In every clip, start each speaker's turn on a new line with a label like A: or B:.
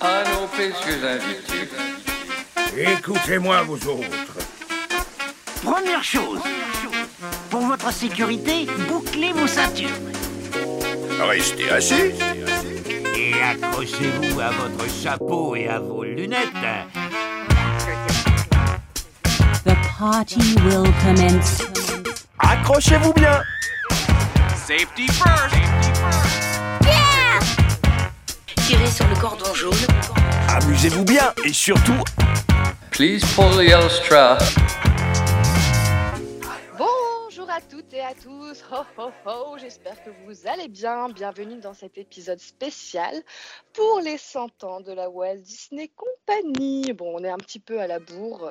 A: à nos précieux invités.
B: Écoutez-moi, vous autres.
C: Première chose, pour votre sécurité, bouclez vos ceintures
B: Restez bah, assis.
C: et accrochez-vous à votre chapeau et à vos lunettes.
D: The party will commence.
E: Accrochez-vous bien.
F: Tirez sur le cordon jaune.
E: Amusez-vous bien et surtout,
A: Please pull the yellow strap.
G: Bonjour à toutes et à tous, ho ho ho, j'espère que vous allez bien, bienvenue dans cet épisode spécial pour les 100 ans de la Walt Disney Company. Bon, on est un petit peu à la bourre,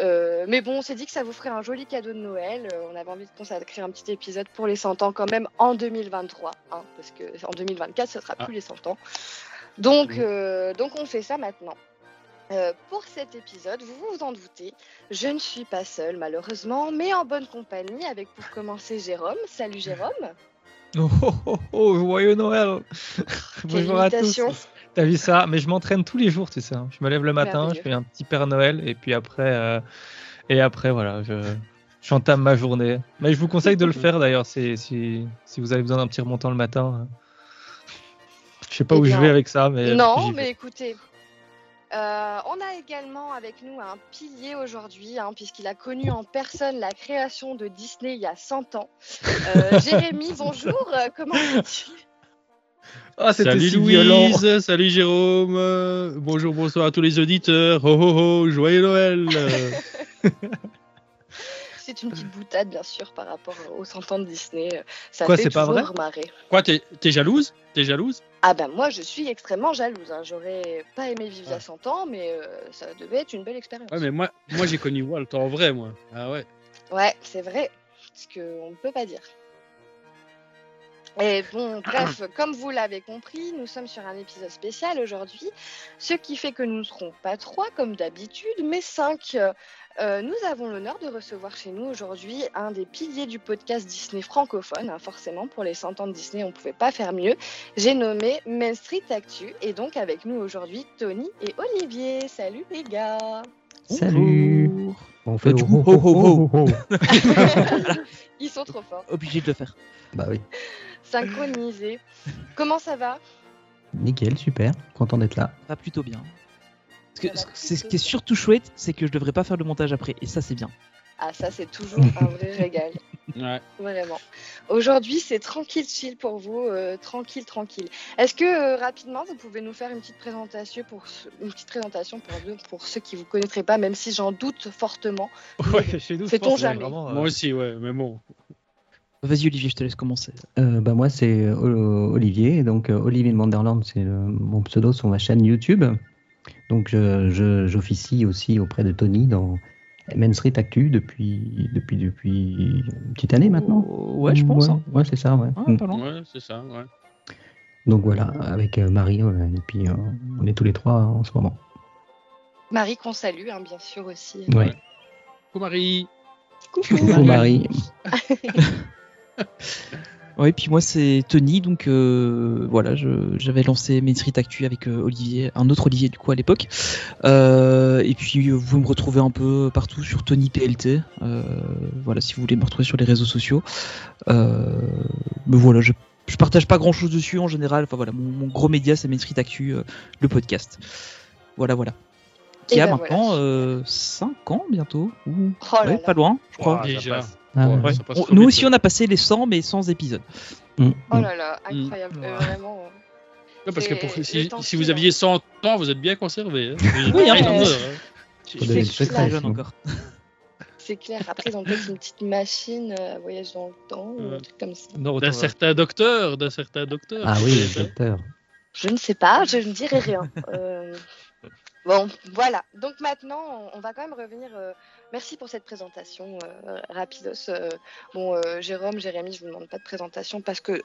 G: euh, mais bon, on s'est dit que ça vous ferait un joli cadeau de Noël, Euh, on avait envie de consacrer un petit épisode pour les 100 ans quand même en 2023, hein, parce que en 2024 ce sera plus les 100 ans. Donc, euh, donc on fait ça maintenant. Euh, pour cet épisode, vous vous en doutez, je ne suis pas seule malheureusement, mais en bonne compagnie avec pour commencer Jérôme. Salut Jérôme.
H: Oh, oh, oh, oh, joyeux Noël Bonjour à tous
G: imitation.
H: T'as vu ça Mais je m'entraîne tous les jours, tu sais. hein. Je me lève le matin, je
G: Merveilleux.
H: fais un petit Père Noël, et puis après, euh, et après voilà, je, j'entame ma journée. Mais je vous conseille de le faire d'ailleurs, si, si, si vous avez besoin d'un petit remontant le matin. hein. Je sais pas
G: Eh
H: où je
G: bien,
H: vais avec ça, mais...
G: non,
H: Euh, j'y vais.
G: mais écoutez, euh, on a également avec nous un pilier aujourd'hui, hein, puisqu'il a connu en personne la création de Disney il y a 100 ans. Euh, Jérémy, bonjour, euh, comment vas-tu
H: Ah, c'était
I: Salut
H: si violent.
I: Louise, salut Jérôme, euh, bonjour, bonsoir à tous les auditeurs, ho ho ho, Oh, joyeux Noël euh.
G: C'est une petite boutade, bien sûr, par rapport aux 100 ans de Disney. Ça
H: Quoi,
G: fait
H: c'est pas
G: toujours
H: vrai
G: marrer.
I: Quoi, t'es t'es jalouse T'es jalouse
G: Ah ben moi je suis extrêmement jalouse, hein. j'aurais pas aimé vivre il y
H: Ah.
G: a 100 ans, mais euh, ça devait être une belle expérience.
I: Ouais, mais moi, moi j'ai connu Walt en vrai, moi. Ah ouais.
G: Ouais, c'est vrai, ce qu'on ne peut pas dire. Et bon, bref, comme vous l'avez compris, nous sommes sur un épisode spécial aujourd'hui, ce qui fait que nous ne serons pas trois comme d'habitude, mais cinq. Euh, nous avons l'honneur de recevoir chez nous aujourd'hui un des piliers du podcast Disney francophone. hein, forcément, pour les 100 ans de Disney, on ne pouvait pas faire mieux. J'ai nommé Main Street Actu, et donc avec nous aujourd'hui, Tony et Olivier. Salut les gars
J: Salut. Bon, on fait
H: Bah, du
J: le
H: coup,
J: ho,
H: ho,
J: ho,
H: ho,
J: ho, ho.
G: Ils sont trop forts,
E: obligé de le faire.
J: Bah oui.
G: synchronisés. Comment ça va
J: Nickel, super. Content d'être là.
E: Ça va plutôt bien. Parce
G: Ça
E: que
G: va
E: ce- c'est ce
G: plutôt
E: qui est
G: bien.
E: surtout chouette, c'est que je devrais pas faire le montage après, et ça c'est bien.
G: Ah, ça, c'est toujours un vrai régal,
I: Ouais.
G: vraiment. Aujourd'hui, c'est tranquille, chill pour vous, euh, tranquille, tranquille. Est-ce que euh, rapidement, vous pouvez nous faire une petite présentation pour, ce- une petite présentation pour, pour ceux qui vous connaîtraient pas, même si j'en doute fortement
H: Ouais, chez nous, je
G: Fait-on
H: pense que
G: jamais.
H: vraiment, euh,
I: Moi aussi, ouais, mais bon.
E: Vas-y Olivier, je te laisse commencer.
J: Euh, bah moi c'est euh, O- Olivier, donc euh, Olivier de Wonderland, c'est le- mon pseudo sur ma chaîne YouTube. Donc je- je- j'officie aussi auprès de Tony dans Main Street Actu depuis depuis depuis une petite année maintenant.
E: Oh, ouais, je pense.
J: Ouais,
E: hein.
J: ouais, c'est ça, ouais.
E: Ouais,
J: Mm.
E: pas loin.
I: Ouais, c'est ça, ouais.
J: Donc voilà, avec euh, Marie euh, et puis euh, on est tous les trois en ce moment.
G: Marie qu'on salue, hein, bien sûr aussi.
J: Ouais.
I: Coucou Marie
J: Coucou Marie.
E: Ouais, puis moi c'est Tony, donc euh, voilà, je- j'avais lancé Main Street Actu avec euh, Olivier, un autre Olivier du coup à l'époque. Euh, et puis euh, vous me retrouvez un peu partout sur Tony PLT, euh, voilà, si vous voulez me retrouver sur les réseaux sociaux. Euh, mais voilà, je, je partage pas grand chose dessus en général, enfin voilà, mon, mon gros média c'est Main Street Actu, euh, le podcast. Voilà, voilà. Qui
G: Et
E: a
G: ben
E: maintenant
I: euh,
G: voilà.
E: 5 ans bientôt, ou
G: Oh là
E: ouais,
G: là.
E: pas loin, je crois.
I: Ah, Déjà.
J: Ah,
I: Ouais,
J: ouais.
I: ça passe
E: On-
I: trop
E: nous
I: vite,
E: aussi
I: ouais.
E: on a passé les 100 mais sans épisode.
J: Mm,
G: Oh
J: mm.
G: là là,
I: Mm.
G: incroyable, euh,
H: Ouais.
G: vraiment. euh.
I: Ouais, parce que pour-
G: C'est- le
I: si,
G: temps
I: si
G: file,
I: vous
G: hein.
I: aviez 100 ans, vous êtes bien conservé.
E: Oui, hein.
J: Faut
E: Je
J: donner le
E: suis très
J: secret,
E: jeune
J: sinon.
E: encore.
G: C'est clair. Après, ils ont peut-être une petite machine euh, à voyage dans le temps ou un
I: Ouais.
G: truc comme ça.
H: non, retour,
I: D'un
H: ouais.
I: certain docteur, d'un certain docteur.
J: Ah oui, le docteur.
G: Je ne sais pas, je ne dirai rien. Euh, Bon, voilà. Donc maintenant, on- on va quand même revenir. euh, Merci pour cette présentation euh, rapidos. Euh, Bon, euh, Jérôme, Jérémy, je vous demande pas de présentation parce que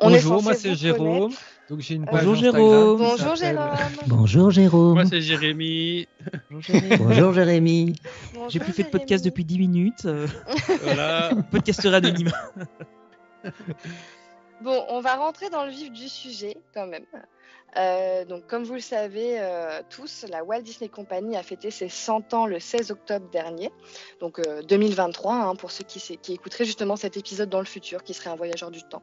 G: on est
H: Bonjour,
G: censé
H: moi c'est
G: vous
H: Jérôme.
G: connaître.
H: Donc j'ai une
G: Euh,
H: page
E: Bonjour,
H: Instagram
E: Jérôme.
H: qui
G: Bonjour
H: s'appelle-
I: euh,
G: Jérôme.
J: Bonjour
H: Oh.
J: Jérôme.
I: Moi c'est Jérémy.
J: Bonjour Jérémy.
E: J'ai plus fait de podcast
G: Jérémy.
E: depuis 10 minutes. euh,
I: Voilà.
E: podcasteur anonyme.
G: Bon, on va rentrer dans le vif du sujet quand même. Euh, donc, comme vous le savez euh, tous, la Walt Disney Company a fêté ses 100 ans le 16 octobre dernier, donc euh, 2023, hein, pour ceux qui, sait- qui écouteraient justement cet épisode dans le futur, qui serait un voyageur du temps.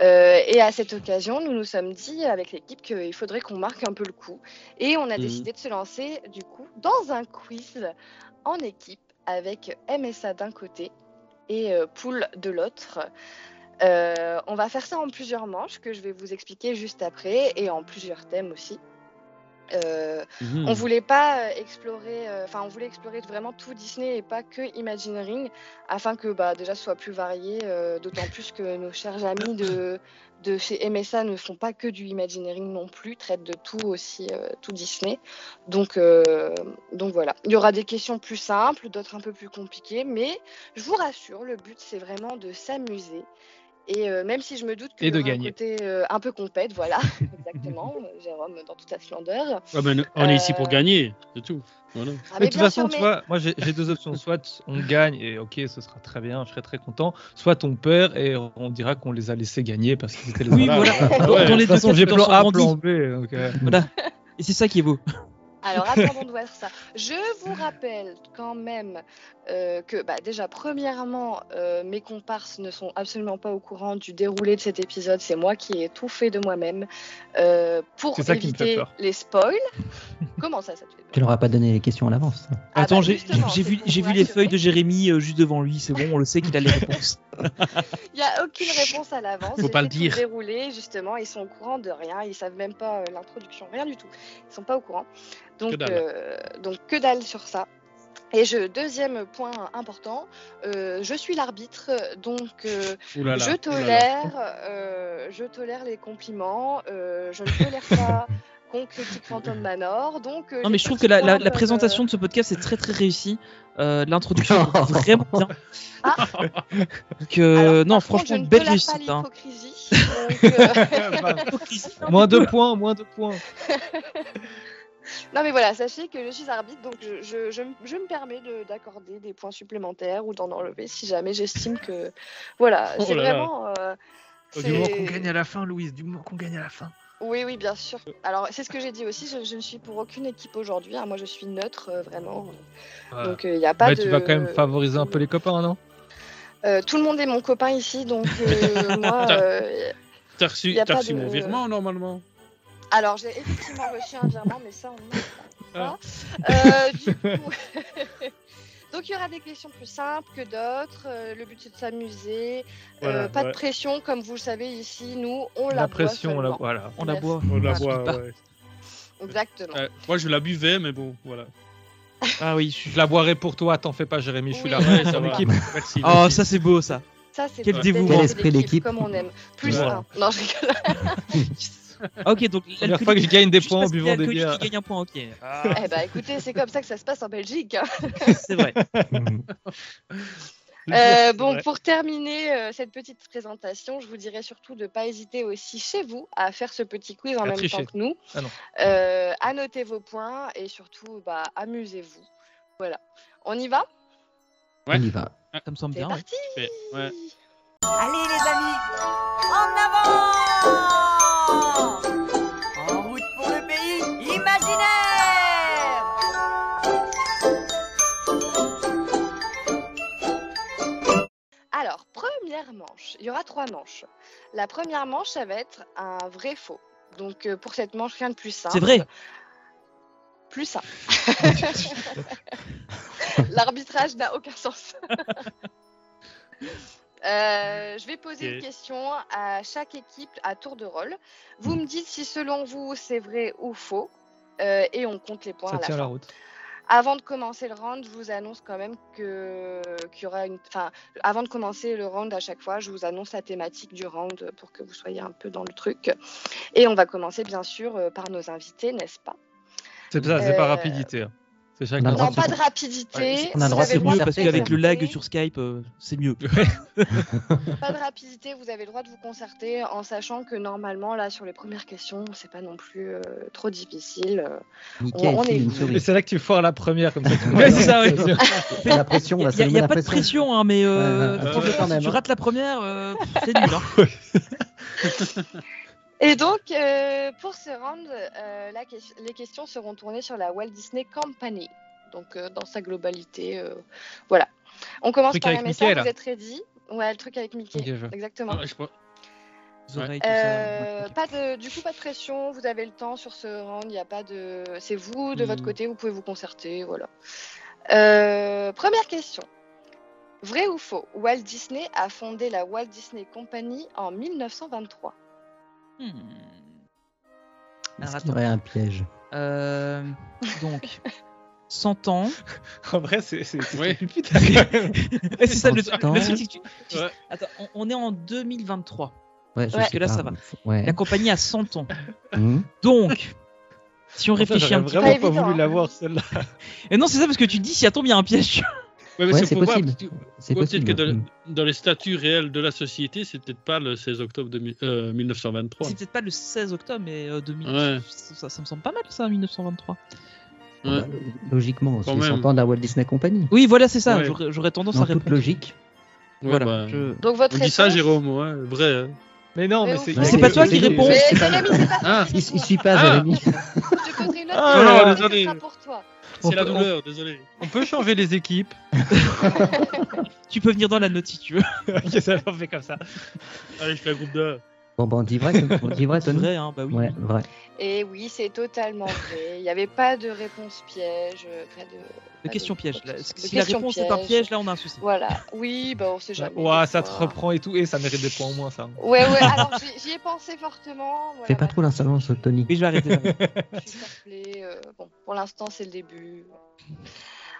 G: Euh, et à cette occasion, nous nous sommes dit avec l'équipe qu'il faudrait qu'on marque un peu le coup, et on a
I: Mhm.
G: décidé de se lancer du coup dans un quiz en équipe avec MSA d'un côté et euh, Poule de l'autre. Euh, on va faire ça en plusieurs manches que je vais vous expliquer juste après et en plusieurs thèmes aussi. Euh,
H: Hmm.
I: Mhm.
G: On voulait pas euh, explorer, euh, enfin on voulait explorer vraiment tout Disney et pas que Imagineering afin que bah, déjà ce soit plus varié, euh, d'autant plus que nos chers amis de, de chez MSA ne font pas que du Imagineering non plus, traitent de tout aussi, euh, tout Disney. Donc, euh, donc voilà, il y aura des questions plus simples, d'autres un peu plus compliquées, mais je vous rassure, le but c'est vraiment de s'amuser. Et euh, même si je me doute que
H: Et de
G: il y aura un
H: gagner.
G: côté euh, un peu compète, voilà, exactement, euh, Jérôme dans toute sa splendeur.
I: Ah ben, on est ici
G: Euh,
I: pour gagner, c'est tout. Voilà.
G: Ah,
H: Mais
G: mais
H: de toute
G: bien
H: façon,
G: sûr,
H: tu
G: mais-
H: vois, moi j'ai j'ai deux options. Soit on gagne et ok, ce sera très bien, je serai très content. Soit on perd et on dira qu'on les a laissés gagner parce qu'ils étaient les
E: Oui,
H: autres. Ah,
E: voilà.
I: Ouais.
E: Dans- Dans les
H: De toute
E: deux
H: façon,
E: cas,
H: j'ai
E: les
H: plan
E: plans
H: A,
E: sont
H: plan
E: grandis.
H: B. donc, euh,
E: Voilà. Et c'est ça qui est beau.
G: Alors attendons de voir ça. Je vous rappelle quand même euh, que bah, déjà premièrement euh, mes comparses ne sont absolument pas au courant du déroulé de cet épisode. C'est moi qui ai tout fait de moi-même euh, pour
H: C'est ça qui me fait
G: éviter
H: peur.
G: les spoils. Comment ça, ça te fait peur
J: Tu leur as pas donné les questions à l'avance.
G: Ah
E: Attends,
G: bah,
E: j'ai
G: justement,
E: j'ai
G: c'est
E: vu,
G: pour
E: j'ai
G: vous
E: vu les
G: rassurer.
E: feuilles de Jérémy euh, juste devant lui, c'est bon, on le sait qu'il a les réponses.
G: Il n'y a aucune réponse à l'avance.
H: Faut
G: J'ai
H: pas
G: fait
H: le
G: tout
H: dire.
G: Déroulé, justement, ils sont au courant de rien. Ils savent même pas euh, l'introduction, rien du tout. Ils sont pas au courant. Donc,
I: Que dalle.
G: euh, donc que dalle sur ça. Et je, deuxième point important, euh, je suis l'arbitre, donc euh,
I: Ouh là
G: je
I: là, ouh là là.
G: tolère, euh, je tolère les compliments, euh, je ne tolère pas qu'on critique Phantom Manor, donc. euh,
E: Non,
G: les
E: mais je trouve
G: petits
E: que la, la-
G: points
E: la
G: peuvent,
E: présentation de ce podcast est très très réussie. Euh, L'introduction est vraiment bien.
G: Ah.
E: Donc, euh,
G: euh, alors,
E: non,
G: par contre,
E: franchement,
G: je ne
E: belle
G: tolère pas
E: réussite. hein.
G: l'hypocrisie, donc, euh,
H: moins deux points, moins deux points.
G: Non mais voilà, sachez que je suis arbitre, donc je, je, je, me- je me permets de- d'accorder des points supplémentaires ou d'en enlever si jamais j'estime que... Voilà,
I: Oh
G: c'est
I: là là.
G: vraiment... euh,
H: Oh,
G: c'est-
H: à la fin, Louise, du moment qu'on gagne à la fin.
G: Oui, oui, bien sûr. Alors c'est ce que j'ai dit aussi, je, je ne suis pour aucune équipe aujourd'hui, hein, moi je suis neutre, euh, vraiment. Donc il n'y a pas
H: Mais
G: de... Oh,
H: tu vas quand même favoriser un peu les copains, non
G: Euh, tout le monde est mon copain ici, donc euh, moi...
I: T'as-
G: euh,
I: T'as
G: y
I: reçu,
G: a
I: t'as
G: pas
I: reçu
G: de-
I: mon virement normalement
G: Alors, j'ai effectivement reçu un virement, mais ça, on n'en parle
I: Ah.
G: pas. Euh, du coup... Donc, il y aura des questions plus simples que d'autres. euh, le but, c'est de s'amuser.
I: Voilà,
G: euh, pas
I: ouais.
G: de pression, comme vous le savez ici, nous, on la,
H: La
G: boit
H: pression, là,
G: seulement.
H: voilà.
E: On la
G: Yes.
E: boit.
I: On la
G: Ouais.
I: boit, ouais.
G: Exactement.
I: Ouais, Moi je la buvais, mais bon, voilà.
E: Ah oui. je-
H: Je la boirai pour toi, t'en fais pas, Jérémy, je suis
G: Oui.
H: là.
I: Ouais, ça
H: Ton
I: va.
H: équipe.
I: Merci.
H: Ah,
E: Oh,
I: merci.
E: ça c'est beau ça.
G: Ça, c'est
E: Quel
G: le
E: dévouement.
G: dévouement
J: Quel esprit d'équipe.
G: Comme on aime. Plus
I: Ouais.
G: un. Non, je rigole.
E: Ah, ok, donc
H: Première fois que je gagne des points en buvant des bières.
E: bières. gagne un point, ok.
G: Eh ben, écoutez, c'est comme ça que ça se passe en Belgique. hein.
E: C'est vrai.
G: Euh, bon, pour terminer euh, cette petite présentation, je vous dirais surtout de ne pas hésiter aussi chez vous à faire ce petit quiz en
H: À
G: même
H: tricher.
G: temps que nous.
H: Ah non.
G: Euh, annotez vos points et surtout, bah, amusez-vous. Voilà. On y va
I: Ouais.
J: On y va.
E: Ça me semble
G: C'est
E: bien. ouais.
G: parti
I: Ouais, ouais.
F: Allez les amis, en avant En route pour le pays imaginaire
G: Alors, première manche. Il y aura trois manches. La première manche, ça va être un vrai-faux. Donc, euh, pour cette manche, rien de plus simple.
E: C'est vrai.
G: Plus simple. L'arbitrage n'a aucun sens. Euh, je vais poser
I: Ok.
G: une question à chaque équipe à tour de rôle. Vous me dites si selon vous c'est vrai ou faux euh, et on compte les points
H: Ça
G: à la
H: tient
G: fin.
H: la route.
G: Avant de commencer le round, je vous annonce quand même que qu'il y aura une. Enfin, avant de commencer le round à chaque fois, je vous annonce la thématique du round pour que vous soyez un peu dans le truc. Et on va commencer bien sûr euh, par nos invités, n'est-ce pas
H: C'est ça, c'est pas
G: Euh,
H: rapidité. hein. C'est chacun.
J: On a le
G: Non,
J: droit
G: pas de rapidité.
H: Ouais,
J: on a le
G: Vous
J: droit,
G: avez
E: C'est mieux
G: de
E: parce
G: vous
E: qu'avec le lag
G: concerter.
E: sur Skype, euh, c'est mieux.
G: Pas de rapidité, vous avez le droit de vous concerter en sachant que normalement, là, sur les premières questions, c'est pas non plus euh, trop difficile. euh.
J: Mickey
G: On- on est
J: file une
G: vous.
H: Et
J: souris.
H: c'est là que tu foires la première comme ça. tu-
E: Ouais, c'est ça, ouais.
J: C'est la pression,
E: Il
J: là, ça nous
E: n'y
J: met
E: a,
J: la
E: pas de pression, hein, mais euh,
J: Ouais, ouais,
E: franchement,
J: ouais.
E: si tu rates la première, euh, c'est nul. hein.
G: Et donc, euh, pour se rendre, euh, la que- les questions seront tournées sur la Walt Disney Company. Donc, euh, dans sa globalité, euh, voilà. On commence
H: Truc
G: par
H: avec
G: un message,
H: Mickey, là.
G: vous êtes ready Ouais, le truc avec Mickey,
H: Ok, je vois.
G: exactement.
I: Ah, je crois-
E: Les oreilles, tout ça,
G: Euh,
E: ouais, ok.
G: pas de, du coup, pas de pression. Vous avez le temps sur ce round. Il y a pas de. C'est vous de votre
E: Hmm.
G: côté. Vous pouvez vous concerter. Voilà. Euh, première question. Vrai ou faux Walt Disney a fondé la Walt Disney Company en 1923.
E: Alors,
J: Est-ce qu'il y
E: attends.
J: aurait un piège
E: Euh, donc, 100 ans.
H: En vrai, c'est c'est- c'est
I: Ouais.
H: putain, quand même.
E: Ouais, c'est ça le, le
J: 100 ans.
E: truc. que tu- tu-
I: Ouais.
E: Attends, on, on est en 2023.
J: Ouais, je
G: Ouais.
J: sais
E: que là,
J: pas.
E: ça va.
J: Ouais.
E: La compagnie a 100 ans.
J: Mhm.
E: Donc, si on réfléchit
H: J'aurais
E: un petit
H: vraiment pas,
G: Pas évident,
H: voulu
G: hein.
H: l'avoir celle-là.
E: peu. Et non, c'est ça parce que tu te dis, si attends, il y a un piège.
I: Ouais, mais
J: Ouais,
I: c'est
J: c'est
I: pour voir,
J: possible.
I: parce que-
J: C'est
I: ouais,
J: possible.
I: Peut-être que dans,
J: Mhm.
I: dans les statuts réels de la société, c'est peut-être pas le 16 octobre de mi- euh, 1923.
E: C'est peut-être pas le 16 octobre, mais euh, 2000.
I: Ouais.
E: Ça, ça me semble pas mal, ça, 1923.
I: Ouais.
J: Bah, logiquement,
I: Quand
J: c'est
I: même.
J: 100 ans de la Walt Disney Company.
E: Oui, voilà, c'est ça.
I: Ouais.
E: J'aurais- J'aurais tendance à
J: Dans toute
E: répondre.
J: logique.
I: Ouais,
E: voilà.
I: bah,
E: je-
G: Donc votre
I: On dit ça,
G: réponse-
I: Jérôme, ouais, vrai. hein.
H: Mais non,
G: Mais
H: mais
G: on
H: c'est.
G: fait-
E: c'est pas toi qui
J: c'est-
E: réponds.
G: Mais
J: c'est pas-
G: Jérémy, c'est pas toi
I: Ah,
G: qui
J: Il,
G: réponds.
J: il suit pas,
I: Ah.
J: Jérémy.
G: Je te poserai une autre
H: Ah,
G: question,
I: non,
G: mais
I: désolé.
G: ce sera pour toi.
H: On
I: C'est la
H: peut- on-
I: douleur, désolé.
H: On peut changer les équipes.
E: Tu peux venir dans la note si tu veux.
H: Ok, ça on fait comme ça.
I: Allez, je fais un groupe de.
J: Bon, bah, on dit vrai, on dit vrai,
E: C'est
J: Tony.
E: vrai, hein, bah oui.
J: Ouais, vrai.
G: Et Eh oui, c'est totalement vrai. Il n'y avait pas de réponse piège. euh, Pas de,
E: De question
G: Ah,
E: piège. là.
G: De
E: si la
G: question
E: réponse est un piège, là, on a un souci.
G: Voilà. Oui, bah on sait jamais.
H: Ouah,
G: des
H: ça te
G: fois.
H: reprend et tout. Et ça mérite des points au moins, ça.
G: Ouais, ouais, alors j'y- j'y ai pensé fortement. voilà,
J: Fais pas trop l'insolence, Tony.
E: Oui, je vais arrêter là.
G: Je suis surplée, euh, bon, pour l'instant, c'est le début.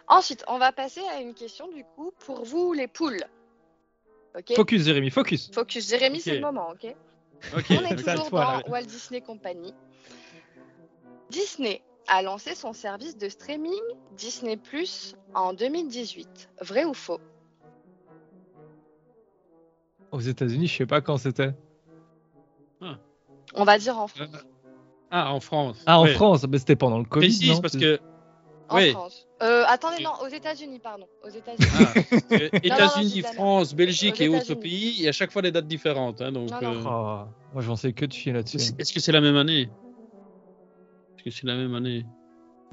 G: Ensuite, on va passer à une question du coup pour vous les poules. Ok.
H: Focus, Jérémy, focus.
G: Focus. Jérémy, c'est
I: Ok.
G: le moment, ok.
I: Ok,
G: On est
H: c'est à
G: toujours
H: toi, là.
G: dans Walt Disney Company. Disney a lancé son service de streaming Disney Plus en 2018. Vrai ou faux
H: Aux États-Unis, je sais pas quand c'était.
G: On va dire en France.
I: Ah, en France.
H: Ah, en
I: Ouais.
H: France, mais c'était pendant le Covid.
I: Précise,
H: non
I: parce que.
G: En
I: Ouais.
G: France. Euh, attendez,
I: Oui.
G: non, aux États-Unis, pardon. Aux États-Unis.
I: Ah, parce que
G: je dis
I: États-Unis,
G: la merde.
I: France, Belgique
G: Aux
I: et autres
G: États-Unis.
I: pays, il y a chaque fois des dates différentes. hein, donc,
G: Non, non.
I: euh,
H: Oh, moi, j'en sais que de chier là-dessus.
I: est-ce est-ce que c'est la même année Est-ce que c'est la même année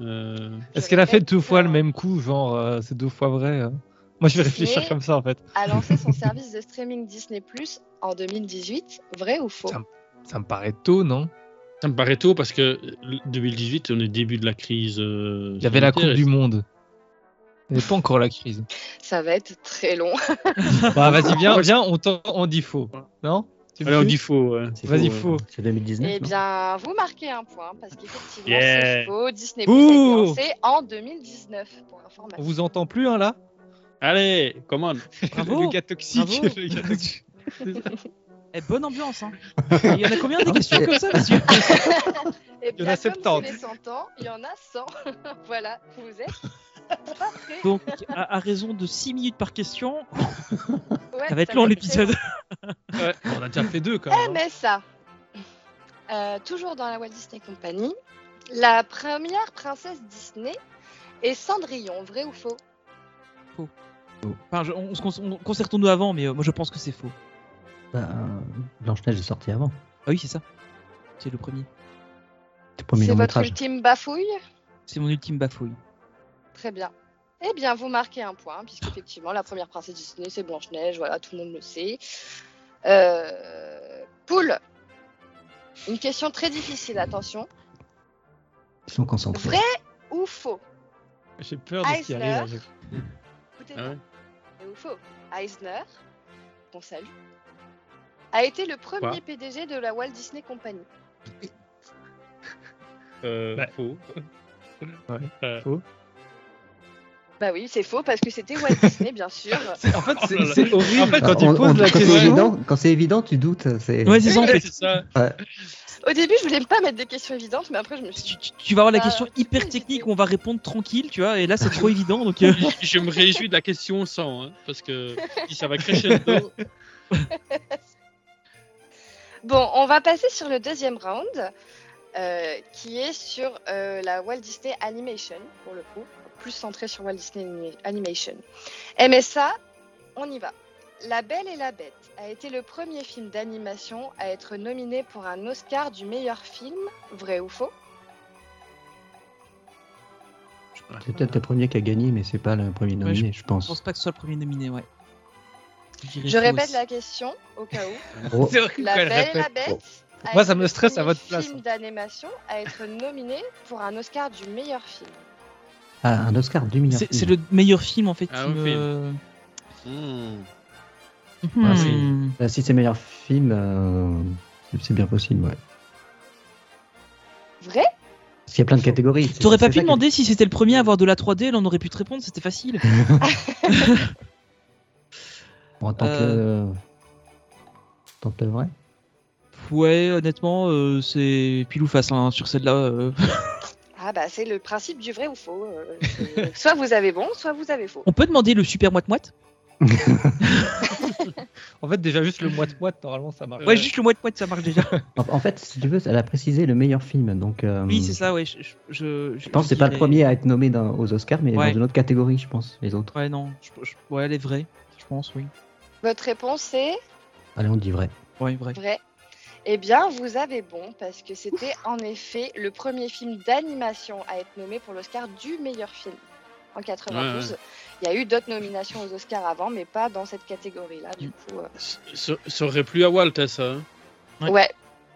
I: Euh,
H: Est-ce qu'elle a fait deux fois le
G: Non.
H: même coup Genre, euh, c'est deux fois vrai. hein Moi, je vais réfléchir
G: Mais-
H: comme ça en fait.
G: a lancé son service de streaming Disney Plus en 2018. Vrai ou faux
H: Putain. Ça me paraît tôt, non
I: Ça me paraît tôt parce que euh, 2018, on est début de la crise. euh,
H: Il y avait la Coupe
I: sanitaire,
H: du Monde. Il n'y avait pas encore la crise.
G: Ça va être très long.
H: Bah, vas-y, viens, viens, on, t'en- on dit faux. Non Tu
I: et-
H: me
I: Allez, on
H: suis
I: dit faux. ouais.
J: C'est
H: Vas-y,
J: faux, euh,
H: faux.
J: C'est 2019.
G: Eh
J: non
G: bien, vous marquez un point parce qu'effectivement,
I: Yeah.
G: c'est faux. Disney Plus a été
H: Ouh.
G: lancé en 2019. Pour
H: On
G: information.
H: vous entend plus, hein, là
I: Allez, commande.
E: Bravo.
H: Le gars toxique.
E: Bravo.
H: le gars toxique.
E: Eh, bonne ambiance. Hein. Il y en a combien des questions
J: c'est-
E: comme ça, monsieur
G: Et
H: Il y en a
G: bien, comme
H: 70.
G: c'est les 100 ans, il y en a 100. voilà, vous êtes pas prêts.
E: Donc, à, à raison de 6 minutes par question,
G: Ouais,
E: ça va être
G: ça
E: long
G: très
E: l'épisode.
H: Ouais, on a déjà fait deux
G: Eh,
H: quand même. hein.
G: MSA. Ah, Euh, toujours dans la Walt Disney Company, la première princesse Disney est Cendrillon. Vrai ou faux
E: Enfin, je- on, on se con- on- concertons-nous avant, mais euh, moi je pense que c'est faux.
J: Bah, euh, Blanche-Neige est sortie avant.
E: Ah oui, c'est ça. C'est le premier.
J: C'est le premier
G: C'est
J: long
G: votre
J: métrage.
G: ultime bafouille
E: C'est mon ultime bafouille.
G: Très bien. Eh bien, vous marquez un point, puisqu'effectivement, la première princesse Disney, c'est Blanche-Neige, voilà, tout le monde le sait. Euh, Poule, une question très difficile, attention.
J: Ils sont concentrés.
G: Vrai ou faux
H: J'ai peur
G: Ah,
H: de ce qui arrive.
G: Eisner.
H: avec-
G: Écoutez
I: Ah ouais.
G: vrai ou faux Eisner, qu'on salue, a été le premier
I: Quoi
G: PDG de la Walt Disney Company.
I: Euh,
H: Bah.
I: Faux.
H: Ouais.
I: Euh,
G: Bah oui, c'est faux, parce que c'était Walt Disney, bien sûr.
H: C'est- En fait,
I: Oh là
H: c'est
I: là.
H: c'est horrible
I: En fait,
H: quand
J: Ah, on-
H: tu poses
J: on-
H: la
J: quand c'est
H: question.
J: évident, quand c'est évident, tu doutes. C'est
E: Ouais, c'est ça en fait.
I: ouais, c'est ça.
G: Au début, je voulais pas mettre des questions évidentes, mais après, je me suis dit,
E: Tu, tu- tu vas avoir la
G: Euh,
E: question hyper technique où on va répondre tranquille, tu vois, et là c'est trop évident donc. euh,
I: Je- Je me réjouis de la question 100, hein, parce que si ça va crescendo,
G: Bon, on va passer sur le deuxième round, euh, qui est sur euh, la Walt Disney Animation, pour le coup, plus centré sur Walt Disney Ani- Animation. MSA, on y va. La Belle et la Bête a été le premier film d'animation à être nominé pour un Oscar du meilleur film, vrai ou faux
J: C'est peut-être le premier qui a gagné, mais c'est pas le premier
E: Ouais,
J: nominé, je,
E: Je pense
J: pense.
E: pas que ce soit le premier nominé, ouais. dirais
G: Je
E: faux
G: répète
E: aussi.
G: la question au cas où.
J: Gros.
H: C'est horrible
G: La
H: quand elle
G: Belle et la
H: répète.
G: Bête. a
H: Moi,
G: été
H: ça me
G: le
H: stresse à
G: premier
H: votre place. hein.
G: film d'animation à être nominé pour un Oscar du meilleur film.
J: Ah, un Oscar du meilleur
E: C'est c'est
J: film.
E: le meilleur film en fait.
I: Ah,
E: qui
I: un
E: me-
I: Hmm.
E: Hmm.
J: Ah, c'est- Ah, si c'est meilleur film, euh, c'est bien possible, ouais.
G: Vrai
J: Parce qu'il y a plein de catégories. c'est-
E: T'aurais pas
J: c'est
E: pu
J: ça qui-
E: demander si c'était le premier à avoir de la 3D, là on aurait pu te répondre, c'était facile.
J: On tente,
E: Euh.
J: le... on tente le vrai.
E: Ouais, honnêtement, euh, c'est pile ou face hein, sur celle-là. euh.
G: Ah bah c'est le principe du vrai ou faux. euh, c'est- soit vous avez bon, soit vous avez faux.
E: On peut demander le super moite-moite
H: En fait, déjà, juste le moite-moite, normalement, ça marche.
E: Ouais, juste le moite-moite, ça marche déjà.
J: En, en fait, si tu veux, elle a précisé le meilleur film. Donc, euh,
E: oui, c'est ça, ouais. Je, je, je,
J: Je pense que c'est pas le
E: dirais-
J: premier à être nommé dans- aux Oscars, mais
E: Ouais.
J: dans une autre catégorie, je pense, les autres.
E: Ouais, non. je- je- ouais, elle est vraie, je pense, oui.
G: Votre réponse est
J: Allez, on dit vrai.
E: Ouais, vraie.
G: vrai. Eh bien, vous avez bon, parce que c'était en effet le premier film d'animation à être nommé pour l'Oscar du meilleur film. En 92, il y a eu d'autres nominations aux Oscars avant, mais pas dans cette catégorie-là, du coup. euh,
I: Ça ça aurait plu à Walt, à ça. hein.
E: Ouais.
G: Ouais,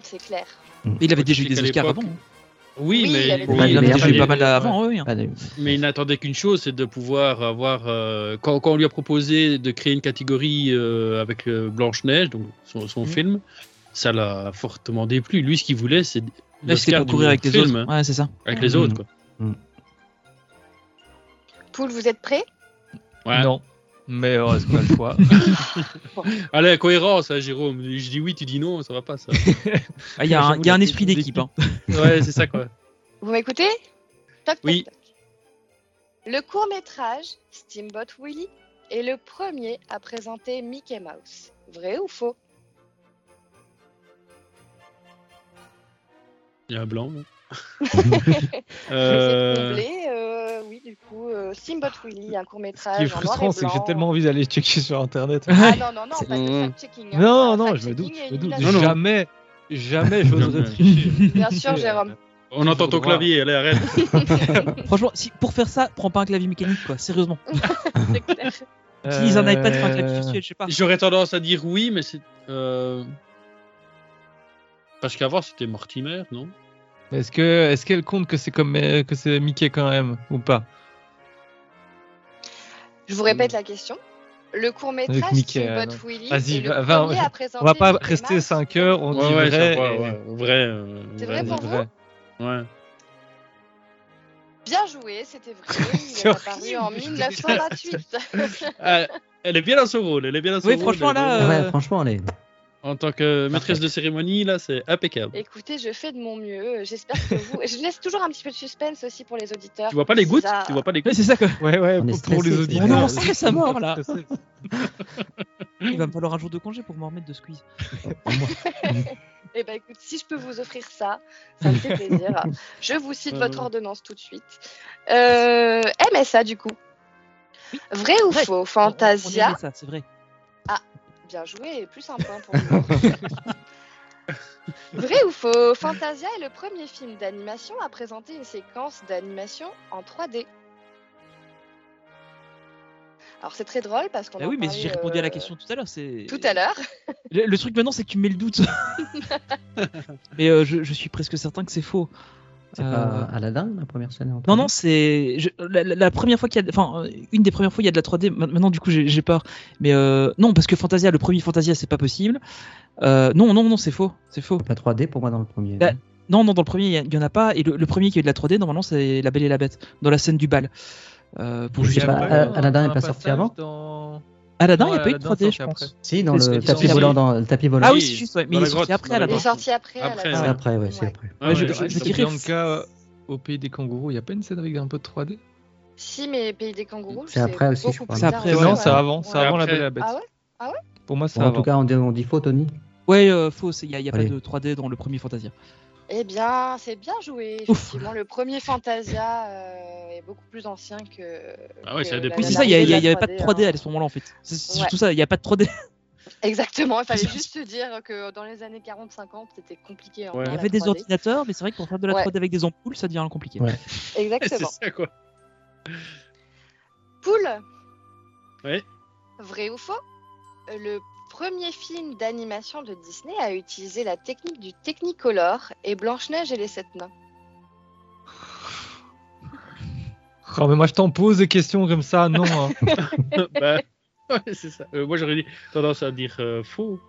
G: c'est clair.
E: Mais il avait déjà eu
I: Explique
E: des
I: à
E: Oscars avant.
I: l'époque.
E: hein.
I: Oui,
G: Oui, il y
I: mais
G: avait
I: oui,
J: des-
E: il en avait
J: mais
E: déjà
J: après,
E: eu pas mal avant, oui. hein.
J: Allez.
I: Mais il n'attendait qu'une chose, c'est de pouvoir avoir. euh, quand, quand on lui a proposé de créer une catégorie euh, avec euh, Blanche-Neige, donc son, son
E: Mhm.
I: film, ça l'a fortement déplu. Lui, ce qu'il voulait, c'est.
E: Là, c'était
I: l'Oscar
E: pour
I: du
E: courir avec les
I: film,
E: autres.
I: hein,
E: Ouais, Mm. c'est ça.
I: avec les autres, quoi.
G: Poul, vous êtes prêts
I: Ouais.
H: Non. Mais euh, est-ce qu'on a le choix
I: Allez, cohérence, hein, Jérôme. Je dis oui, tu dis non, ça va pas, ça.
E: Ah, Il y a un, il y a un esprit d'équipe. hein.
I: ouais, c'est ça, quoi.
G: Vous m'écoutez Toc, toc,
I: Oui.
G: toc. Le court-métrage Steamboat Willie est le premier à présenter Mickey Mouse. Vrai ou faux
I: Il y a un blanc. là.
G: C'est
I: Euh,
G: comblé, euh, oui, du coup, euh, Steamboat Willie, un
H: Ce qui est
G: court-métrage en noir et
H: frustrant, c'est que j'ai
G: blanc.
H: tellement envie d'aller checker sur Internet.
G: Ah non, non, non,
H: C'est-
G: pas de
H: Mmh.
G: fact-checking. hein.
H: Non,
G: Un
H: non, je me
G: fact-checking
H: doute,
G: et
H: je me
G: une
H: doute.
G: blague.
I: Non, non.
H: Jamais, jamais j'oserais
I: Jamais.
H: tricher.
G: Bien sûr, Jérôme.
I: On entend ton
H: Toujours droit.
I: clavier, allez, arrête.
E: Franchement, si, pour faire ça, prends pas un clavier mécanique, quoi. Sérieusement.
G: C'est clair.
E: Utilise un iPad, fais un
H: Euh,
E: clavier virtuel, je sais pas.
I: J'aurais tendance à dire oui, mais c'est. euh, Parce qu'avant, c'était Mortimer, non
H: Est-ce que, est-ce qu'elle compte que c'est comme euh, que c'est Mickey quand même ou pas
G: Je vous répète la question. Le court-métrage
H: Avec Mickey,
G: Steamboat
H: non.
G: Willie
H: Vas-y,
G: est le
H: va- va-
G: premier à présenter
H: On va pas
G: Mickey
H: rester
G: Mouse.
H: 5 heures, on dit
I: ouais,
H: vrai.
I: c'est vrai,
H: et-
I: ouais, vrai, euh,
G: C'est
I: vrai,
G: vrai pour
H: c'est
G: vous
I: Ouais.
G: Bien joué, c'était vrai. Il
H: C'est
G: est apparu
H: horrible.
G: en 1928.
I: Ah, elle est bien dans son rôle, elle est bien dans son
E: Oui,
I: rôle.
E: franchement,
I: elle est
E: là,
I: vraiment-
E: euh,
J: Ouais, Ah, franchement, allez.
I: En tant que maîtresse de cérémonie, là, c'est impeccable.
G: Écoutez, je fais de mon mieux. J'espère que vous. Je laisse toujours un petit peu de suspense aussi pour les auditeurs.
I: Tu vois pas les gouttes
G: Ça-
I: Tu vois pas les gouttes
E: Ouais, c'est ça, quoi.
H: Ouais, ouais,
J: On est
H: pour,
J: stressé,
H: pour les
J: c'est
H: auditeurs.
J: vrai.
E: Ah non, ça, ça me mord, là.
H: Stressé.
G: Hmm.
E: Il va me falloir un jour de congé pour me remettre de squeeze.
G: Eh ben, écoute, si je peux vous offrir ça, ça me fait plaisir. Je vous cite
I: Ouais,
G: votre
I: ouais.
G: ordonnance tout de suite. Euh, MSA, du coup. Vrai ou
E: Vrai.
G: faux
E: On- on
G: Fantasia,
E: aimait ça, c'est vrai.
G: bien joué, plus un point pour vous. Vrai ou faux Fantasia est le premier film d'animation à présenter une séquence d'animation en 3D. Alors c'est très drôle parce qu'on
E: Bah
G: en
E: oui, mais j'ai
G: parlait,
E: répondu à la
G: euh,
E: question tout à l'heure. C'est
G: tout à l'heure.
E: Le, le truc maintenant, c'est que tu me mets le doute. mais euh, je, je suis presque certain que c'est faux.
J: C'est
E: Euh,
J: pas Aladdin, la première scène en
E: Non,
J: 3D?
E: non, c'est je- la, la- la première fois qu'il y a, enfin, euh, une des premières fois il y a de la 3D. Ma- Maintenant, du coup, j'ai j'ai peur. Mais euh, non, parce que Fantasia, le premier Fantasia, c'est pas possible. Euh, non, non, non, c'est faux, c'est faux.
J: Pas 3D pour moi dans le premier.
E: Bah, Non, non, dans le premier, il y a- il y, en a pas. Et le, le premier qui a eu de la 3D, normalement, c'est La Belle et la Bête, dans la scène du bal. Euh, pour
J: Je
E: juger
J: sais pas,
E: pas.
J: Al-
I: hein.
J: Aladdin est pas sorti
H: passage
J: avant
H: dans-
E: Aladdin, il
H: Non,
E: n'y a pas eu de
H: Aladdin
E: 3D, je
H: sorti après.
E: pense.
J: Si, dans
E: c'est-
J: le
E: c'est-
J: tapis
E: c'est-
J: volant, dans le tapis volant.
E: Ah oui, c'est juste, ouais, mais
I: Dans
E: il
I: la
E: est sorti
I: grotte,
E: après
I: dans la
G: Il est
E: Aladdin.
I: grotte.
G: sorti après. à la
I: Après,
G: fin.
J: C'est après, ouais, c'est
G: Ouais.
J: après.
I: Ah
E: Ouais,
I: ouais,
E: je- je-
I: ouais.
H: Sur
E: dirais-
H: Bianca euh, au pays des kangourous, il y a pas une scène avec un peu de 3D
E: Ah,
G: Si, mais Pays des kangourous,
J: C'est après aussi, je
G: beaucoup
J: crois.
G: plus
E: C'est
G: tard.
E: après,
G: aussi,
E: ouais.
H: Non, c'est
G: ouais.
H: avant, c'est
G: Ouais.
H: avant la
I: Après-
H: belle et la bête.
G: Ah ouais Ah ouais
H: Pour moi, c'est
J: Bon, en
H: avant.
J: tout cas, on dit, on dit faux, Tony.
E: Ouais, euh, faux, c'est- il n'y a, il y a pas
J: Allez.
E: de 3D dans le premier Fantasia.
G: Eh bien, c'est bien joué.
E: Ouf.
G: Effectivement, le premier Fantasia euh, est beaucoup plus ancien que.
I: Ah ouais,
G: que
I: ça a des
G: la-
E: Oui,
I: prix.
G: la-
E: c'est ça, il n'y
G: la
E: avait pas de 3D
G: hein.
E: à ce moment-là en fait. C'est c'est
G: Ouais.
E: surtout ça, il n'y a pas de 3D.
G: Exactement, il fallait
E: C'est ça.
G: juste se dire que dans les années 40-50, c'était compliqué. hein,
I: Ouais.
E: Il y avait des ordinateurs, mais c'est vrai que pour faire de la
G: Ouais.
E: 3D avec des ampoules, ça devient compliqué.
H: Ouais.
I: C'est
G: Exactement.
I: ça, quoi.
G: Poule
I: Ouais.
G: Vrai ou faux euh, Le premier film d'animation de Disney a utilisé la technique du Technicolor et Blanche-Neige et les Sept Nains.
H: Oh, mais moi, je t'en pose des questions comme ça, non. hein.
I: Bah, ouais, c'est ça. Euh, moi, j'aurais dit- tendance à dire euh, faux.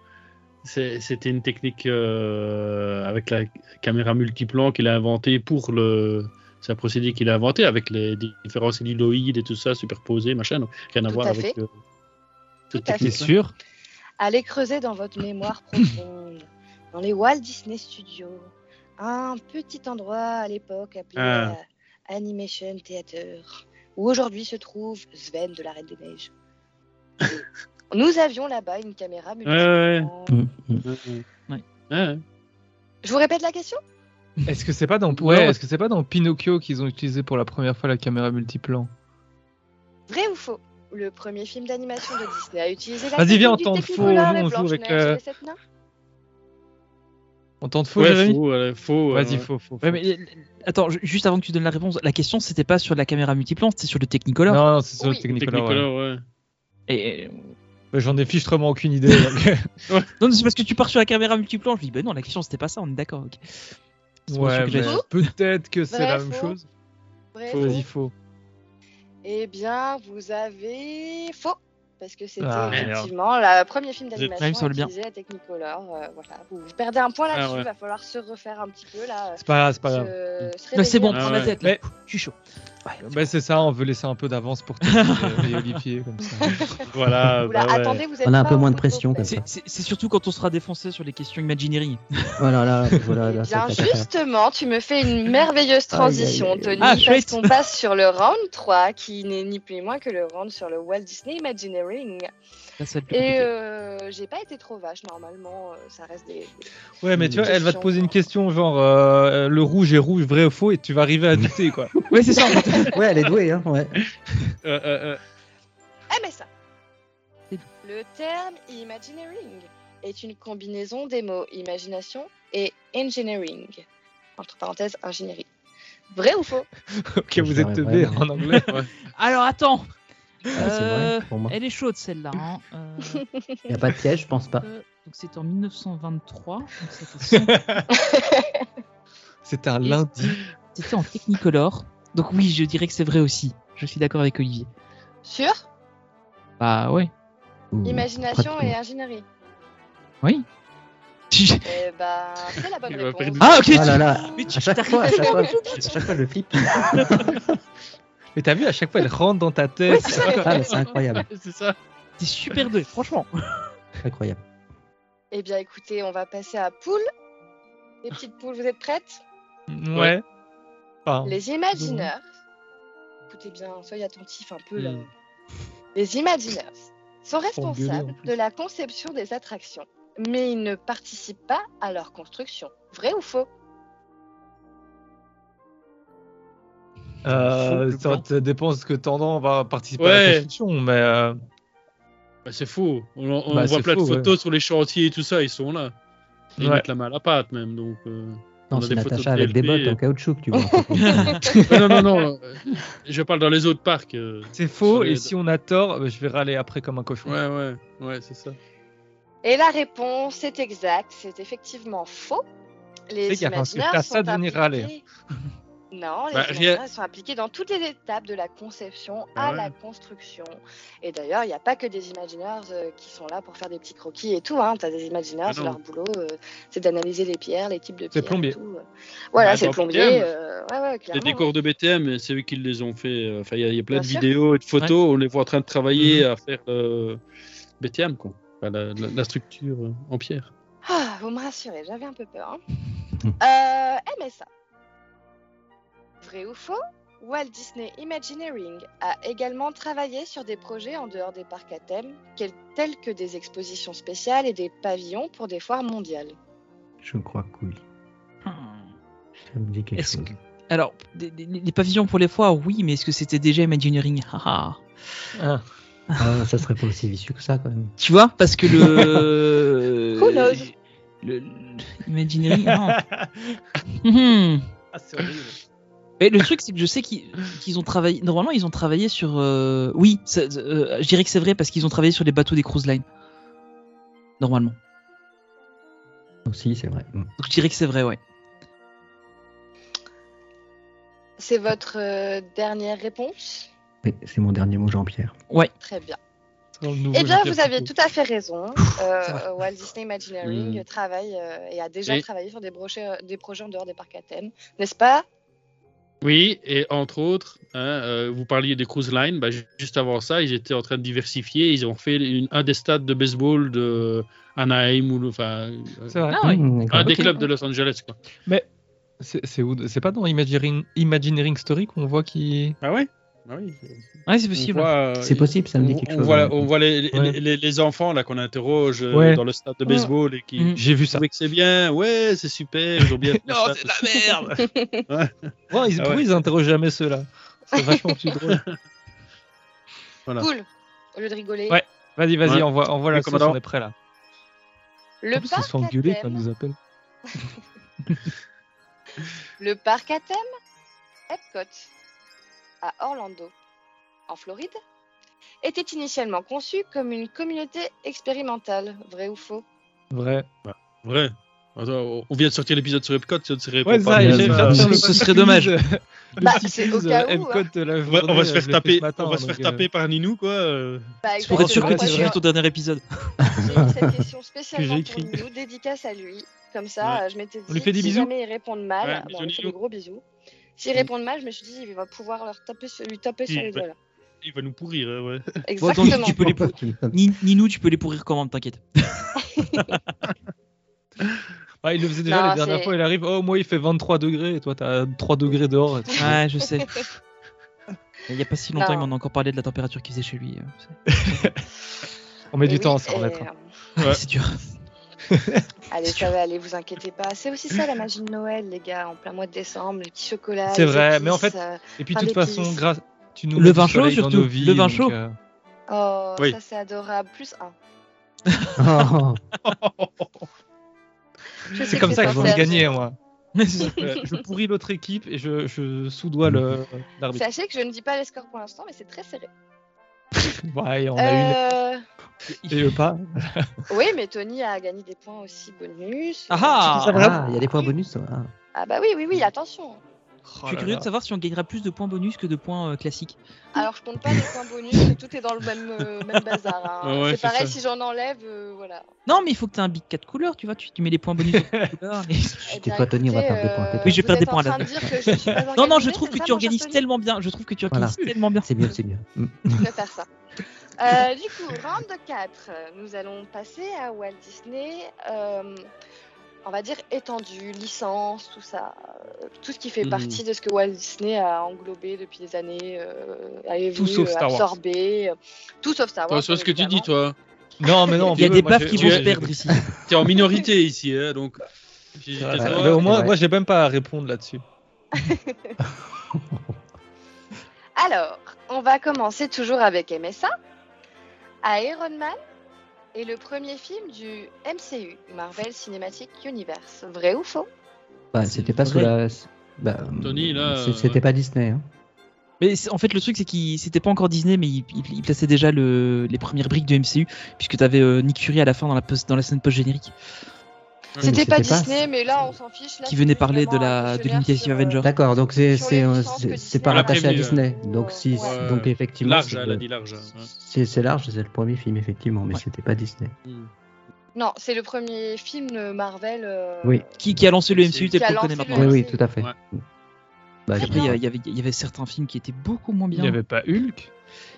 I: C'est- C'était une technique euh, avec la caméra multiplan qu'il a inventée pour le. C'est un procédé qu'il a inventé avec les différents celluloïdes et tout ça, superposés, machin. donc rien à
G: Tout
I: voir
G: à
I: avec.
G: fait.
I: euh,
G: Tout
I: cette
G: à
H: T'es
G: fait.
I: technique-là.
H: sûr
G: Allez creuser dans votre mémoire profonde, dans les Walt Disney Studios, un petit endroit à l'époque appelé
I: Ah.
G: euh, Animation Theater, où aujourd'hui se trouve Sven de la Reine des Neiges. Et Nous avions là-bas une caméra
I: ouais.
G: multiplan.
I: Ouais.
E: Ouais.
I: Ouais.
G: Je vous répète la question
H: Est-ce que c'est pas dans
I: Ouais.
H: non, Est-ce que c'est pas dans Pinocchio qu'ils ont utilisé pour la première fois la caméra multiplan
G: Vrai ou faux Le premier film d'animation de Disney a utilisé la
H: Vas-y,
G: technique
H: viens, on
G: du
H: tente
G: Technicolor
H: faux,
G: et
H: on joue avec,
G: Blanche-Neige
H: euh,
G: et les Sept Nains.
H: On tente faux,
I: Ouais,
H: Jérémy
I: faux, ouais, faux, euh, ouais,
H: Vas-y,
I: ouais.
H: faux, faux. faux.
E: Ouais, mais, euh, attends, ju- juste avant que tu donnes la réponse, la question c'était pas sur la caméra multiplan, c'était sur le Technicolor.
H: Non, non, c'est sur
G: Oui.
H: le Technicolor. ouais.
I: Technicolor, ouais.
E: Et, euh,
H: Mais J'en ai fichtrement aucune idée. donc. euh,
E: non, mais c'est parce que tu pars sur la caméra multiplan. Je dis, bah non, la question c'était pas ça, on est d'accord. ok. C'est pour ça
H: ouais,
E: que
H: mais
E: j'avais-
H: peut-être que c'est
G: Vrai,
H: la même
G: faux
H: chose.
G: Vrai
I: Faux.
G: ou
H: Vas-y, faux.
G: Eh bien, vous avez faux. Parce que c'était
H: Ah,
I: merde.
G: effectivement le premier film
E: êtes
G: d'animation
E: même sur le bien.
G: utilisé à Technicolor. euh, voilà. vous, vous perdez un point là-dessus,
I: Ah ouais.
G: va falloir se refaire un petit peu là.
H: C'est pas, c'est pas grave.
G: se- se
E: Là, c'est bon,
G: réveiller.
I: Ah
E: prends ma
I: ouais.
E: tête. Là.
H: Mais-
E: Je suis chaud. Ouais,
H: Bah, c'est ça, on veut laisser un peu d'avance pour Tony et- et Olivier euh, comme ça.
I: Voilà.
G: Oula,
I: bah ouais.
G: attendez, vous êtes
J: On a un
G: pas
J: peu
G: au
J: moins de
G: bout
J: pression,
G: vos
J: comme
E: c'est-
G: peines.
J: ça.
E: C'est c'est surtout quand on sera défoncé sur les questions Imagineering.
J: Voilà, là, voilà,
G: Eh
J: là, ça,
G: bien,
J: t'as qu'à faire.
G: justement, tu me fais une merveilleuse
J: Aïe,
G: transition,
J: aïe, aïe.
G: Tony,
E: Ah,
G: parce
E: chouette.
G: qu'on passe sur le round 3, qui n'est ni plus ni moins que le round sur le Walt Disney Imagineering.
E: Là, ça va être plus
G: Et
E: compliqué.
G: euh, j'ai pas été trop vache, normalement, euh, ça reste des,
H: Ouais, mais tu vois, elle va te
G: Question.
H: poser une question genre euh, le rouge est rouge, vrai ou faux, et tu vas arriver à douter quoi.
G: euh,
E: Ouais, c'est ça. en fait.
J: Ouais, elle est douée, hein, ouais.
I: Euh, euh, euh,
G: MSA.
E: C'est bon.
G: Le terme Imagineering est une combinaison des mots imagination et engineering, entre parenthèses ingénierie. Vrai ou faux
H: ok, vous êtes
J: Ouais,
H: teubé
J: ouais.
H: en anglais.
E: Alors attends,
J: Ah, c'est
E: Euh,
J: vrai, pour moi.
E: elle est chaude celle-là. hein. Euh,
J: Il n'y a pas de piège, je pense pas.
E: euh, donc c'est en 1923. donc ça fait cent-
H: C'est un lundi.
E: C'était en Technicolor. Donc oui, je dirais que c'est vrai aussi. Je suis d'accord avec Olivier.
G: Sûr
E: Bah ouais.
J: Ou-
G: Imagination et
J: pratiquement.
G: ingénierie.
E: Oui.
G: Eh ben, c'est la bonne
I: Il va
G: réponse.
I: perdre.
E: Ah ok.
J: Ah là là,
E: Mais tu
J: à chaque fois, à chaque fois, à chaque fois, je flippe.
H: Mais t'as vu, à chaque fois, elle rentre dans ta tête.
J: Ah, mais c'est incroyable,
I: C'est ça.
E: T'es super doué, franchement.
J: incroyable.
G: Eh bien, écoutez, on va passer à poule. Les petites poules, vous êtes prêtes
H: ouais. Enfin,
G: Les imagineurs. Écoutez bien, soyez attentifs un peu là.
I: Hmm.
G: Les Imagineers sont
H: Pour gueuler, en
G: responsables
H: plus.
G: de la conception des attractions, mais ils ne participent pas à leur construction. Vrai ou faux
H: euh,
E: Faux,
H: ça ça dépend de ce que Tendant va participer à
I: Ouais.
H: la construction, mais euh,
I: Bah, c'est faux. On, on
H: Bah,
I: voit
H: c'est
I: plein
H: faux,
I: de photos sur les chantiers et tout ça, ils sont là. Ils
H: Ouais.
I: mettent la main à la pâte même. Donc, euh, On
J: Non,
I: a
J: c'est
I: des photos
J: Natacha
I: de
J: avec des
I: TLP.
J: bottes en caoutchouc, tu vois.
I: Ouais, non, non, non. euh, Je parle dans les autres parcs. euh.
H: c'est faux.
I: Sur les-
H: Et si on a tort, euh, je vais râler après comme un cochon.
I: Ouais, ouais, ouais, c'est ça.
G: Et la réponse est exacte, c'est effectivement faux. Les
H: Fais gaffe, parce que
G: Imagineers
H: t'as
G: sont
H: ça de venir râler.
G: impliqués- Non, les
I: Bah, rien-
G: Imagineers sont impliqués dans toutes les étapes de la conception à
I: Ouais.
G: la construction. Et d'ailleurs, il n'y a pas que des Imagineers euh, qui sont là pour faire des petits croquis et tout. Hein. Tu as des Imagineers,
I: Ah non.
G: leur boulot, euh, c'est d'analyser les pierres, les types de
H: C'est
G: pierres. et
H: plombier.
G: tout. euh. Voilà,
I: Bah,
G: c'est
I: dans
G: le plombier.
I: BTM,
G: euh, ouais, ouais,
I: Les
G: clairement.
I: décors de BTM, euh, c'est eux qui les ont fait. euh, Enfin, il y, a- il y a plein
G: Bien
I: de
G: sûr.
I: vidéos et de photos. On les voit en train de travailler
J: Mhm.
I: à faire euh, BTM, quoi. Enfin, la, la- la structure euh, en pierre.
G: Ah, vous me rassurez, j'avais un peu peur. hein.
H: Hum.
G: Euh, MSA. Vrai ou faux Walt Disney Imagineering a également travaillé sur des projets en dehors des parcs à thème, quel- tels que des expositions spéciales et des pavillons pour des foires mondiales.
J: Je crois que oui. Ça me dit quelque
E: Est-ce
J: chose.
E: que- Alors, des- des- les pavillons pour les foires, oui, mais est-ce que c'était déjà Imagineering Haha.
J: Ah, ça serait pas aussi vicieux que ça quand même.
E: Tu vois Parce que le.
G: Who knows
E: le, le- Imagineering. non. Mhm.
H: Ah, c'est horrible.
E: Mais le truc, c'est que je sais qu'ils qu'ils ont travaillé. Normalement, ils ont travaillé sur. euh, Oui, ça- euh, je dirais que c'est vrai parce qu'ils ont travaillé sur les bateaux des cruise lines. Normalement.
J: Aussi, c'est vrai. Mm.
E: Donc je dirais que c'est vrai, ouais.
G: C'est votre euh, dernière réponse
J: Oui, c'est mon dernier mot, Jean-Pierre.
G: Très bien.
H: Dans le nouveau
G: Eh bien,
H: Jean-Pierre
G: vous aviez
H: Foucault.
G: tout à fait raison. Euh, euh, Walt Disney Imagineering
J: Hmm.
G: travaille euh, et a déjà
I: Et-
G: travaillé sur des, brochets- euh, des projets en dehors des parcs à thème, n'est-ce pas
I: Oui, et entre autres, hein, euh, vous parliez des cruise lines. bah, ju- juste avant ça, ils étaient en train de diversifier. Ils ont fait une- un des stades de baseball de Anaheim ou le- enfin, euh,
H: C'est vrai.
E: Ah ouais.
J: Mm, d'accord.
I: un des
E: ok.
I: clubs de Los Angeles. Quoi.
H: C'est- C'est où de- C'est pas dans Imagineering, Imagineering Story qu'on voit qui.
I: Ah ouais ah oui,
E: Ouais, c'est
I: on
E: possible.
I: voit, euh,
J: C'est possible, ça me dit
I: on-
J: quelque
I: on
J: chose. hein.
I: voit-
J: ouais.
I: on voit les, les-
H: Ouais.
I: les- les enfants là qu'on interroge euh,
H: Ouais.
I: dans le stade de baseball et qui
E: Mhm.
J: Mm-hmm.
I: qui
H: J'ai vu ça.
I: trouvaient que c'est bien. Ouais, c'est super. Ils ont bien fait ça.
H: la merde
I: Ouais.
H: ouais, ils,
I: Ah
H: Pourquoi
I: ouais.
H: ils interrogent jamais ceux-là C'est vachement plus drôle.
I: Voilà.
G: Cool Au lieu de rigoler.
H: Ouais. Vas-y, vas-y,
I: Ouais.
H: envoie, envoie
I: Oui,
H: la sauce,
I: commandant.
H: on est prêt là.
G: Le
H: En plus, ils se
G: parc,
H: font
G: à
H: engueuler quand
G: thème,
H: ils nous appellent.
G: le parc à thème Epcot, à Orlando, en Floride, était initialement conçu comme une communauté expérimentale. Vrai ou faux
H: Vrai.
I: Vrai. Attends, on vient de sortir l'épisode sur Epcot. ça ne serait
H: Ouais,
I: pas
H: ça,
I: parlé.
J: bien,
H: j'allais
J: ça.
H: faire
E: Ce-
H: le
E: ce
H: petit
E: serait
H: quiz,
E: dommage.
H: euh,
G: Bah,
H: le petit
G: c'est
H: quiz,
G: au cas
H: euh,
G: où, hein.
H: Epcot de la
I: On va, on va
H: journée,
I: se
H: euh, je
I: faire
H: l'ai fait
I: taper,
H: ce matin,
I: on va se
H: donc,
I: faire
H: euh,
I: taper par Ninou, quoi. euh.
G: Bah,
E: Pour être sûr
G: exactement,
E: que tu
G: moi,
E: suives ton dernier épisode.
G: J'ai mis cette question spécialement
H: Que j'ai
G: pour nous, dédicace à lui. Comme ça, euh, je m'étais dit,
H: On lui fait des
G: si
H: bisous. Mm.
G: jamais ils répondent mal,
I: Ouais,
G: bon,
I: bisous,
G: on lui fait
I: bisous.
G: des gros bisous. S'ils répondent mal, je me suis dit, il va pouvoir leur taper, sur- lui taper sur les
I: Mm, ouais.
G: doigts. là.
I: Il va nous pourrir, hein, ouais.
E: Bon, attends,
G: Exactement.
E: tu peux les
J: Pourquoi tu-
E: Ni, ni nous, tu peux les pourrir quand même, t'inquiète.
H: Ah, il le faisait déjà
G: Non,
H: la dernière
G: c'est-
H: fois, il arrive, oh moi il fait 23 degrés et toi t'as 3 degrés dehors.
G: Ah,
E: Ouais, je sais. Il y a pas si longtemps,
G: Non.
E: il m'en a encore parlé de la température qu'il faisait chez lui. euh, c'est-
H: On met
G: Et
H: du
G: oui,
H: temps à s'en
G: et,
H: remettre. hein.
G: euh,
I: Ouais.
E: Ah, C'est dur.
G: Allez, ça va aller, vous inquiétez pas. C'est aussi ça la magie de Noël, les gars, en plein mois de décembre, les petits chocolats.
H: C'est
G: les
H: vrai, mais en
G: épices,
H: fait-
G: euh,
H: Et puis de
G: Par
H: toute
G: l'épice.
H: façon, grâce, tu nous
E: Le
H: mets du
E: vin chaud,
H: soleil dans
E: surtout.
H: nos vies,
E: Le vin
H: donc,
E: chaud.
H: euh,
G: Oh,
I: Oui.
G: ça c'est adorable. Plus un.
J: Oh,
G: Je sais
H: C'est comme
G: que
H: ça que
G: un
H: je veux
G: serge.
H: gagner moi. Euh, je pourris l'autre équipe et je, je sous-dois le- l'arbitre.
G: Sachez que je ne dis pas les scores pour l'instant, mais c'est très serré.
H: Ouais, on a
G: Euh,
H: eu le- et le pas.
G: Oui, mais Tony a gagné des points aussi bonus.
E: Ah ah
J: ah, il y a des points bonus. ah.
G: Ah bah oui, oui, oui, attention.
E: Je suis curieux de savoir si on gagnera plus de points bonus que de points euh, classiques.
G: Alors je compte pas les points bonus, tout est dans le même, euh, même bazar. hein.
I: Ouais, ouais,
G: c'est
I: c'est
G: pareil,
I: ça.
G: si j'en enlève, euh, voilà.
E: Non, mais il faut que tu aies un big 4 couleurs, tu vois. Tu, tu mets les points bonus sur les couleurs. et-
J: Je
G: Eh
J: t'ai
G: bien,
J: pas tenu, on va
G: écoutez,
J: perdre des points.
G: euh,
J: t'inquiète.
E: Oui, je vais
G: vous
E: perdre des
G: êtes
E: points,
G: en train
E: là.
G: de dire que je suis pas
E: Non, non,
G: organisée,
E: je trouve
G: c'est
E: que tu
G: ça, mon cher
E: organises
G: Tony
E: tellement bien. Je trouve que tu organises tellement bien.
J: C'est mieux, c'est mieux. Mm.
G: Je vais faire ça. Euh, du coup, round de 4, nous allons passer à Walt Disney, euh, on va dire étendu, licence, tout ça, euh, tout ce qui fait
I: Mhm.
G: partie de ce que Walt Disney a englobé depuis des années, euh, est
H: Tout
G: venu
H: sauf
G: euh,
H: Star Wars.
G: absorber, euh, tout sauf Star Wars.
I: Attention à ce que tu dis,
G: évidemment.
I: toi.
H: Non, mais non,
E: Il y a
H: on
E: des
H: veut, moi,
E: baffes
H: je-
E: qui
I: tu
E: vont
I: es-
E: se perdre ici.
I: T'es en minorité ici, hein, donc. J'hésite
H: Ouais,
I: à
H: ouais,
I: toi.
H: mais au moins,
J: ouais.
H: moi j'ai même pas à répondre là-dessus.
G: Alors, on va commencer toujours avec MSA, à Iron Man et le premier film du MCU, Marvel Cinematic Universe. Vrai ou faux
J: Bah, c'était pas sous la.
E: vrai.
J: Bah,
I: Tony, là,
J: c'est- C'était
I: euh,
J: pas Disney. Hein.
E: Mais c'est- en fait, le truc, c'est qu'il c'était pas encore Disney, mais il, il- il plaçait déjà le- les premières briques du MCU, puisque t'avais avais Nick Fury à la fin dans la, post- dans la scène post-générique,
G: C'était
I: hein.
J: mais
G: pas
J: c'était pas-
G: Disney, mais là on s'en fiche. Là,
E: qui venait
G: c'est
E: parler de
G: vraiment un
E: la de
G: questionnaire
E: l'initiative
G: sur, euh,
E: Avenger.
J: D'accord, donc c'est
G: Sur
J: c'est- euh,
G: les licences
J: c'est-
G: que
J: c'est
G: Disney
J: pas
I: a
J: rattaché à
I: imprimées,
J: Disney.
G: euh,
J: Donc, si,
G: ouais.
J: donc effectivement,
I: Large,
J: c'est
I: elle
J: le-
I: a dit large. hein.
J: c'est c'est large, c'est le premier film, effectivement, mais
E: Ouais.
J: c'était pas Disney.
G: Non, c'est le premier film euh, Marvel. euh,
J: Oui.
E: Qui, qui a lancé le
I: Qui
E: MCU,
G: a
E: t'es qu'on
G: lancé
E: connaît
G: le
E: maintenant.
J: Oui, oui,
G: Ouais.
J: tout à fait.
I: Ouais.
J: Bah,
E: Après, il y, a- il y avait, il y avait certains films qui étaient beaucoup moins
H: Il
E: bien.
H: n'y avait pas Hulk.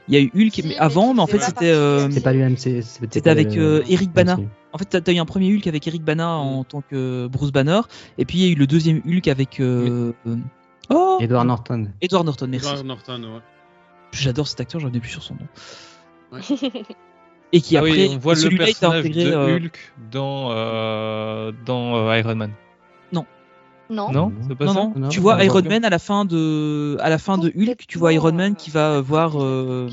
E: Il y a eu Hulk
G: Si,
E: mais
G: mais
E: avant,
G: qui
E: mais en fait,
G: faisait
E: c'était.
G: pas
E: euh,
G: partie
J: C'est pas lui même, c'est- c'était
E: C'était avec,
J: le-
E: euh, Eric Bana.
J: MCU.
E: En fait, t'as- t'as eu un premier Hulk avec Eric Bana
H: Mm.
E: en tant que Bruce Banner, et puis il y a eu le deuxième Hulk avec. euh, euh, Oh
J: Edward Norton.
E: Edward Norton, merci.
I: Edward Norton, ouais.
E: J'adore cet acteur, j'en ai plus sur son nom.
I: Ouais.
E: Et qui
H: Ah
E: après,
H: oui, on voit le
E: celui-là il euh, t'a
H: personnage
E: intégré.
H: de
E: euh,
H: Hulk dans, euh, dans euh, Iron Man.
G: Non.
H: Non, c'est pas
E: Non,
H: ça
E: non,
J: Non,
E: tu vois
J: non,
E: Iron
J: non.
E: Man à la fin de, à la fin de Hulk, tu vois Iron Man qui va voir. euh,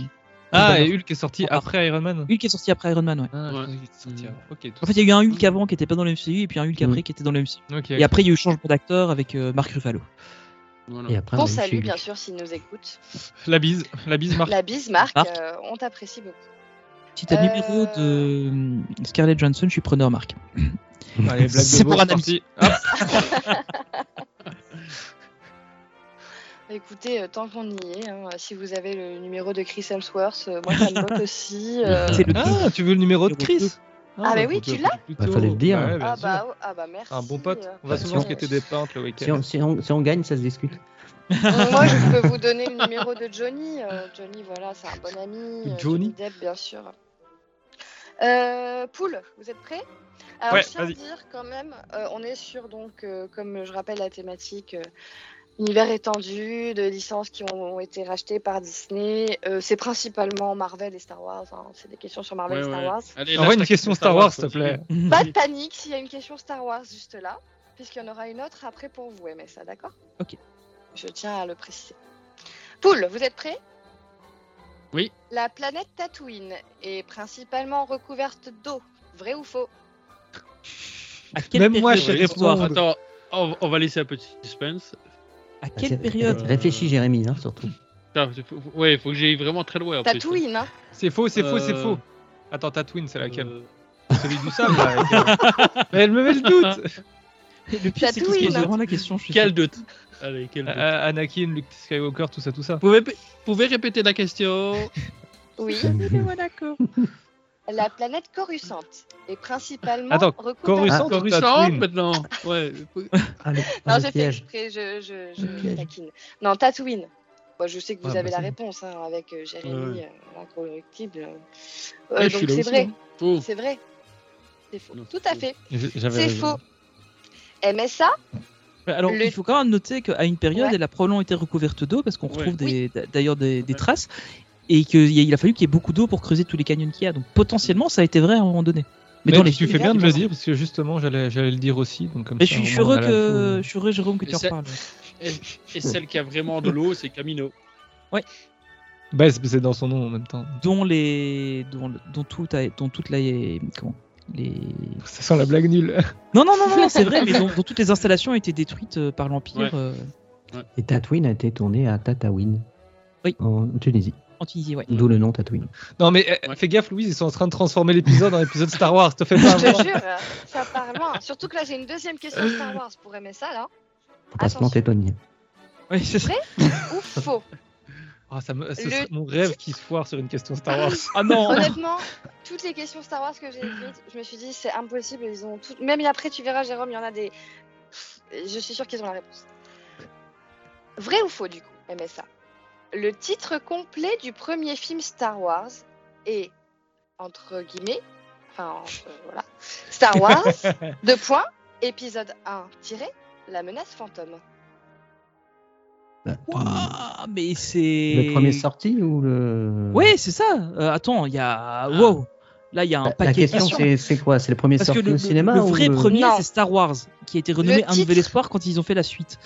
H: Ah, et Hulk est sorti
E: Ah.
H: après Iron Man
E: Hulk est sorti après Iron Man, ouais. Mm.
H: Ah, je
I: Ouais.
H: pensais qu'il était sorti avant. Ok, tout
E: En fait, il y a eu un Hulk avant qui était pas dans le MCU et puis un Hulk
J: Mm.
E: après qui était dans le MCU.
H: ça. Ok,
E: Et après, il y a eu changement d'acteur avec euh, Mark Ruffalo.
I: Voilà.
J: Et après,
G: Bon
J: on a eu
G: salut,
J: celui-
G: bien sûr, s'il nous écoute.
H: La bise, la bise marque.
G: La bise, Marc,
E: Marc.
G: euh, on t'apprécie beaucoup.
E: Si t'as le
G: Euh,
E: numéro de euh, Scarlett Johansson, je suis preneur, Marc.
H: Allez, blague
E: C'est
H: de
E: pour
H: beau,
E: un
H: c'est parti.
G: Écoutez, euh, tant qu'on y est, hein, si vous avez le numéro de Chris Hemsworth, euh, moi ça me botte aussi. euh,
E: C'est le
H: Ah, tu veux le numéro de Chris
G: Ah, mais
H: bah,
G: oui,
H: faut
G: tu
H: que-
G: l'as
H: faut plutôt-
J: Bah, fallait le dire.
H: Bah ouais, bien
G: ah,
H: sûr.
G: bah, oh, ah bah merci.
H: Un bon pote.
G: euh.
H: On va
J: Bah,
H: souvent
J: si
H: se
J: on-
H: jeter des peintes le week-end.
J: Si on, si on- si on gagne, ça se discute.
G: moi je peux vous donner le numéro de Johnny. euh, Johnny, voilà, c'est un bon ami. euh,
H: Johnny.
G: Depp, bien sûr. Euh, Poule, vous êtes prêts Alors
H: Ouais,
G: je tiens à
H: vas-y.
G: dire quand même, euh, on est sur donc, euh, comme je rappelle la thématique. euh, Univers étendu, de licences qui ont, ont été rachetées par Disney. Euh, c'est principalement Marvel et Star Wars. hein, C'est des questions sur Marvel
I: Ouais,
G: et Star
I: ouais.
G: Wars.
I: Allez,
H: Envoie
I: lâche
H: une
I: ta
H: question
I: question
H: Star Wars, s'il te plaît.
G: Pas de panique s'il y a une question Star Wars juste là, puisqu'il y en aura une autre après pour vous, MSA, d'accord
E: Ok.
G: Je tiens à le préciser. Poule, vous êtes prêts
I: Oui.
G: La planète Tatooine est principalement recouverte d'eau. Vrai ou faux
E: À quelle
H: Même moi, je
E: période de
I: Oui,
E: l'histoire-
H: réponds.
I: Attends, on, on va laisser un petit suspense.
E: À
J: Ah,
E: quelle
J: c'est-
E: période
I: euh,
J: Réfléchis, Jérémy, hein, surtout.
I: Putain, faut- faut- Ouais, faut que j'aille vraiment très loin. en plus.
G: Tatooine, hein
H: C'est faux, c'est faux, c'est
I: Euh,
H: faux. Attends, Tatooine, c'est laquelle
I: Euh,
H: Celui du sable, là. avec, euh, Mais elle me met le doute
E: Le pire, c'est qu'il se
G: Tatooine.
E: pose vraiment la question. Je suis
I: Quel
E: sûr.
I: doute Allez, quel
H: Euh,
I: doute
H: Anakin, Luke Skywalker, tout ça, tout ça.
I: Vous pouvez, vous pouvez répéter la question
G: Oui. La planète Coruscant est principalement
H: Attends,
G: recouverte
H: Coruscant,
G: d'eau.
I: Encore une
H: Tatooine.
I: Ah, maintenant Ouais.
J: Ah, le, ah, le
G: Non, j'ai fait
J: piège.
G: exprès, je, je, je
J: Le piège.
G: taquine. Non, Tatooine. Moi, je sais que vous
J: Ouais,
G: avez
J: bah,
G: la
J: c'est
G: réponse hein, avec euh, Jérémy, euh, l'incorruptible. Euh,
I: Ouais, je suis
G: donc
I: là
G: c'est
I: aussi,
G: vrai,
I: hein. Faux.
G: c'est vrai. C'est faux.
I: Non,
G: Tout
I: c'est
G: à
I: faux.
G: fait,
H: J'avais
G: c'est
H: raison.
G: faux. MSA,
E: Mais Alors,
G: Le-
E: il faut quand même noter qu'à une période,
G: Ouais.
E: elle a probablement été recouverte d'eau parce qu'on retrouve des-
G: Oui.
E: d'a- d'ailleurs des, des
I: Ouais.
E: traces et qu'il a fallu qu'il y ait beaucoup d'eau pour creuser tous les canyons qu'il y a. Donc potentiellement, ça a été vrai à un moment donné.
H: Mais,
E: dans les
H: tu
E: films,
H: fais bien de
E: c'est pas
H: le
E: vrai.
H: dire, parce que justement, j'allais j'allais le dire hein, aussi. Donc comme
E: Mais
H: ça,
E: je suis, je suis
H: au moins,
E: heureux
H: on
E: que,
H: a l'info.
E: je suis heureux, Jérôme, que
I: Et
E: tu en
I: ça-
E: reparles.
I: Et celle qui a vraiment de l'eau, c'est Camino.
H: Bah, c'est c'est dans son nom en même temps.
E: Dont les, dont, dont tout a- dont toute la, comment, les.
H: Ça sent la blague nulle.
E: Non, non, non, non, non, c'est vrai, mais dont, dont toutes les installations ont été détruites euh, par l'Empire
I: Ouais.
E: euh,
J: Et Tatooine a été tourné à Tatawin.
E: Oui.
J: En Tunisie.
E: en Tunisie, ouais.
J: D'où le nom Tatooine.
H: Non, mais eh,
I: Ouais.
H: fais gaffe, Louise, ils sont en train de transformer l'épisode en épisode Star Wars. Te fais pas
G: je te
H: avoir.
G: jure, euh, ça part loin. Surtout que là, j'ai une deuxième question Star Wars pour MSA, là.
J: Faut pas se
G: Attention.
J: planter, Tony.
E: Ouais, c'est ça.
G: Ou faux
H: Ah, ça me- ce
G: Le
H: serait mon rêve qui se foire sur une question Star Wars.
E: Ah non
G: Honnêtement, toutes les questions Star Wars que j'ai écrites, je me suis dit, c'est impossible. Ils ont toutes... Même après, tu verras, Jérôme, il y en a des. Je suis sûre qu'ils ont la réponse. Vrai ou faux, du coup, MSA Le titre complet du premier film Star Wars est, entre guillemets, enfin, entre- voilà, Star Wars, deux points, épisode 1, tiré, la menace fantôme.
J: Bah,
E: Ouah, mais c'est.
J: Le premier sorti ou le.
E: Ouais, c'est ça. Euh, attends, il y a.
I: Ah.
E: Wow Là, il y a un
J: La, Bah, la
E: paquet de
J: question,
E: questions.
J: c'est c'est quoi C'est le premier
E: Parce que
J: sorti
E: le,
J: au
E: le-
J: cinéma
E: le
J: ou
E: vrai
J: le-
E: premier,
G: Non.
E: c'est Star Wars, qui a été renommé Un
G: titre.
E: Nouvel Espoir quand ils ont fait la suite.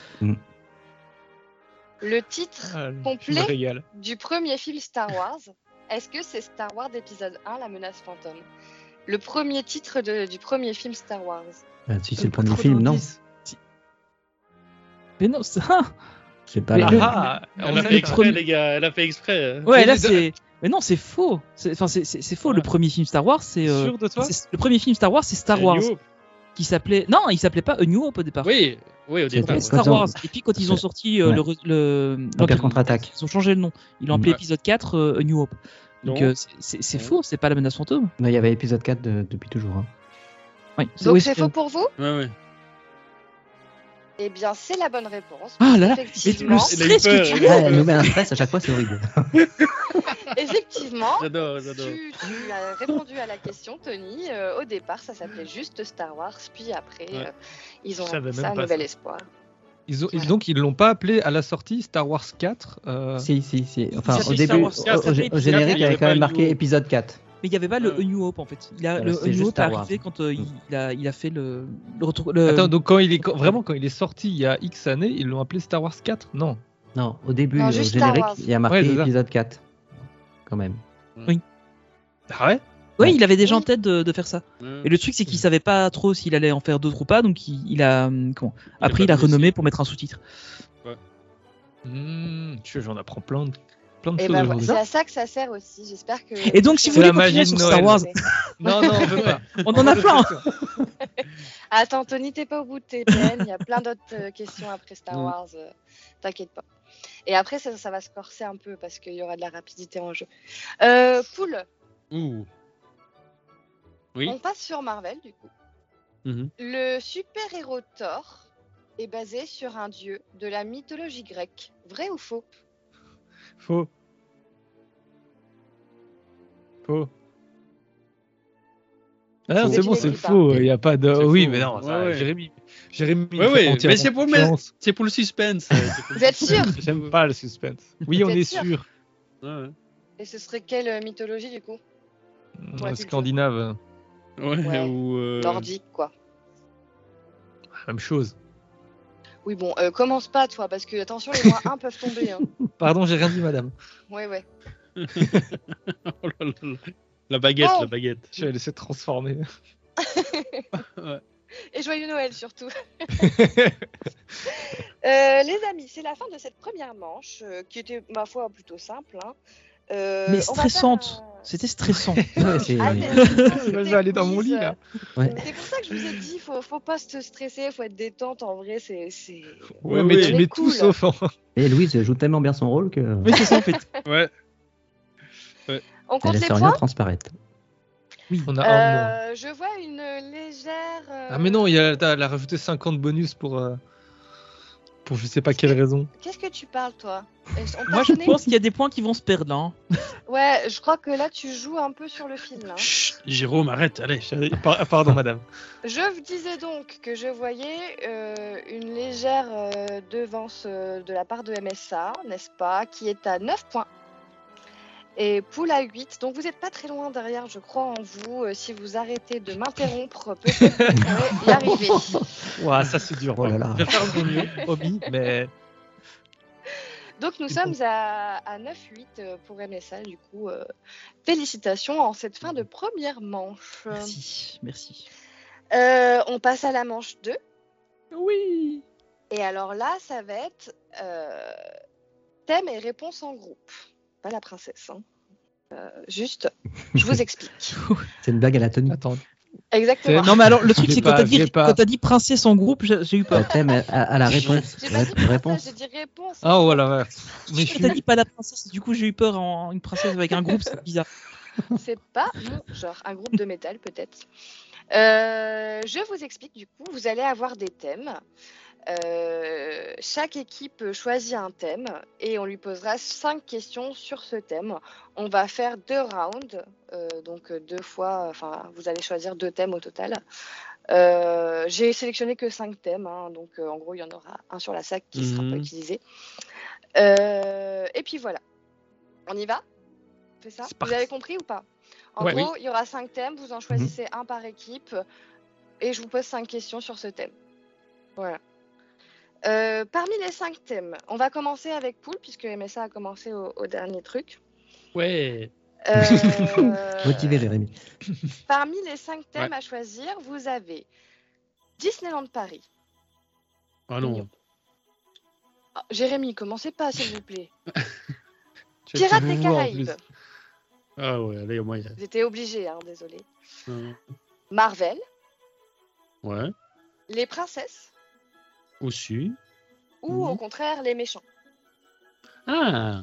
G: Le titre
H: Ah, Je me
G: Complet.
H: régale.
G: du premier film Star Wars, est-ce que c'est Star Wars épisode 1, La menace fantôme Le premier titre de- du premier film Star Wars.
J: Bah, si c'est le premier film, non.
E: Mais non, ça.
J: C'est pas
E: Mais
J: là.
E: le-
H: Ah, on
I: Elle a
H: sait
I: fait
H: ça.
I: exprès, les gars. Elle a fait exprès.
E: Ouais,
H: Mais
E: là,
H: les deux-
E: c'est. Mais non, c'est faux. C'est- Enfin, c'est- c'est c'est faux. Le
I: Ouais.
E: premier film Star Wars, c'est. euh,
H: Sûr de toi
E: c'est- le premier film Star Wars, c'est Star
I: C'est
E: Wars,
I: New Hope.
E: qui s'appelait. Non, il s'appelait pas A New Hope au départ.
I: Oui, oui, au
E: Il
I: départ.
E: s'appelait
J: ouais.
E: Star
J: Quand on-
E: Wars. Et puis quand ils ont sorti euh,
J: Ouais.
E: le, re- le
J: L'Empire contre-attaque.
E: ils ont changé le nom. Ils l'ont appelé
I: Ouais.
E: épisode 4 euh, A New Hope. Donc
I: Non.
E: euh, c'est- c'est c'est
I: Non.
E: faux, c'est pas la menace fantôme.
J: Non, il y avait épisode 4 de- depuis toujours. hein.
E: Oui,
G: Donc
E: oui,
G: c'est faux pour vous
I: Ouais, ouais.
G: Eh bien, c'est la bonne réponse.
E: Ah là là,
G: effectivement,
E: mais
I: Il a eu
E: Stress que
I: peur.
E: tu
I: il
J: Ah,
I: a eu
J: elle
I: peur.
J: nous met un stress à chaque fois, c'est horrible.
G: effectivement
I: J'adore, j'adore.
G: tu, tu as répondu à la question, Tony. Euh, au départ, ça s'appelait juste Star Wars, puis après,
I: Ouais.
G: euh, ils ont
H: Je savais
G: appelé
H: même
G: ça un
H: pas
G: nouvel
H: ça.
G: espoir.
H: Ils ont- ils- Donc, ils l'ont pas appelé à la sortie Star Wars 4. euh,
J: Si, si, si. Enfin,
E: Ça
J: au
E: fait Star
J: début, au,
E: Wars quatre, ça
J: au-
E: fait
J: au
E: épisode
J: générique,
I: quatre,
J: il y avait quand même
I: il y avait pas
J: marqué
I: le-
J: épisode 4.
E: mais il n'y avait pas le A New Hope en fait. Il a,
J: Ah,
E: le
J: c'était
E: A
J: juste
E: New Hope est
J: Star Wars. Mm.
E: arrivé quand euh, il, il a, il a fait le, le retour. le-
H: Attends, donc quand il est quand- vraiment quand il est sorti il y a X années, ils l'ont appelé Star Wars 4 Non.
J: Non, au
E: Eh ben,
J: début,
E: euh,
G: Non,
J: au
G: juste Star
J: générique,
G: Wars.
J: il y a marqué
H: Ouais, c'est ça.
J: épisode 4. Quand même.
H: Ah ouais
E: Ouais, il avait déjà en tête de, de faire ça.
I: Ouais.
E: Et le truc, c'est qu'il savait pas trop s'il allait en faire d'autres ou pas, donc il, il a. hum, Comment
I: a
E: Après,
I: pas
E: il a
I: tout essayé.
E: renommé pour mettre un sous-titre.
H: Hmm, Tu sais, j'en apprends plein de, plein de
G: Et
H: choses
G: ben, voilà,
H: aujourd'hui.
G: c'est à ça que ça sert aussi. J'espère que.
E: Et donc, si vous
H: C'est la
E: voulez continuer
H: magie
E: sur
H: de
E: Star
H: Noël.
E: Wars,
H: Non, non, on veut pas.
E: on en a plein
G: Attends, Tony, t'es pas au bout de tes peines. Il y a plein d'autres euh, questions après Star
E: Mm.
G: Wars. euh, T'inquiète pas. Et après, ça, ça va se corser un peu parce qu'il y aura de la rapidité en jeu. Euh, Poule,
I: Ouh. Oui.
G: on passe sur Marvel du coup.
I: Mhm.
G: Le super-héros Thor est basé sur un dieu de la mythologie grecque. Vrai ou faux
H: Faux. Faux. Ah,
G: Faux.
H: c'est bon,
G: Mais tu
H: c'est
G: l'écris pas.
H: faux. Il n'y a pas de.
I: C'est
H: oui,
I: faux.
H: mais non, ça,
I: Ouais, ouais.
H: Jérémy. Jérémy.
I: Ouais,
H: me
I: ouais,
H: fait entièrement
I: mais c'est pour le-
H: confiance.
I: C'est pour le suspense.
G: Vous êtes sûr
H: J'aime pas le suspense. Oui,
G: Vous
H: on
G: êtes
H: est
G: sûr
H: sûr.
I: Ouais.
G: Et ce serait quelle euh, mythologie du coup
H: Mm,
G: Ouais, c'est
H: Scandinave,
I: Ouais,
G: Ouais.
I: ou, euh,
G: Nordique quoi.
H: même chose.
G: Oui bon, euh, commence pas toi parce que attention les moins 1 peuvent tomber. Hein.
H: Pardon, j'ai rien dit, madame.
G: Ouais ouais.
I: oh là là là. La baguette,
G: Oh.
I: la baguette.
H: Je vais laisser transformer.
G: Et joyeux Noël surtout. Euh, les amis, c'est la fin de cette première manche euh, qui était ma foi plutôt simple. hein. Euh,
E: Mais
G: on va faire
E: stressante.
G: un-
E: C'était stressant.
J: Ouais, c'est-
G: Ah, mais-
H: Je vais aller dans mon lit là.
J: Ouais.
G: euh, C'est pour ça que je vous ai dit, faut, faut pas se stresser, faut être détente. En vrai, c'est. c'est-
H: Ouais,
I: Ouais,
H: mais
I: ouais.
H: tu
G: Mais
H: mets tout
G: cool.
H: sauf en.
J: Et Louise joue tellement bien son rôle que.
E: Mais c'est ça en fait.
I: Ouais.
G: On compte
J: Elle
G: les
J: laisse rien
G: points.
J: transparaître.
H: On a un moins.
G: Euh, je vois une légère. euh,
H: Ah mais non, il y a, t'as- elle a rajouté 50 bonus pour euh, pour je sais pas quelle raison.
G: Qu'est-ce que tu parles, toi Est-ce- on t'a
E: Moi, je
G: donné-
E: pense qu'il y a des points qui vont se perdre là. hein.
G: Ouais, je crois que là, tu joues un peu sur le fil. hein.
I: Chut, Jérôme, arrête, allez.
H: Par- pardon madame.
G: Je vous disais donc que je voyais euh, une légère euh, devance euh, de la part de MSA, n'est-ce pas, qui est à 9 points. Et Poul à 8, donc vous n'êtes pas très loin derrière, je crois en vous. Euh, si vous arrêtez de m'interrompre, peut-être que vous pourrez y arriver.
H: Ouah, ça c'est dur.
J: Oh là là.
H: Je vais faire de mon mieux, hobby, mais
G: Donc nous
H: C'est
G: sommes à, à 9-8 euh, pour MSA, du coup, euh, félicitations en cette fin de première manche.
E: Merci, merci.
G: Euh, on passe à la manche 2.
E: Oui.
G: Et alors là, ça va être euh, thème et réponse en groupe. Pas la princesse. hein. Euh, juste, je vous explique.
J: C'est une blague à la tenue.
H: attends.
G: Exactement.
E: Non mais alors le truc
H: J'ai
E: c'est quand
H: pas-
E: t'as dit
H: j'ai pas.
E: quand t'as dit princesse en groupe, j'ai j'ai eu
J: Le
E: peur.
J: thème à, à- à la réponse.
G: J'ai
J: Ré-
G: pas dit princesse,
J: réponse.
G: j'ai dit réponse.
H: Ah voilà. ouais. Mais je
E: Quand
H: suis-
E: t'as dit pas la princesse, du coup j'ai eu peur en une princesse avec un groupe, c'est bizarre.
G: C'est pas mon genre. Un groupe de métal, peut-être. Euh, je vous explique, du coup, vous allez avoir des thèmes. Euh, chaque équipe choisit un thème et on lui posera cinq questions sur ce thème. On va faire deux rounds, euh, donc euh, deux fois, enfin, vous allez choisir deux thèmes au total. Euh, J'ai sélectionné que cinq thèmes, hein, donc euh, en gros, il y en aura un sur la sac qui sera pas
I: Mhm.
G: utilisé. Euh, et puis voilà. On y va On fait ça
H: C'est
G: Vous
H: parti.
G: avez compris ou pas En
H: Ouais. Mhm.
G: gros, il y aura cinq thèmes, vous en choisissez un par équipe et je vous pose cinq questions sur ce thème. Voilà. Euh, parmi les cinq thèmes, on va commencer avec Poul, puisque MSA a commencé au, au dernier truc.
I: Ouais.
G: Euh,
J: Motivé, Jérémy.
G: Parmi les cinq thèmes à choisir, vous avez Disneyland Paris.
I: Ah non.
G: Ah, Jérémy, commencez pas, s'il vous plaît.
H: tu- tu
G: Pirates
H: veux
G: des
H: voir, en
G: Caraïbes.
I: Ah ouais, allez, au moins.
G: Vous étiez obligés, hein, désolé.
I: euh,
G: Marvel,
I: Ouais.
G: les princesses
I: Aussi.
G: ou au contraire les méchants.
I: Ah.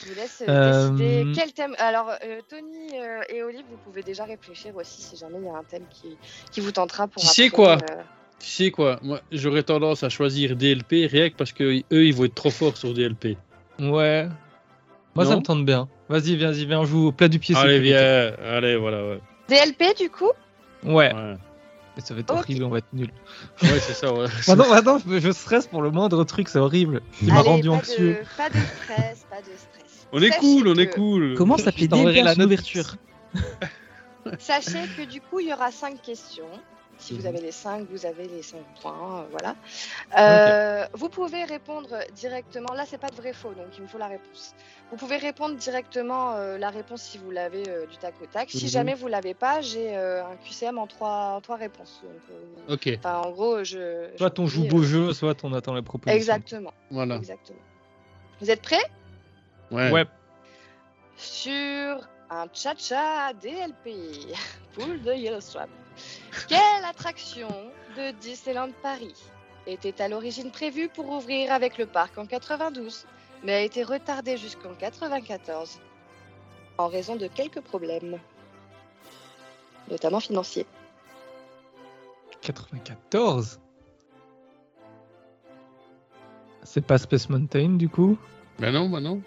G: Je vous laisse
H: Euh,
G: décider quel thème. Alors, euh, Tony euh, et Olive, vous pouvez déjà réfléchir aussi si jamais il y a un thème qui, qui vous tentera pour.
I: Tu sais
G: après,
I: quoi
G: euh,
I: Tu sais quoi, moi j'aurais tendance à choisir DLP rien que parce que eux ils vont être trop forts sur DLP.
H: plus. Ouais. Moi ça
I: Non
H: me tente bien. Vas-y, viens, y viens, joue au plat du pied.
I: Allez
H: sécurité.
I: viens, allez voilà ouais.
G: DLP, du coup
H: Ouais.
I: ouais.
H: Mais ça va être horrible, on va être nul.
I: Ouais, c'est ça, ouais.
H: Maintenant, maintenant, je je stresse pour le moindre truc, c'est horrible. Il m'a
G: Allez,
H: rendu
G: pas
H: anxieux.
G: De, pas de stress, pas de stress.
I: On est
G: Sachez
I: cool, on est
G: que-
I: cool.
E: Euh, Comment ça
H: Je
E: fait des
H: t'enverrai la
E: la
H: note.
E: ouverture
G: Sachez que du coup, il y aura cinq questions. Si
I: Mhm.
G: vous avez les cinq, vous avez les cinq points, euh, voilà. Euh, Vous pouvez répondre directement. Là, c'est pas de vrai-faux, donc il me faut la réponse. Vous pouvez répondre directement euh, la réponse si vous l'avez euh, du tac au tac. Si
I: Mhm.
G: jamais vous l'avez pas, j'ai euh, un QCM en trois, en trois réponses. Donc, euh,
I: Ok,
G: enfin, en gros, je. je
H: Soit on
G: vous
H: joue
G: dis,
H: beau
G: euh,
H: jeu, soit on attend la proposition.
G: Exactement,
I: voilà.
G: exactement. Vous êtes prêts
I: Ouais.
H: Ouais.
G: sur un cha-cha DLP, poule de Yellowstone. Quelle attraction de Disneyland Paris était à l'origine prévue pour ouvrir avec le parc en 92, mais a été retardée jusqu'en 94 en raison de quelques problèmes, notamment financiers.
H: 94 C'est pas Space Mountain du coup
I: Bah non, bah non.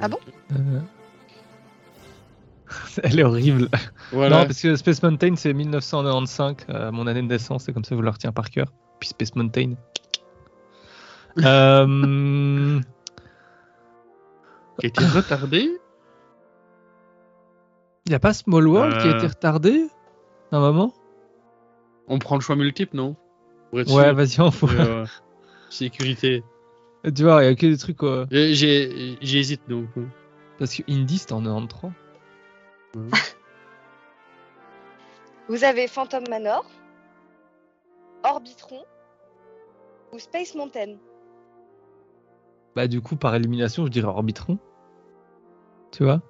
G: Ah bon
H: Euh, Elle est horrible. Non,
I: Voilà.
H: parce que Space Mountain c'est 1995, euh, mon année de naissance, c'est comme ça je le retiens par cœur. Puis Space Mountain. Euh,
I: Qui a été retardé
H: Il n'y a pas Small World qui a été
I: Euh.
H: retardé Normalement
I: On prend le choix multiple, non Pour être
H: Ouais,
I: sûr.
H: vas-y, on fout.
I: Euh, Sécurité.
H: Tu vois, il n'y a que des trucs. quoi.
I: Euh, j'ai- J'hésite donc.
H: Parce que Indy, c'était en 93.
G: Vous avez Phantom Manor, Orbitron ou Space Mountain.
H: Bah, du coup, par élimination, je dirais Orbitron. Tu vois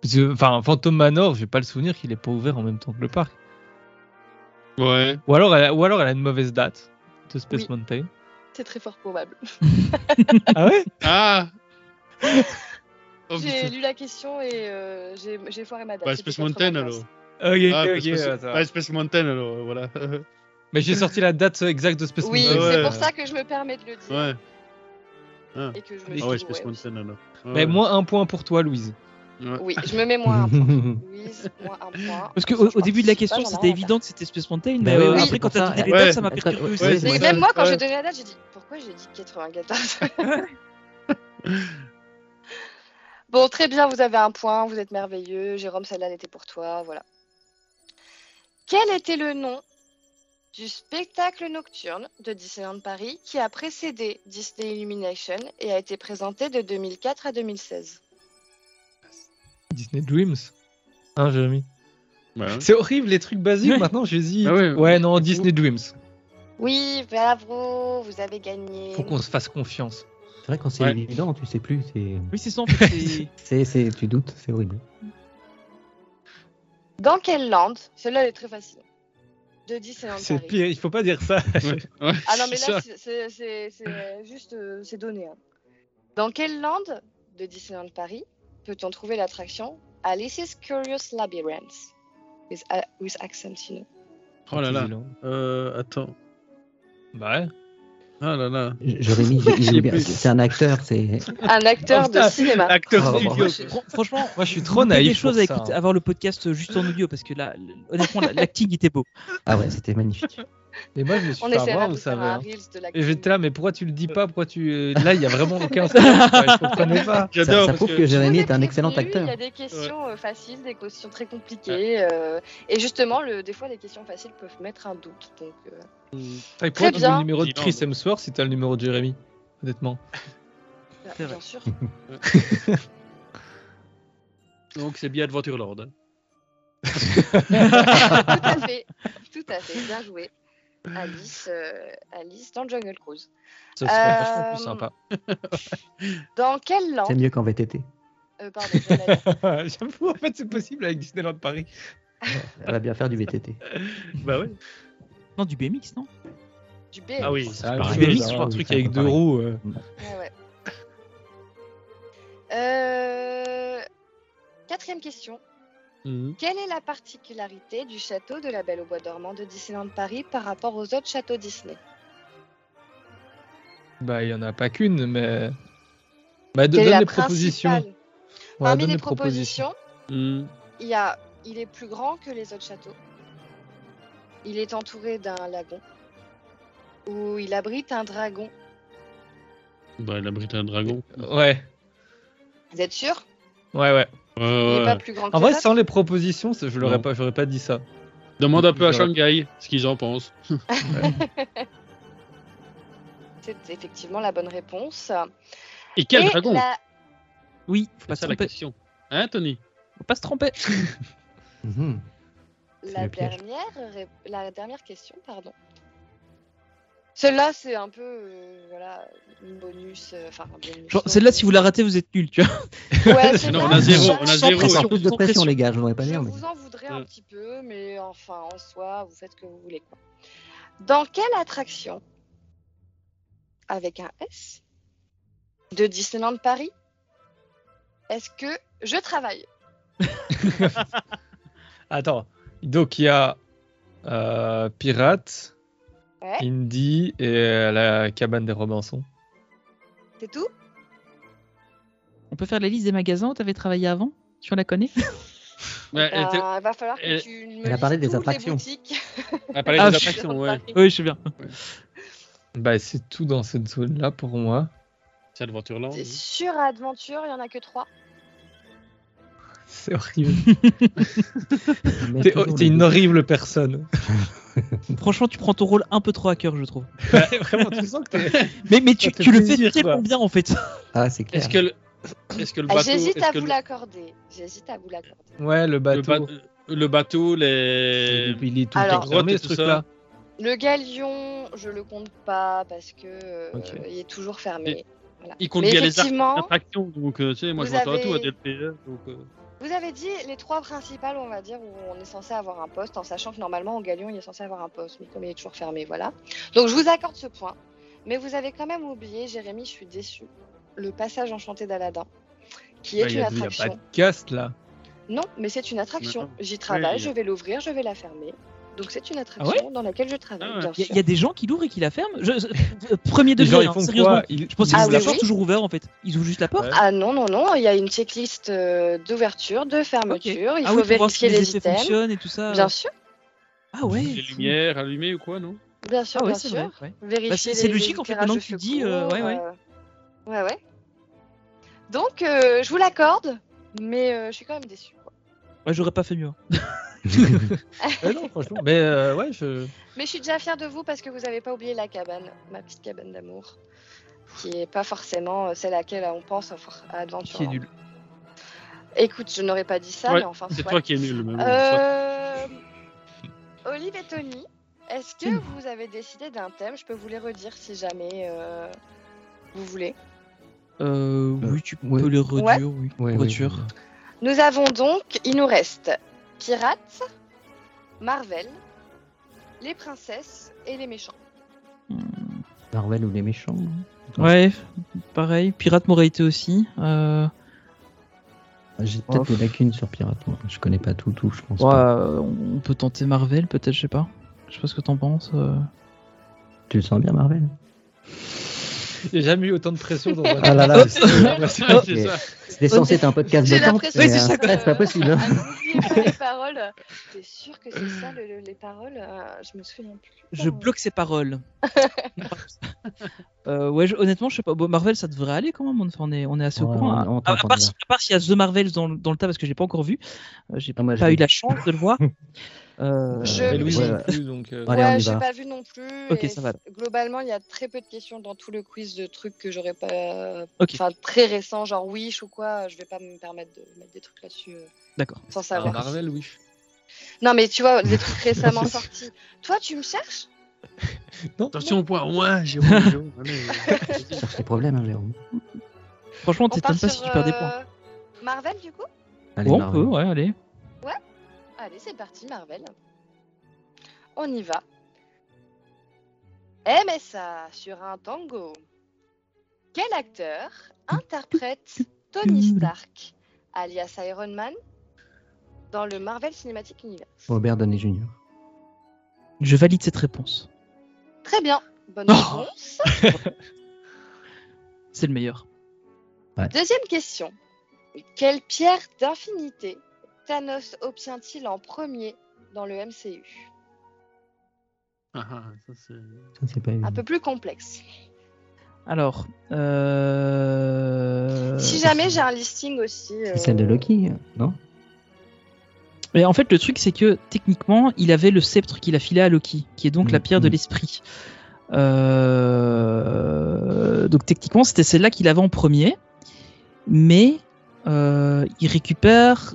H: Parce que, enfin, Phantom Manor, j'ai pas le souvenir qu'il est pas ouvert en même temps que le parc.
I: Ouais.
H: Ou alors, elle a, ou alors elle a une mauvaise date de Space Mountain.
G: C'est très fort probable.
H: Ah ouais
I: Ah Oh
G: j'ai
I: putain.
G: lu la question et euh, j'ai j'ai foiré ma date.
I: Bah,
G: C'était
I: Space Mountain
G: 95.
I: alors.
H: Ok,
I: Ah,
H: ok, ok.
I: Space-
H: ouais, ça va.
I: ah, Space Mountain alors, voilà.
H: Mais j'ai sorti la date exacte de Space
G: Oui,
H: Mountain.
G: c'est
I: Ouais.
G: pour ça que je me permets de le dire.
I: ouais.
G: Et que je me
I: Ah
G: dis,
I: ouais, Space
G: ouais,
I: Mountain alors. Ouais,
H: Mais
I: ouais.
H: moins un point pour toi, Louise.
G: Oui, je me mets moins un point. Louise, moins un point.
E: Parce que
G: Si
E: au,
G: je
E: au début de la
G: participe
E: question,
G: pas, j'en ai
E: c'était
G: rien à
E: évident que c'était Space Mountain,
J: Bah oui,
E: mais euh,
G: oui,
E: après,
J: c'est
E: quand
J: pour
E: t'as
J: ça.
E: donné les
I: Ouais.
E: dates, ça m'a perturbé
J: Ouais,
E: aussi.
I: ouais,
G: faire. Mais
I: c'est
G: même moi, quand
I: Ouais.
G: j'ai donné la date, j'ai dit pourquoi j'ai dit 94 Bon, très bien, vous avez un point, vous êtes merveilleux. Jérôme, celle-là, elle était pour toi, voilà. Quel était le nom du spectacle nocturne de Disneyland Paris qui a précédé Disney Illumination et a été présenté de 2004 à 2016
H: Disney Dreams. Hein, Jérémy
I: Bah, ouais.
H: C'est horrible, les trucs basiques,
E: Ouais.
H: maintenant j'hésite.
I: Ah ouais, ouais.
H: non, Disney Dreams.
G: Oui, bravo, vous avez gagné.
H: Faut qu'on se fasse confiance.
J: C'est vrai quand c'est
I: Ouais.
J: évident, tu sais plus. c'est-
E: Oui, c'est ça, en fait. c'est-
J: c'est- c'est- Tu doutes, c'est horrible.
G: Dans quelle land Celle-là, elle est très facile. De Disneyland
H: C'est
G: Paris.
H: pire, il faut pas dire ça.
I: Ouais,
G: Ah non, mais
I: c'est
G: là,
I: ça.
G: c'est- c'est c'est- c'est juste, euh, c'est donné. hein. Dans quelle land de Disneyland Paris peut-on trouver l'attraction Alice's Curious Labyrinth with, a- with accent, you know.
I: Oh là là. Euh, attends.
H: hein. Bah ouais.
I: Ah là là.
J: J- Jérémy, j'ai- j'ai bien- c'est un acteur, c'est.
G: Un acteur de
H: putain,
G: cinéma.
J: Ah,
H: Acteur
E: bah,
J: bravo.
H: studio.
E: Fran- Franchement,
H: Moi je suis trop
E: il y a
H: naïf.
E: des choses à
H: pour ça,
E: écouter,
H: hein.
E: avoir le podcast euh, juste en audio, parce que là, l- honnêtement, la- l'acting était beau.
J: Ah ouais, c'était magnifique.
H: Mais moi je me suis
G: On
H: fait
G: essaiera
H: avoir,
G: de
H: vous
G: faire
H: savez.
G: un
H: hein.
G: Reels de la
H: Et j'étais là, mais pourquoi tu le dis pas Pourquoi tu. euh, Là, il y a vraiment aucun sens. quoi, Je comprenais pas.
J: Ça,
I: J'adore.
J: ça
I: parce
J: prouve que,
I: que-
G: Je vous
J: Jérémy
G: ai
J: est un excellent
G: prévenu, Il
J: acteur.
G: y a des questions euh, faciles, des questions très compliquées. euh, et justement, le, des fois, les questions faciles peuvent mettre un doute. Donc, euh,
H: Et pourquoi tu
G: bien.
H: veux le numéro de
I: Dis-donc.
H: Chris Hemsworth si t'as le numéro de Jérémy Honnêtement.
G: bah,
E: C'est
G: bien
E: vrai.
G: sûr.
I: Donc c'est bien Adventureland. hein.
G: tout à fait. Tout à fait. Bien joué. Alice, euh, Alice dans Jungle Cruise.
H: Ça serait
G: Euh,
H: vachement plus sympa.
G: Dans quelle
J: C'est
G: langue
J: mieux qu'en VTT.
G: Euh, pardon, j'allais dire.
H: J'avoue, en fait, c'est possible avec Disneyland Paris.
J: Elle va bien faire du VTT.
I: Bah ouais.
E: Non, du BMX, non
G: du BMX.
I: Ah oui.
J: Ah,
I: C'est
J: du
I: pareil.
J: BMX,
H: sur
J: hein,
H: un
J: oui,
H: truc
J: c'est un
H: avec
J: peu
H: deux
J: pareil.
H: roues. euh.
G: Ouais, ouais. Euh, Quatrième question.
I: Mhm.
G: Quelle est la particularité du château de la Belle au Bois dormant de Disneyland Paris par rapport aux autres châteaux Disney
H: Bah, il y en a pas qu'une, mais. Bah, do-
G: Quelle est
H: donne
G: la
H: des propositions.
G: principale
H: Ouais,
G: Parmi
H: donne Hmm.
G: les
H: des
G: propositions,
I: Mhm.
G: il, y a... il est plus grand que les autres châteaux. Il est entouré d'un lagon où il abrite un dragon.
I: Bah, il abrite un dragon.
H: Ouais,
G: Vous êtes sûr
H: ouais, ouais.
I: Ouais,
G: Il
I: ouais,
G: n'est pas
I: ouais.
G: plus grand que
H: En vrai,
G: ça.
H: sans les propositions, c'est- je l'aurais
I: Non.
H: pas, j'aurais pas dit ça.
I: Demande un peu à Shanghai ce qu'ils en pensent.
G: C'est effectivement la bonne réponse.
I: Et quel
G: Et
I: dragon
G: la-
E: Oui, faut
I: C'est
E: pas se
I: ça la
E: tromper.
I: question. Hein, Tony
E: Faut pas se tromper.
J: Mhm.
G: la
J: le piège.
G: dernière, ré- la dernière question, pardon. Celle-là, c'est un peu euh, voilà, une bonus. euh, Enfin, un bonus,
E: Genre,
G: non.
E: Celle-là, si vous la ratez, vous êtes nul, tu vois.
G: Ouais, celle-là,
I: Non, on a zéro,
G: je-
I: on a
E: Sans
I: zéro. Euh.
J: Pression,
E: Sans
J: plus de
E: pression.
J: pression, les gars, je voudrais pas
G: Je
J: dire. Mais...
G: vous en voudrais un
I: Ouais.
G: petit peu, mais enfin, en soi, vous faites ce que vous voulez. Quoi. Dans quelle attraction, avec un S, de Disneyland Paris, est-ce que je travaille
H: Attends. Donc il y a euh, Pirate,
G: Ouais.
H: Indy et euh, la cabane des Robinson.
G: C'est tout
E: On peut faire la liste des magasins où t'avais travaillé avant Si on la connaît
I: Ouais, elle était-
G: Ben, Il va falloir que
I: elle-
G: tu me
J: elle a
G: lises
J: parlé des
G: toutes les
J: attractions.
G: boutiques
I: Elle a parlé
E: Ah,
I: des
E: je-
I: attractions, ouais.
E: Oui, je sais bien.
H: Bah c'est tout dans cette zone là pour moi.
I: C'est Adventureland.
G: C'est Sur Adventure, il n'y en a que trois.
H: C'est horrible.
J: mais
H: T'es
E: oh,
J: toujours
H: t'es
J: le-
H: une horrible personne.
E: Franchement, tu prends ton rôle un peu trop à cœur, je trouve.
I: Bah,
H: Vraiment, tu sens que t'es-
E: Mais, mais tu,
H: Ça fait
E: tu le fais
H: plaisir,
E: tellement
H: quoi.
E: bien, en fait.
J: Ah, c'est clair.
I: Est-ce que le, est-ce que le
G: Ah,
I: bateau,
G: J'hésite
I: est-ce
G: à
I: que
G: vous
I: le-
G: l'accorder. J'hésite à vous l'accorder.
H: Ouais, le
I: le,
H: bateau.
I: ba- le bateau,
H: Et
I: les,
H: puis, il est tout
G: Alors-
H: le temps fermé, ce
I: Tout ça.
H: truc-là.
G: Le galion, je le compte pas parce que euh,
H: Ok.
G: il est toujours fermé. Voilà.
I: il compte
G: Mais
I: bien les arcs
G: effectivement,
I: attractions, donc euh, tu sais, moi
G: Vous
I: je m'attends à tout à
G: avez-
I: DLPS, donc euh,
G: Vous avez dit les trois principales, on va dire, où on est censé avoir un poste, en sachant que normalement, au Galion, il est censé avoir un poste, mais comme il est toujours fermé, voilà. Donc, je vous accorde ce point. Mais vous avez quand même oublié, Jérémy, je suis déçu, le passage enchanté d'Aladin, qui est
H: Bah, il
G: une
H: y a- il y a
G: attraction.
H: pas de cast là.
G: Non, mais c'est une attraction.
I: Non.
G: J'y travaille,
I: il y a-
G: je vais l'ouvrir, je vais la fermer. Donc, c'est une attraction dans laquelle je travaille,
I: Ah ouais.
G: bien
E: Ah Il y,
G: sûr.
E: a- il y a des gens qui l'ouvrent et qui la ferment. Je- je- premier
H: Les gens,
E: degré,
H: ils
E: hein,
H: font
E: sérieusement.
H: quoi Ils-
E: Je pense
H: ils
E: qu'ils
G: Ah
E: ouvrent la
G: oui,
E: porte
G: oui.
E: toujours ouverte, en fait. Ils ouvrent juste la porte.
H: Ouais.
G: Ah non, non, non, il y a une checklist euh, d'ouverture, de fermeture, il
E: Ah
G: faut
E: oui, pour voir si
G: vérifier
E: les
G: les
E: effets
G: items.
E: fonctionnent et tout ça.
G: Bien sûr,
E: Ah ouais.
I: les
E: fou.
I: lumières allumées ou quoi, non
G: bien sûr,
E: Ah ouais,
G: bien
E: c'est
G: sûr.
E: vrai. ouais.
G: vérifier
E: Bah, c'est- c'est
G: les
E: logique, en fait, maintenant que tu
G: éclairages au
E: dis, euh, ouais, ouais.
G: secours, euh, ouais, ouais. Donc, euh, je vous l'accorde, mais euh, je suis quand même déçue. quoi.
E: Ouais, j'aurais pas fait mieux. hein.
H: Ouais, non, franchement. Mais euh, ouais, je.
G: Mais je suis déjà fière de vous parce que vous n'avez pas oublié la cabane, ma petite cabane d'amour, qui n'est pas forcément euh, celle à laquelle on pense à for- à Adventure.
E: Qui est nul.
G: Écoute, je n'aurais pas dit ça,
I: Ouais,
G: mais enfin,
I: C'est
G: soit.
I: toi qui es nul, mais bon, soit.
G: Euh, Olive et Tony, est-ce
I: Hmm.
G: que vous avez décidé d'un thème Je peux vous les redire si jamais euh, vous voulez.
E: Euh, oui, tu
J: ouais.
E: peux les
G: Ouais.
E: réduire, oui.
J: Ouais,
E: Voiture.
J: ouais.
G: Nous avons donc, il nous reste Pirates, Marvel, les princesses et les méchants.
J: Marvel ou les méchants.
E: Ouais, pareil. Pirate m'aurait été aussi. Euh,
J: Ah, J'ai peut-être
E: Oh.
J: des lacunes sur Pirate, moi. Je connais pas tout, tout, je pense.
E: ouais,
J: pas.
E: euh, on peut tenter Marvel, peut-être, je sais pas. Je sais pas ce que t'en penses. euh.
J: Tu le sens bien, Marvel
H: J'ai jamais eu autant de pression dans un.
J: Ah là
G: Oh.
J: là,
I: C'est
J: Ok.
I: ça.
J: c'était censé être un podcast de temps.
E: Oui, c'est ça,
J: c'est pas possible. hein.
G: les paroles. T'es sûr que c'est ça le- le- les paroles Euh, Je me souviens plus.
E: Je bloque ses paroles. Euh, ouais, je- honnêtement, je sais pas. Bon, Marvel, ça devrait aller quand même. On, on est, on est assez au
J: Ouais,
E: courant.
J: on-
E: À-
J: on
E: à, à
J: t'entend
E: part
J: bien.
E: si- à part s'il y a The Marvels dans, le- dans le tas, parce que j'ai pas encore vu. Euh, j'ai
J: Ah, moi, je
E: pas
J: l'ai
E: eu la chance de le voir. Euh,
G: Je-
H: Mais Louise
J: Ouais,
H: non
J: ouais.
H: plus, donc. euh,
J: Allez, on
G: ouais,
J: y
G: j'ai
J: va.
G: pas vu non plus.
E: Ok,
G: et
E: ça va.
G: c- Globalement, il y a très peu de questions dans tout le quiz de trucs que j'aurais pas.
E: Ok.
G: Enfin, très récents, genre Wish ou quoi. Je vais pas me permettre de mettre des trucs là-dessus euh,
E: D'accord.
G: sans
H: Alors,
G: savoir.
H: Marvel, oui.
G: Non, mais tu vois, des trucs récemment sortis. Toi, tu me cherches
I: Attention au point. Ouais, j'ai oublié, j'ai oublié.
J: Je cherche les problèmes, hein, Jérôme.
E: Franchement,
G: On part
E: t'étonnes pas si
G: sur,
E: tu perds des points.
G: euh, Marvel, du coup
J: Allez,
E: Bon, on
J: Marvel.
E: peut, ouais, allez.
G: Allez, c'est parti, Marvel. On y va. MSA sur un tango. Quel acteur interprète Tony Stark, alias Iron Man, dans le Marvel Cinematic Universe
J: Robert Downey Jr.
E: Je valide cette réponse.
G: Très bien, bonne
E: Oh.
G: réponse.
E: C'est le meilleur.
G: Deuxième question. Quelle pierre d'infinité Thanos obtient-il en premier dans le MCU
I: Ah, ah, ça c'est.
J: Ça, c'est pas
E: Ben,
J: évident.
G: un peu plus complexe.
E: Alors. euh,
G: Si jamais j'ai un listing aussi. euh,
J: C'est celle de Loki, non
E: Mais en fait, le truc, c'est que techniquement, il avait le sceptre qu'il a filé à Loki, qui est donc la
J: Mhm.
E: pierre de l'esprit. Euh, Donc techniquement, c'était celle-là qu'il avait en premier, mais euh, il récupère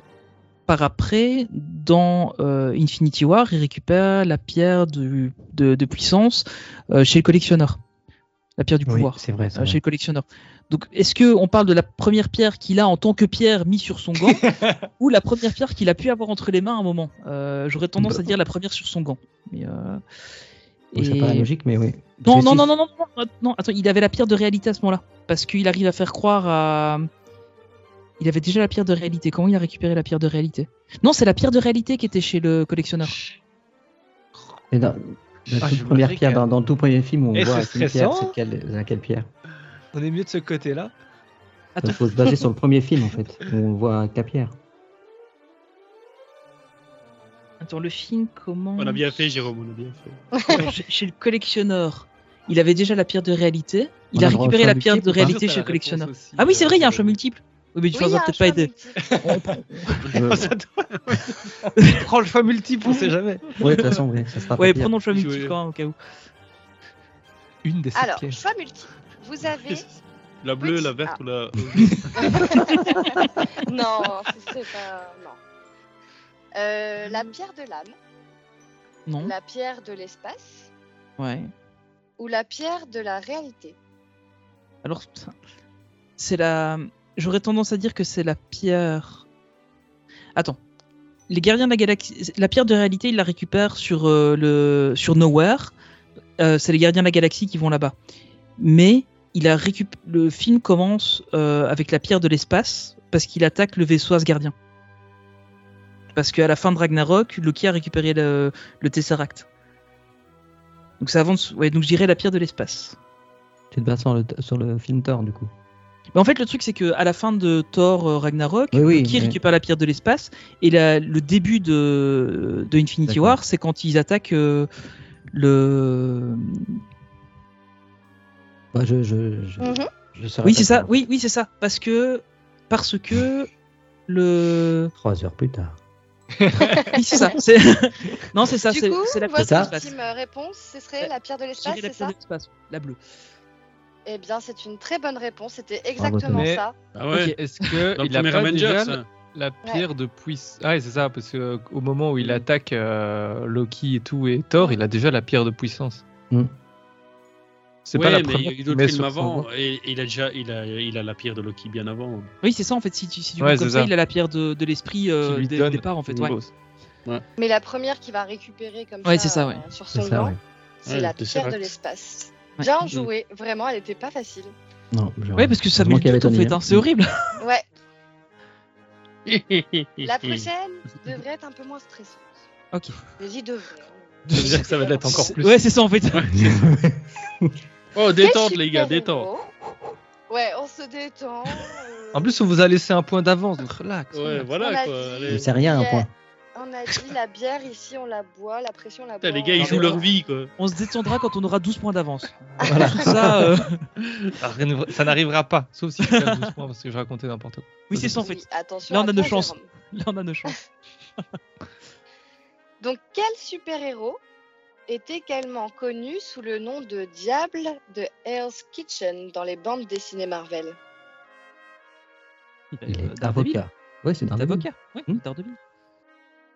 E: par après, dans euh, Infinity War, il récupère la pierre du- de, de puissance euh, chez le collectionneur, la pierre du
J: Oui,
E: pouvoir.
J: c'est vrai. c'est
E: Euh,
J: vrai.
E: chez le collectionneur. Donc, est-ce que on parle de la première pierre qu'il a en tant que pierre mise sur son gant, ou la première pierre qu'il a pu avoir entre les mains à un moment Euh, J'aurais tendance à dire la première sur son gant. Mais, euh,
J: Bon, Bah. C'est
E: et-
J: pas la logique, mais oui.
E: non,
J: Parce que
E: non,
J: si-
E: non, non, non, non, non, non, attends, il avait la pierre de réalité à ce moment-là, parce qu'il arrive à faire croire à. Il avait déjà la pierre de réalité. Comment il a récupéré la pierre de réalité Non, c'est la pierre de réalité qui était chez le collectionneur.
J: Et dans, la
H: Ah, je
J: toute
H: me
J: première
H: régale.
J: pierre, dans, dans le tout premier film, on
H: Et
J: voit
H: c'est
J: à quelle pierre,
H: stressant.
J: c'est quelle, à quelle pierre.
H: On est mieux de ce côté-là.
J: Il faut se baser sur le premier film, en fait, où on voit à quelle pierre.
E: Attends, le film comment
I: On a bien fait, Jérôme, on a bien fait.
E: Ouais, chez, chez le collectionneur, il avait déjà la pierre de réalité. Il
J: On
E: a,
J: a le droit au
E: récupéré
J: choix
E: la pierre de
J: multiple ou pas
E: réalité
I: Ça,
E: chez
I: la
E: le collectionneur.
I: réponse aussi,
E: Ah oui, c'est vrai, il y a un
I: euh,
E: choix multiple. Oui, mais tu
G: oui, il y
E: vas
G: a un
E: peut-être pas
G: choix
E: aider.
G: multiple.
E: On prend-
J: Euh,
H: Prends le choix multiple, on sait jamais.
J: ouais, de toute façon, ouais, ça sera pas
E: Ouais,
J: pire.
E: prenons le choix
I: Jouer.
E: multiple quand même, au cas où.
H: Une des sept
G: Alors,
H: pièges.
G: choix multiple. Vous avez.
I: La bleue, la
G: Petit-
I: verte ou la.
G: non, c'est c'est pas. Non. Euh, la pierre de l'âme,
E: Non,
G: la pierre de l'espace
E: ouais.
G: ou la pierre de la réalité.
E: Alors, putain, c'est la. J'aurais tendance à dire que c'est la pierre. Attends. Les gardiens de la galaxie. La pierre de réalité, ils la récupèrent sur, euh, le... sur Nowhere. Euh, c'est les gardiens de la galaxie qui vont là-bas. Mais il a récup... le film commence euh, avec la pierre de l'espace parce qu'il attaque le vaisseau Asgardien. Parce qu'à la fin de Ragnarok, Loki a récupéré le, le Tesseract. Donc ça avance. Ouais, donc je dirais la pierre de l'espace.
J: Tu te bases sur le, sur le film Thor, du coup.
E: Mais en fait, le truc, c'est que à la fin de Thor euh, Ragnarok,
J: Oui, oui,
E: qui
J: mais-
E: récupère la pierre de l'espace, et la- le début de, de Infinity
J: D'accord.
E: War, c'est quand ils attaquent euh, le.
J: Bah, je, je, je,
G: Mhm.
J: je saurais
E: Oui,
J: pas
E: c'est ça.
J: comment.
E: Oui, oui, c'est ça. Parce que, parce que le.
J: Trois heures plus tard.
E: Oui, c'est ça. C'est- Non, c'est ça.
G: du
E: C'est
G: coup,
E: c'est la pierre de
G: votre
E: l'espace.
G: ultime réponse, ce serait la pierre de
E: Je
G: l'espace,
E: dirais la
G: c'est
E: pierre
G: ça
E: de l'espace, la bleue.
G: Eh bien, c'est une très bonne réponse. C'était
J: Thomas.
G: exactement
H: Mais-
G: ça.
I: Ah ouais,
H: Ok, Est-ce que
I: dans le
H: il a
I: premier
H: pas déjà
I: Avengers. hein.
H: la-
I: ça.
H: la pierre de puissance Ah, c'est ça, parce que euh, au moment où il attaque euh, Loki et tout et Thor, il a déjà la pierre de puissance.
J: Mm.
H: C'est
I: ouais,
H: pas la
I: mais
H: première.
I: il y a
H: qu'il
I: d'autres
H: met
I: films
H: sur son
I: avant. euh,
H: bras.
I: Et il a déjà, il a, il a la pierre de Loki bien avant.
E: Oui, c'est ça. En fait, si tu, si tu
H: Ouais,
E: vois comme
H: c'est
E: ça,
H: ça.
E: il a la pierre de, de l'esprit euh,
H: Qui lui
E: dès le
H: donne
E: départ, en fait.
H: une
E: Ouais.
H: bosse.
G: Mais la première qui va récupérer comme
E: Ouais,
G: ça
E: c'est ça, ouais.
G: euh, sur
J: C'est
G: son
J: ça,
G: gant,
J: ouais.
G: c'est
I: Ouais,
G: la
I: c'est
G: pierre
I: correct.
G: de l'espace.
E: Ouais. Mm.
G: Bien joué, vraiment, elle n'était pas facile.
J: Non,
E: Ouais, parce que ça met
J: Heureusement
E: le
J: qu'il y avait
E: doute, en
J: Tony,
E: fait.
J: hein.
E: hein, C'est horrible.
G: Ouais, la
I: La
G: prochaine devrait être un peu moins stressante.
E: Ok.
G: Je dis devrait.
I: Ça veut dire que ça va l'être encore plus.
E: Ouais, c'est ça, en fait.
I: Oh,
G: Quel
I: détente, les gars, détente.
G: super-héros Ouais, on se détend. euh,
H: En plus, on vous a laissé un point d'avance, donc relax.
I: Ouais,
H: relax.
G: on a
I: voilà quoi.
G: dit-
I: allez.
J: C'est rien, un
G: Yeah.
J: point.
G: On a dit la bière ici, on la boit, la pression, on la boit. Ah
I: Putain, les gars,
G: on
I: ils
G: la
I: jouent
G: boit.
I: leur vie quoi.
E: On se détendra quand on aura 12 points d'avance. Voilà. Ça, euh,
H: Ça n'arrivera- Ça n'arrivera pas, sauf si tu as 12 points parce que je racontais n'importe quoi.
E: Oui, c'est ça en
G: Oui,
E: fait.
G: attention.
E: Là, on
G: à
E: a nos
G: toi,
E: chances.
G: Jérôme.
E: Là, on a nos chances.
G: Donc, quel super-héros est également connu sous le nom de Diable de Hell's Kitchen dans les bandes dessinées Marvel
J: Il
E: Euh,
J: est
E: Daredevil.
J: avocat. Ouais, c'est
E: T'es
J: Daredevil.
E: avocat Oui,
J: Hmm.
E: Daredevil.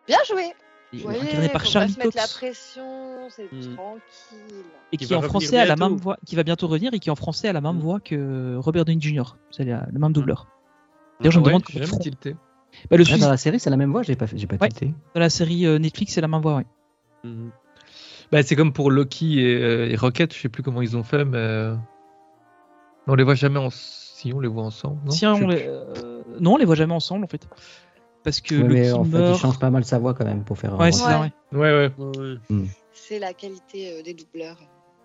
G: Bien joué
E: Et
G: Vous voyez,
E: Incarné par
G: faut
E: Charlie
G: pas se mettre la
E: Cox.
G: pression, c'est
I: Hmm.
G: tranquille.
E: Et
I: Qui
E: qui,
I: va
E: en
I: revenir
E: français a la
I: bientôt.
E: même voix, qui va bientôt revenir et qui en français a la même
I: Hmm.
E: voix que Robert Downey Jr. C'est la- le même doubleur.
I: Hmm.
E: D'ailleurs, je me
H: Ouais,
E: demande
H: j'ai
E: comment ils
H: jamais
E: feront.
H: tilté.
E: Bah, le
J: Ah,
E: Suisse
J: dans la série, c'est la même voix, j'ai pas, fait- j'ai pas
E: Ouais.
J: tilté.
E: de la série euh, Netflix, c'est la même voix, ouais.
H: Bah, c'est comme pour Loki et, euh, et Rocket, je sais plus comment ils ont fait, mais euh, on les voit jamais en... si on les voit ensemble. Non,
E: Si, on
H: Je sais
E: les-
H: plus.
E: euh, non, on les voit jamais ensemble en fait. Parce que
J: Ouais, mais
E: Loki
J: en fait, il
E: meurt.
J: change pas mal sa voix quand même pour faire.
E: ouais, c'est ça,
G: Ouais.
E: ouais.
H: Ouais, ouais.
J: Mm.
G: C'est la qualité euh, des doubleurs.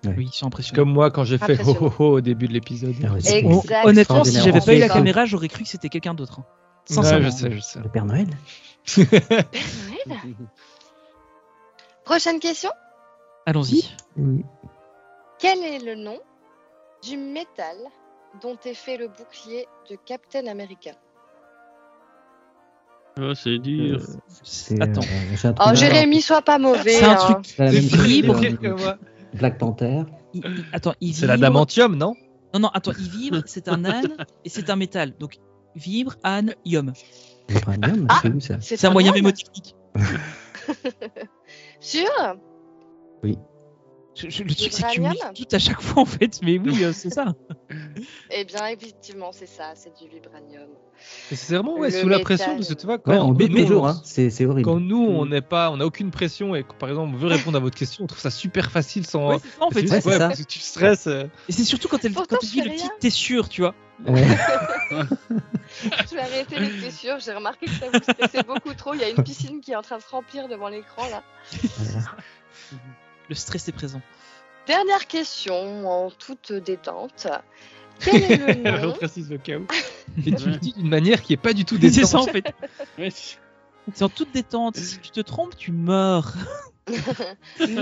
E: Oui, ils sont
H: C'est
E: impressionnants.
H: Comme moi quand j'ai
E: Ah,
H: fait ho
G: Impressionnant.
H: ho ho au début de l'épisode.
J: Ah ouais, c'est-
G: Exact.
E: Hon- Honnêtement, si
J: Extraordinaire.
E: j'avais pas eu la
J: Encore.
E: caméra, j'aurais cru que c'était quelqu'un d'autre. hein.
H: Ouais, je
E: Sincèrement.
H: sais, je sais.
J: Le Père Noël
G: Prochaine question
E: Allons-y.
J: Oui.
G: Quel est le nom du métal dont est fait le bouclier de Captain America
I: Ah, c'est dur.
J: C'est,
E: Attends.
J: euh, j'ai un truc
G: Oh,
J: dans-
G: Jérémy, sois pas mauvais.
E: C'est un
G: hein.
E: truc
J: C'est la même chose.
E: vibre.
J: euh,
H: Que moi.
J: Black Panther.
E: Il- il- attends, il
H: C'est la
E: vibre.
H: damantium, non
E: Non, non, attends, il vibre, c'est un âne et c'est un métal. Donc, vibre, âne, ium.
J: Le Premium, c'est où ça
E: C'est un moyen
G: vraiment
E: mémotechnique.
G: Sûr
E: Je- je- Le truc, c'est que tu me
G: Vibranium
E: lis tout à chaque fois, en fait. Mais oui, euh, c'est ça.
G: Eh bien, effectivement, c'est ça, c'est du vibranium.
H: Mais C'est vraiment ouais,
G: Le
H: sous la
G: métal.
H: pression, parce que tu vois, quand,
J: Ouais, on doute
H: nous,
J: toujours,
H: on-
J: hein. c'est, c'est horrible. Mm.
H: quand nous, on n'est pas, on n'a aucune pression et que, par exemple, on veut répondre à votre question, on trouve ça super facile sans.
E: Ouais, c'est ça, en fait.
H: C'est
J: Ouais,
H: juste,
J: c'est
H: ouais,
J: ça.
H: parce que tu stresses. euh,
E: Et c'est surtout quand elle
G: Pourtant,
E: quand elle
G: je
E: dit
G: fais
E: le petit
G: rien.
E: t'es sûr, tu vois.
J: Ouais.
G: Je l'ai arrêté, mais c'est sûr. J'ai remarqué que ça vous stressait beaucoup trop. Il y a une piscine qui est en train de se remplir devant l'écran, là.
E: Le stress est présent.
G: Dernière question, en toute détente. Quel est le nom
H: précise le cas où. Et tu le dis d'une manière qui est pas du tout décente.
E: C'est ça, en fait.
I: Ouais.
E: C'est en toute détente. Si tu te trompes, tu meurs.
G: Mais
E: Pas de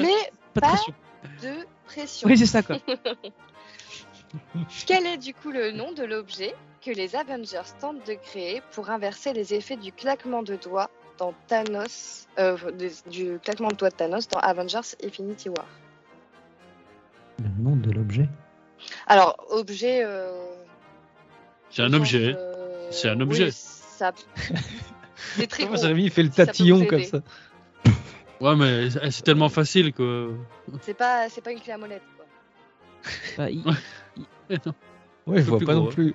G: Pas
E: pression.
G: de pression.
E: Oui, c'est ça, quoi.
G: Quel est du coup le nom de l'objet que les Avengers tentent de créer pour inverser les effets du claquement de doigts dans Thanos, euh, des- du claquement de doigts de Thanos dans Avengers Infinity War
J: Le nom de l'objet.
G: Alors, objet. euh,
I: C'est un
G: genre,
I: objet.
G: euh,
I: C'est un
G: oui,
I: objet.
G: ça- C'est très gros.
H: Jérémy, il fait le
G: Oh, Ça peut
H: tatillon
G: vous
H: comme
G: aider.
H: ça.
I: Ouais, mais c'est c'est tellement facile quoi.
G: C'est pas, c'est pas une clé à molette. quoi.
E: Bah, il-
H: Ouais, je vois
I: plus
H: pas
I: gros,
H: non
I: hein.
H: plus.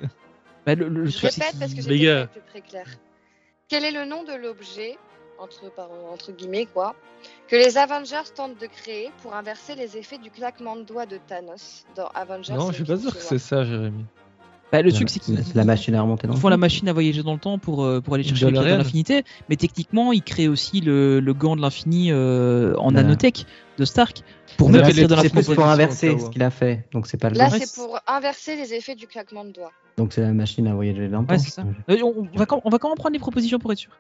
E: bah, le, le
G: Je
E: truc, c'est
G: répète parce que
E: qu'il-
G: j'ai
I: Les
G: pas
I: gars.
G: été très clair. Quel est le nom de l'objet, entre, par- entre guillemets, quoi, que les Avengers tentent de créer pour inverser les effets du claquement de doigts de Thanos dans Avengers
H: Non, je suis pas sûr que c'est ça, Jérémy.
E: bah, le
J: La-
E: truc, c'est qu'ils
J: c'est la machine à remonter dans
E: ils
J: le
E: font la
J: temps.
E: machine à voyager dans le temps pour, euh, pour aller chercher le
H: DeLorean.
E: de l'infinité, mais techniquement, ils créent aussi le, le gant de l'infini euh, en
J: Voilà.
E: nanotech de Stark pour
H: Mais
E: mettre
H: là,
E: les de
H: c'est-
J: C'est
E: l'infini.
J: plus
H: proposition,
J: pour inverser
H: au cas où.
J: ce qu'il a fait, donc c'est pas le
G: Là,
J: bon.
E: Ouais,
G: c'est
E: c'est-
G: pour inverser les effets du claquement de doigts.
J: Donc c'est la machine à voyager dans le temps.
E: Ouais, c'est ça. Euh, on, on va quand, on va quand même prendre les propositions pour être sûr,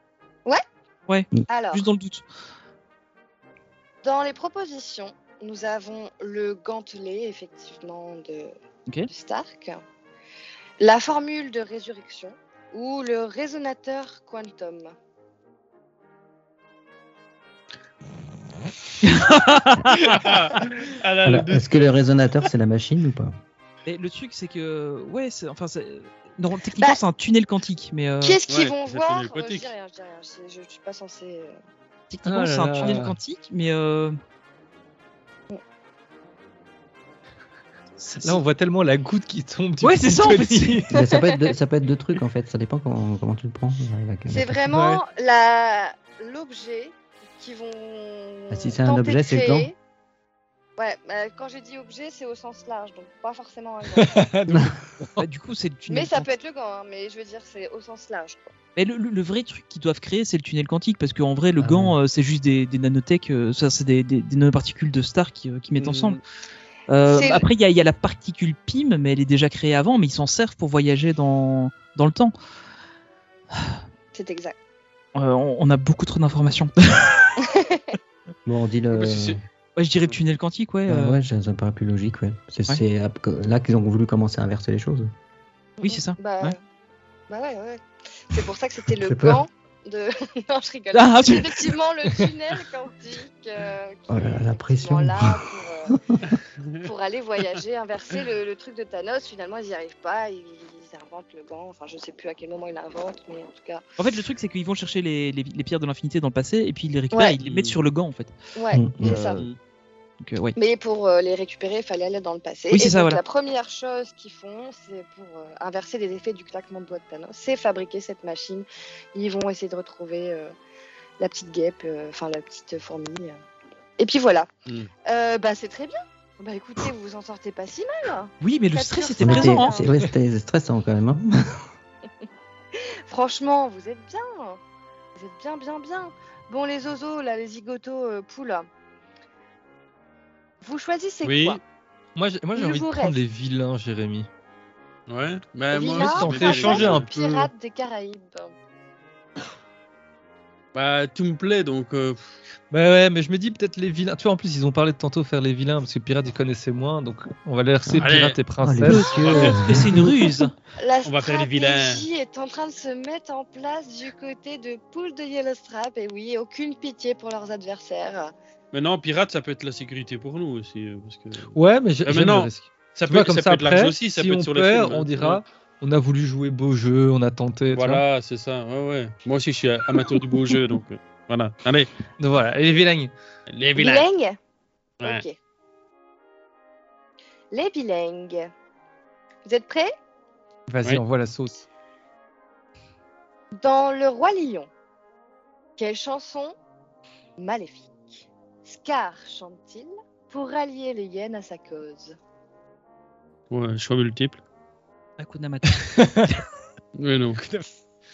G: Alors,
E: juste dans le doute.
G: dans les propositions, nous avons le gantelet, effectivement, de,
E: Ok.
G: de Stark, la formule de résurrection ou le résonateur quantum.
I: Ah là,
J: Alors, est-ce que le résonateur c'est la machine ou pas
E: Et le truc, c'est que, ouais, c'est- enfin, c'est- non, techniquement,
G: Bah,
E: c'est un tunnel quantique, mais euh,
G: Qu'est-ce qu'ils
I: ouais,
G: vont
I: c'est
G: voir
I: le
G: Euh, Je
I: quantique.
G: dis rien, je dis rien. Je, je suis pas censée. euh,
E: techniquement,
H: Ah là
E: c'est un
H: là.
E: tunnel quantique, mais euh,
H: Là, on voit tellement la goutte qui tombe. du
E: ouais,
H: coup,
E: c'est ça en fait.
H: Tony.
E: c'est-
J: Mais ça, peut être deux, ça peut être deux trucs en fait, ça dépend comment, comment tu le prends. J'arrive à-
G: C'est vraiment la l'objet qui vont.
J: Ah, si c'est un
G: tenter de
J: objet, c'est le
G: créer. Ouais, bah, quand je dis objet, c'est au sens large, donc pas forcément un gant.
E: Bah, du coup, c'est le tunnel.
G: mais ça
E: quantique.
G: peut être le gant, hein, mais je veux dire, c'est au sens large. quoi.
E: Mais le, le- le vrai truc qu'ils doivent créer, c'est le tunnel quantique, parce qu'en vrai, le
J: Ah
E: gant, euh, c'est juste des, des nanotech, euh, ça, c'est des, des- des nanoparticules de Stark qui, euh, qui
J: Mm.
E: mettent ensemble. Euh,
G: C'est-
E: après, il y, a- il y a la particule PIM, mais elle est déjà créée avant, mais ils s'en servent pour voyager dans, dans le temps.
G: C'est exact.
E: Euh, on, on a beaucoup trop d'informations.
J: Bon, on dit le.
I: Bah, si, si.
E: ouais, je dirais le tunnel quantique, ouais.
J: Ah
E: euh,
J: ouais, ça ça me paraît plus logique. Ouais. C'est
E: Ouais.
J: c'est ap- là qu'ils ont voulu commencer à inverser les choses.
E: Oui, c'est ça.
G: Bah
E: Ouais.
G: bah ouais, ouais. C'est pour ça que c'était le
J: J'ai peur.
G: gant de. non, je rigole.
E: Ah,
G: C'est
E: tu-
G: effectivement le tunnel quantique. euh, qui
J: Oh là là,
G: est
J: la pression.
G: effectivement là pour, euh, pour aller voyager, inverser le, le truc de Thanos. Finalement, ils n'y arrivent pas. Ils, ils inventent le gant. Enfin, je sais plus à quel moment ils l'inventent, mais en tout cas.
E: En fait, le truc, c'est qu'ils vont chercher les, les- les pierres de l'infinité dans le passé, et puis ils les récupèrent,
G: Ouais.
E: et ils les mettent sur le gant, en fait.
G: Ouais,
J: Mm,
G: c'est
J: euh,
G: ça.
E: Donc, euh, ouais.
G: Mais pour euh, les récupérer, il fallait aller dans le passé.
E: Oui,
G: Et
E: c'est ça,
G: donc,
E: voilà.
G: La première chose qu'ils font, c'est pour euh, inverser les effets du claquement de doigts de Thanos, c'est fabriquer cette machine. Ils vont essayer de retrouver euh, la petite guêpe, euh, enfin la petite fourmi. euh. Et puis voilà.
I: Mm.
G: Euh, bah c'est très bien. Bah écoutez, vous vous en sortez pas si mal.
E: Oui, mais le
G: Quatre
E: stress
G: pierres
E: était
J: On était-
E: présent. hein.
J: c'est- ouais, c'était stressant quand même. hein.
G: Franchement, vous êtes bien. Vous êtes bien, bien, bien. Bon, les oiseaux, là, les zigotos euh, poules. Vous choisissez
I: Oui.
G: quoi
H: Moi, j'ai moi, j'ai
G: Il
H: envie de
G: vous
H: prendre
G: reste.
H: les vilains, Jérémy.
I: Ouais. Mais
G: Villa,
I: moi,
H: on
I: je
H: fait
I: vais
G: Amazon
H: changer
I: les-
H: un
G: ou
H: peu.
G: Pirates des Caraïbes.
I: Bah, tout me plaît, donc. euh,
H: Mais Bah ouais, mais je me dis peut-être les vilains. Tu vois, en plus, ils ont parlé de tantôt faire les vilains parce que pirates, ils connaissaient moins. Donc, on va les laisser
I: Allez.
H: pirates
J: Ah, les
H: et princesses.
J: messieurs.
E: Mais c'est une ruse.
G: La
I: On va faire les vilains.
G: stratégie est en train de se mettre en place du côté de Poule de Yellowstrap. Et oui, aucune pitié pour leurs adversaires.
I: Maintenant, pirate, ça peut être la sécurité pour nous aussi. euh, Parce que...
H: Ouais, mais j'ai-
I: Ah, mais
H: j'aime le
I: non.
H: risque.
I: Ça
H: Tu
I: peut,
H: vois, comme
I: ça
H: ça,
I: peut être
H: après,
I: l'argent aussi, ça
H: si
I: peut
H: on
I: être sur le
H: perd,
I: film. euh,
H: on dira on a voulu jouer beau jeu, on a tenté. tu vois.
I: Voilà, c'est ça. Ouais, ouais. Moi aussi, je suis amateur du beau jeu, donc euh, voilà. Allez,
H: Donc voilà, et les vilains.
I: les vilains.
G: Bilingue
I: Ouais.
G: Ok. Les bilingues. Vous êtes prêts
H: Vas-y,
I: Oui.
H: envoie la sauce.
G: Dans Le Roi Lion, quelle chanson maléfique Scar chante-t-il pour rallier les hyènes à sa cause
I: Ouais, choix multiple.
E: Hakuna Matata.
I: Mais non.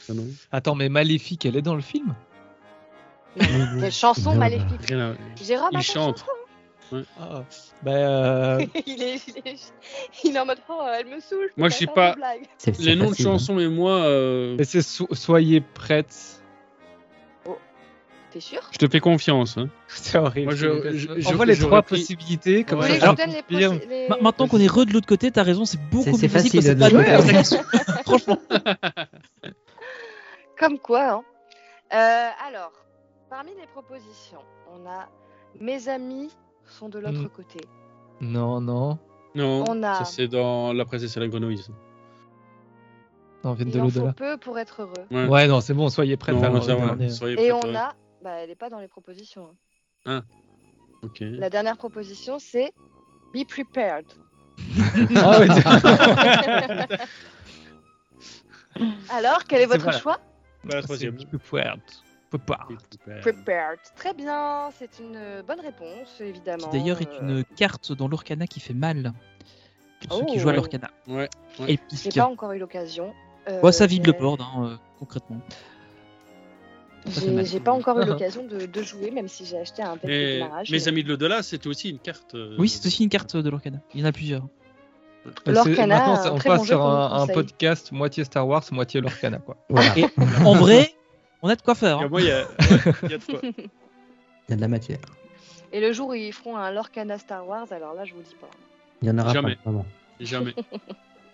I: Ah non.
H: Attends, mais Maléfique, elle est dans le film
G: Quelle chanson
J: Non, bah,
G: maléfique
I: Rien à-
G: Jérôme
I: Il
G: a
I: chante.
H: ah. Bah, euh,
G: il, est, il, est, il est en mode oh elle me saoule.
I: Moi,
G: faut
I: je suis
G: faire
I: pas-
G: des blagues.
J: C'est- c'est
I: Les noms de
J: facile, hein.
I: chansons et moi. euh,
H: mais c'est so- Soyez prêtes.
G: T'es sûr
I: Je te fais confiance. hein.
H: C'est horrible.
I: Moi, je- je- je-
H: envoie les
I: j'aurais
H: trois
I: pris-
H: possibilités. Comme
G: Vous
I: Ouais,
H: ça,
G: voulez que je
H: ça
G: vous donne les,
H: pire.
G: procé- les-
E: Ma- Maintenant qu'on est re de l'autre côté, t'as raison, c'est beaucoup
J: hein. C'est-
E: plus
J: c'est
E: facile que
J: facile
E: c'est
J: de
E: pas de
J: jouer.
E: l'autre côté. Franchement.
G: Comme quoi, hein. Euh, alors, parmi les propositions, on a Mes amis sont de l'autre
H: Mm.
G: côté.
H: Non, non.
I: Non,
G: On a-
I: ça c'est dans La princesse et la grenouille. ça.
H: Non, viennent de
G: Il en faut
H: l'au-delà.
G: peu pour être heureux.
I: Ouais.
H: Ouais, non, c'est bon, soyez prêtes.
I: Non,
H: alors,
I: ça,
H: on
I: ouais.
H: est-
I: Soyez
G: Et
I: prêts,
G: on
I: ouais.
G: a, bah, elle n'est pas dans les propositions. hein.
I: Ok.
G: La dernière proposition, c'est Be prepared.
H: Ah ouais,
G: Alors, quel est votre
H: voilà.
G: choix
I: Bah, La
H: c'est
I: troisième.
H: Prepared. Prepared.
E: Euh.
G: Prepared. Très bien, c'est une bonne réponse, évidemment.
E: Qui d'ailleurs est
G: Euh,
E: une carte dans l'Orcana qui fait mal. Pour ceux
G: Oh.
E: qui jouent à l'Orcana.
I: Ouais.
E: Et
G: J'ai
E: pique.
G: pas encore eu l'occasion. Euh,
E: Ouais, ça vide le
G: mais
E: board, hein, euh, concrètement. Ça fait
G: j'ai-
E: mal.
G: J'ai pas encore eu
H: Ah.
G: l'occasion de, de jouer, même si j'ai acheté un pack de
I: Et
G: démarrage.
I: mes amis de l'au-delà, c'était aussi une carte. euh,
E: Oui, c'est aussi une carte de l'Orcana. Il y en a plusieurs.
G: L'Orcana,
H: Maintenant, ça-
G: un
H: on
G: très
H: passe
G: bon jeu
H: sur
G: qu'on vous
H: un, un
G: conseille.
H: podcast moitié Star Wars, moitié Lorcana, quoi.
J: Voilà,
E: Et en vrai, on a de quoi faire.
I: Et
E: hein.
I: moi, il y a- ouais, il y a de quoi.
J: il y a de la matière.
G: Et le jour où ils feront un Lorcana Star Wars, alors là, je vous dis pas.
J: Il y en aura
I: Jamais.
J: pas. vraiment.
I: Jamais.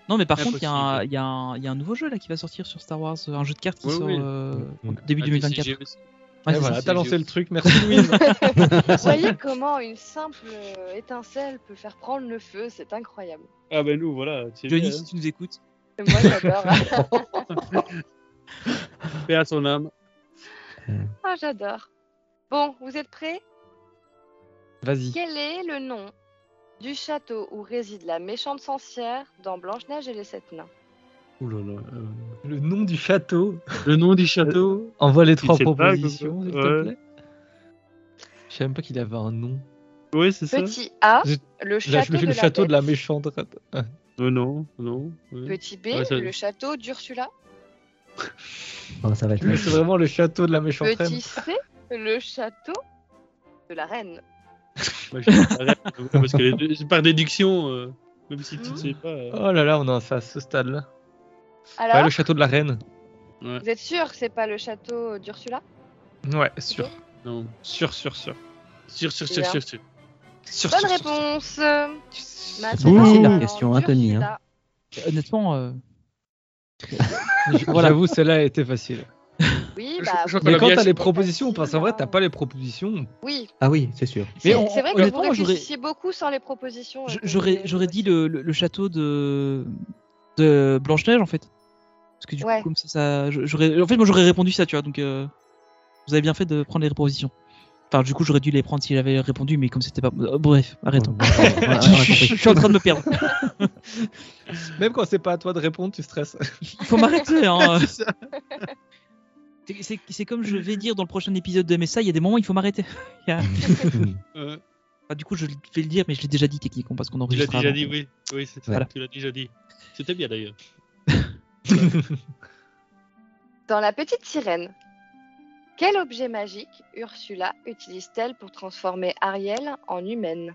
E: Non, mais par contre, il y, a un-
I: Impossible.
E: il y a un- il y a un nouveau jeu là qui va sortir sur Star Wars, un jeu de cartes qui
I: Oui,
E: sort
I: oui.
E: euh,
J: Mm.
E: début
I: Ah,
E: 2024.
I: j'ai-
E: Ouais,
H: Et
I: Ah,
E: c'est
H: voilà,
E: ça.
H: t'as lancé le truc, merci Louise.
G: Vous voyez comment une simple euh, étincelle peut faire prendre le feu, c'est incroyable.
I: Ah ben nous, voilà. c'est
E: Johnny,
I: bien,
E: si tu nous écoutes.
G: Moi, j'adore.
I: hein. Paix à son âme.
G: Ah, j'adore. Bon, vous êtes prêts
H: Vas-y.
G: Quel est le nom du château où réside la méchante sorcière dans Blanche-Neige et les Sept Nains
I: Ouh là là, euh,
H: Le nom du château.
I: Le nom du château.
H: Envoie les
I: Tu
H: trois
I: sais Euh, pas,
H: propositions,
I: Coco
H: s'il
I: Ouais.
H: te plaît. Je savais même pas qu'il avait un nom.
I: Oui, Euh, c'est ça.
G: Petit A,
H: J'ai-
G: le
H: Là,
G: château,
H: je me fais
G: de,
H: le château
G: la
H: de la
G: Bête.
H: méchante.
J: Ah,
I: Euh, non, non. ouais.
G: Petit B,
I: Ouais, ça-
G: le château d'Ursula.
J: Bon, ça va être
H: Mais c'est vraiment le château de la méchante reine.
G: Petit C, le château de la reine.
I: Moi, je dirais, euh, Parce que les deux- c'est par déduction, euh, même si tu ne sais pas. euh,
H: Oh là là, on en est à ce stade-là.
G: Alors,
H: Ouais, le château de la reine.
G: vous êtes sûr que c'est pas le château d'Ursula
H: Ouais, sûr.
I: Non.
H: Sûr, sûr, sûr.
I: Sur, sur,
G: Bien.
I: sur, sur, sur.
H: Sûr,
G: Bonne
H: sûr, sûr, sûr.
G: réponse
J: C'est pas facile, la
G: Maintenant,
J: question, hein, Tony, hein.
G: Ursula.
E: Honnêtement, euh,
H: Voilà. J'avoue, celle-là a été facile.
G: Oui,
I: Je-
G: bah,
I: je-
G: oui.
H: Mais
I: la
H: quand
I: bière,
H: t'as
I: c'est
H: les
I: pas
H: propositions,
G: facile,
H: parce qu'en vrai,
G: hein.
H: t'as pas les propositions.
G: oui.
J: Ah oui, c'est sûr.
G: C'est
E: on-
G: c'est vrai que vous
E: honnêtement, j'aurais-
G: réfléchissiez beaucoup sans les propositions. euh,
E: j-
G: que
E: j'aurais
G: vous-
E: j'aurais dit le, le- le château de, de Blanche-Neige en fait. Parce que du
G: Ouais.
E: coup, comme ça, ça- je- j'aurais- en fait, moi j'aurais répondu ça, tu vois. Donc, euh, vous avez bien fait de prendre les propositions. Enfin, du coup, j'aurais dû les prendre si j'avais répondu, mais comme c'était pas. euh, bref, arrête.
J: Bon, bon, on a- on a
E: Je, je- je
J: compris.
E: suis en train de me perdre.
H: Même quand c'est pas à toi de répondre, tu stresses.
E: Il faut m'arrêter. Hein. C'est- c'est- C'est comme je vais dire dans le prochain épisode de MSA, il y a des moments où il faut m'arrêter. Il y a-
J: Oh,
I: Euh,
E: Enfin, du coup, je vais le dire, mais je l'ai déjà dit techniquement parce qu'on
I: tu l'as
E: enregistre.
I: déjà
E: avant.
I: dit, oui. Oui, c'est ça.
E: Voilà.
I: Tu l'as déjà dit. C'était bien d'ailleurs.
G: Dans La Petite Sirène, quel objet magique Ursula utilise-t-elle pour transformer Ariel en humaine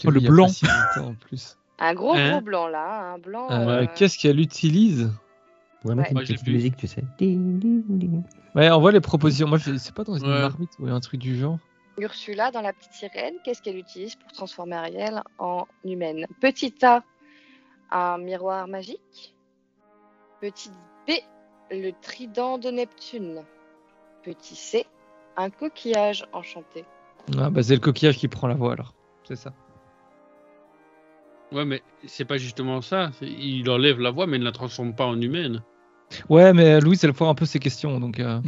H: Je l'ai
E: Oh, le
H: vu il y a
E: blanc.
H: pas si longtemps, en plus.
G: Un gros
I: Hein
G: gros blanc là, hein, un blanc.
H: Euh,
G: euh,
H: Qu'est-ce qu'elle utilise
J: On va mettre
I: Ouais.
J: une
I: Ouais, j'ai
J: petite
I: vu.
J: musique, tu sais. Ding, ding, ding.
H: Ouais, on voit les propositions. Moi, je sais pas dans une
I: Ouais.
H: marmite ou un truc du genre.
G: Ursula, dans La Petite Sirène, qu'est-ce qu'elle utilise pour transformer Ariel en humaine Petit A, un miroir magique. Petit B, le trident de Neptune. Petit C, un coquillage enchanté.
H: Ah, bah, c'est le coquillage qui prend la voix alors. C'est ça.
I: Ouais, mais c'est pas justement ça. C'est- Il enlève la voix, mais il ne la transforme pas en humaine.
H: Ouais, mais Louis, elle foire un peu ses questions. Donc, euh,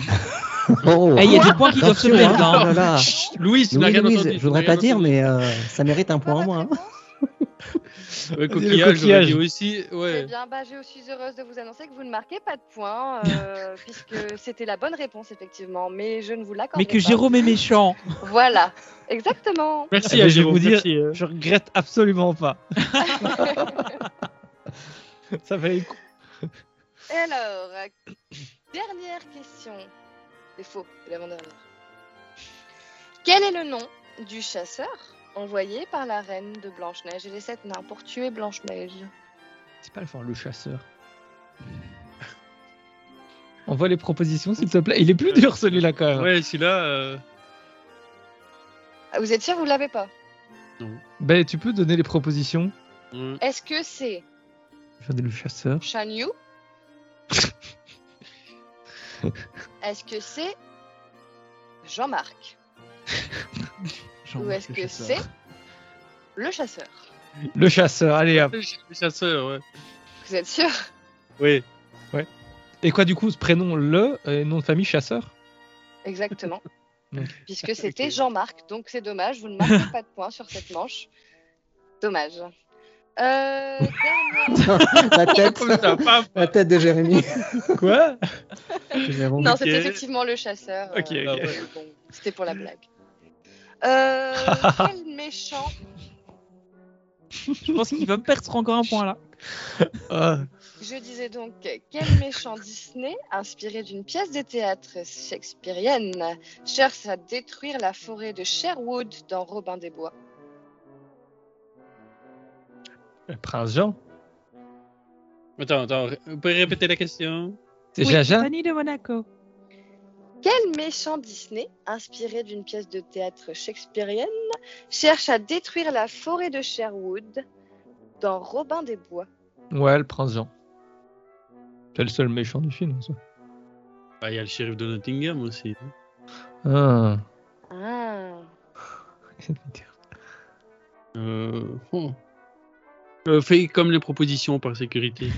J: Oh,
E: Eh, Il y a des points qui doivent se
J: attention, hein.
E: perdre. hein.
J: Oh là là.
I: Chut, Louis, tu n'as
J: Louise,
I: rien
J: Louise,
I: entendu.
J: je voudrais
I: tu n'as
J: pas
I: rien
J: dire, mais euh, ça mérite un point en moins. hein.
I: entendu. Ouais, coquillage, j'aurais
H: coquillage.
I: dit aussi.
G: Eh
I: Ouais.
G: bien, bah, je suis heureuse de vous annoncer que vous ne marquez pas de points, euh, puisque c'était la bonne réponse, effectivement, mais je ne vous l'accorde pas.
E: Mais que Jérôme est méchant.
G: Voilà, exactement.
I: Merci
H: Eh
I: à
H: ben, je vais
I: Jérôme.
H: vous dire-
I: merci, euh.
H: je regrette absolument pas. ça fait
G: Et alors, euh, dernière question. C'est faux, c'est l'avant-dernière. Quel est le nom du chasseur envoyé par la reine de Blanche-Neige et les sept nains pour tuer Blanche-Neige
H: C'est pas le fort, le chasseur. On voit les propositions, s'il te plaît. Il est plus dur celui-là quand même.
I: Ouais, celui-là. euh,
G: Ah, Vous êtes sûr, vous l'avez pas
H: Ben, tu peux donner les propositions
I: ouais.
G: Est-ce que c'est
H: Je vais le chasseur.
G: Shan Yu Est-ce que c'est Jean-Marc Ou est-ce que c'est le chasseur
H: Le chasseur, allez hop.
I: Le ch- le chasseur, ouais.
G: Vous êtes sûr
I: Oui.
H: Et quoi du coup, ce prénom le et nom de famille chasseur
G: Exactement.
H: Ok.
G: Puisque c'était Jean-Marc, donc c'est dommage, vous ne marquez pas de points sur cette manche. Dommage. Euh, dernier-
J: la, tête,
I: Comme ça, paf.
J: la tête de Jérémy.
H: Quoi
J: Jérôme.
G: Non, c'était effectivement le chasseur.
H: Ok, ok.
G: euh, mais bon, c'était pour la blague. Euh, quel méchant
E: Je pense qu'il va me perdre encore un point là.
H: Ah,
G: Je disais donc, quel méchant Disney, inspiré d'une pièce de théâtre shakespearienne, cherche à détruire la forêt de Sherwood dans Robin des Bois
H: Le prince Jean.
I: Attends, attends. ré- Vous pouvez répéter la question
H: C'est
E: Oui,
H: Jaja
E: Fanny de Monaco.
G: Quel méchant Disney, inspiré d'une pièce de théâtre shakespearienne, cherche à détruire la forêt de Sherwood dans Robin des Bois
H: Ouais, le prince Jean. C'est le seul méchant du film. Ça.
I: Bah, Il y a le shérif de Nottingham aussi.
H: Ah.
G: Ah.
I: Euh... oh. Euh, fais comme les propositions par sécurité.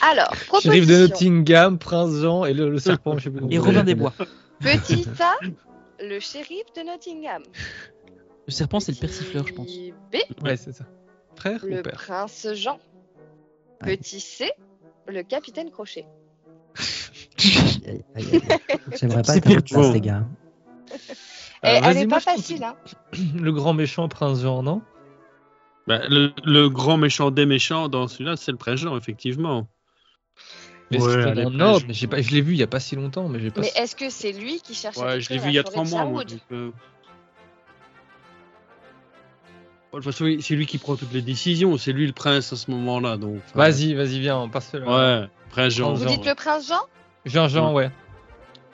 G: Alors,
H: Shérif de
G: proposition.
H: Nottingham, prince Jean et le, le serpent, je sais plus comment
E: Et
H: il
E: Robin
H: s'appelle.
E: des Bois.
G: Petit A, le shérif de Nottingham.
E: Le serpent, c'est le persifleur, je pense.
G: Petit B,
H: Ouais, c'est ça. Frère
G: le
H: ou père
G: prince Jean. Petit C, le capitaine Crochet.
J: Aïe, aïe, aïe. J'aimerais pas
E: C'est
J: être à votre
E: Pierre
J: place,
E: Jean.
J: les gars.
G: Eh,
H: Euh,
G: elle
H: vas-y,
G: n'est
H: moi,
G: pas
H: je trouve-
G: facile, hein.
H: Le grand méchant prince Jean, non
I: Bah, le, le grand méchant des méchants dans celui-là, c'est le prince Jean, effectivement.
H: Mais c'est
I: Ouais,
H: dans
I: elle est
H: un
I: pas-
H: ordre, mais j'ai pas- je l'ai vu il y a pas si longtemps, mais j'ai pas.
G: Mais est-ce que c'est lui qui cherche à
I: Ouais, je l'ai
G: détruire
I: vu
G: la
I: il y a
G: forêt
I: trois
G: de
I: mois, moi.
G: Sherwood
I: donc, euh. Bon, de toute façon, il- c'est lui qui prend toutes les décisions. C'est lui le prince à ce moment-là, donc. euh,
H: Vas-y, vas-y, viens, on passe là.
I: Ouais, prince Jean.
G: Vous
I: Jean,
G: dites le prince Jean
H: Jean Jean, ouais.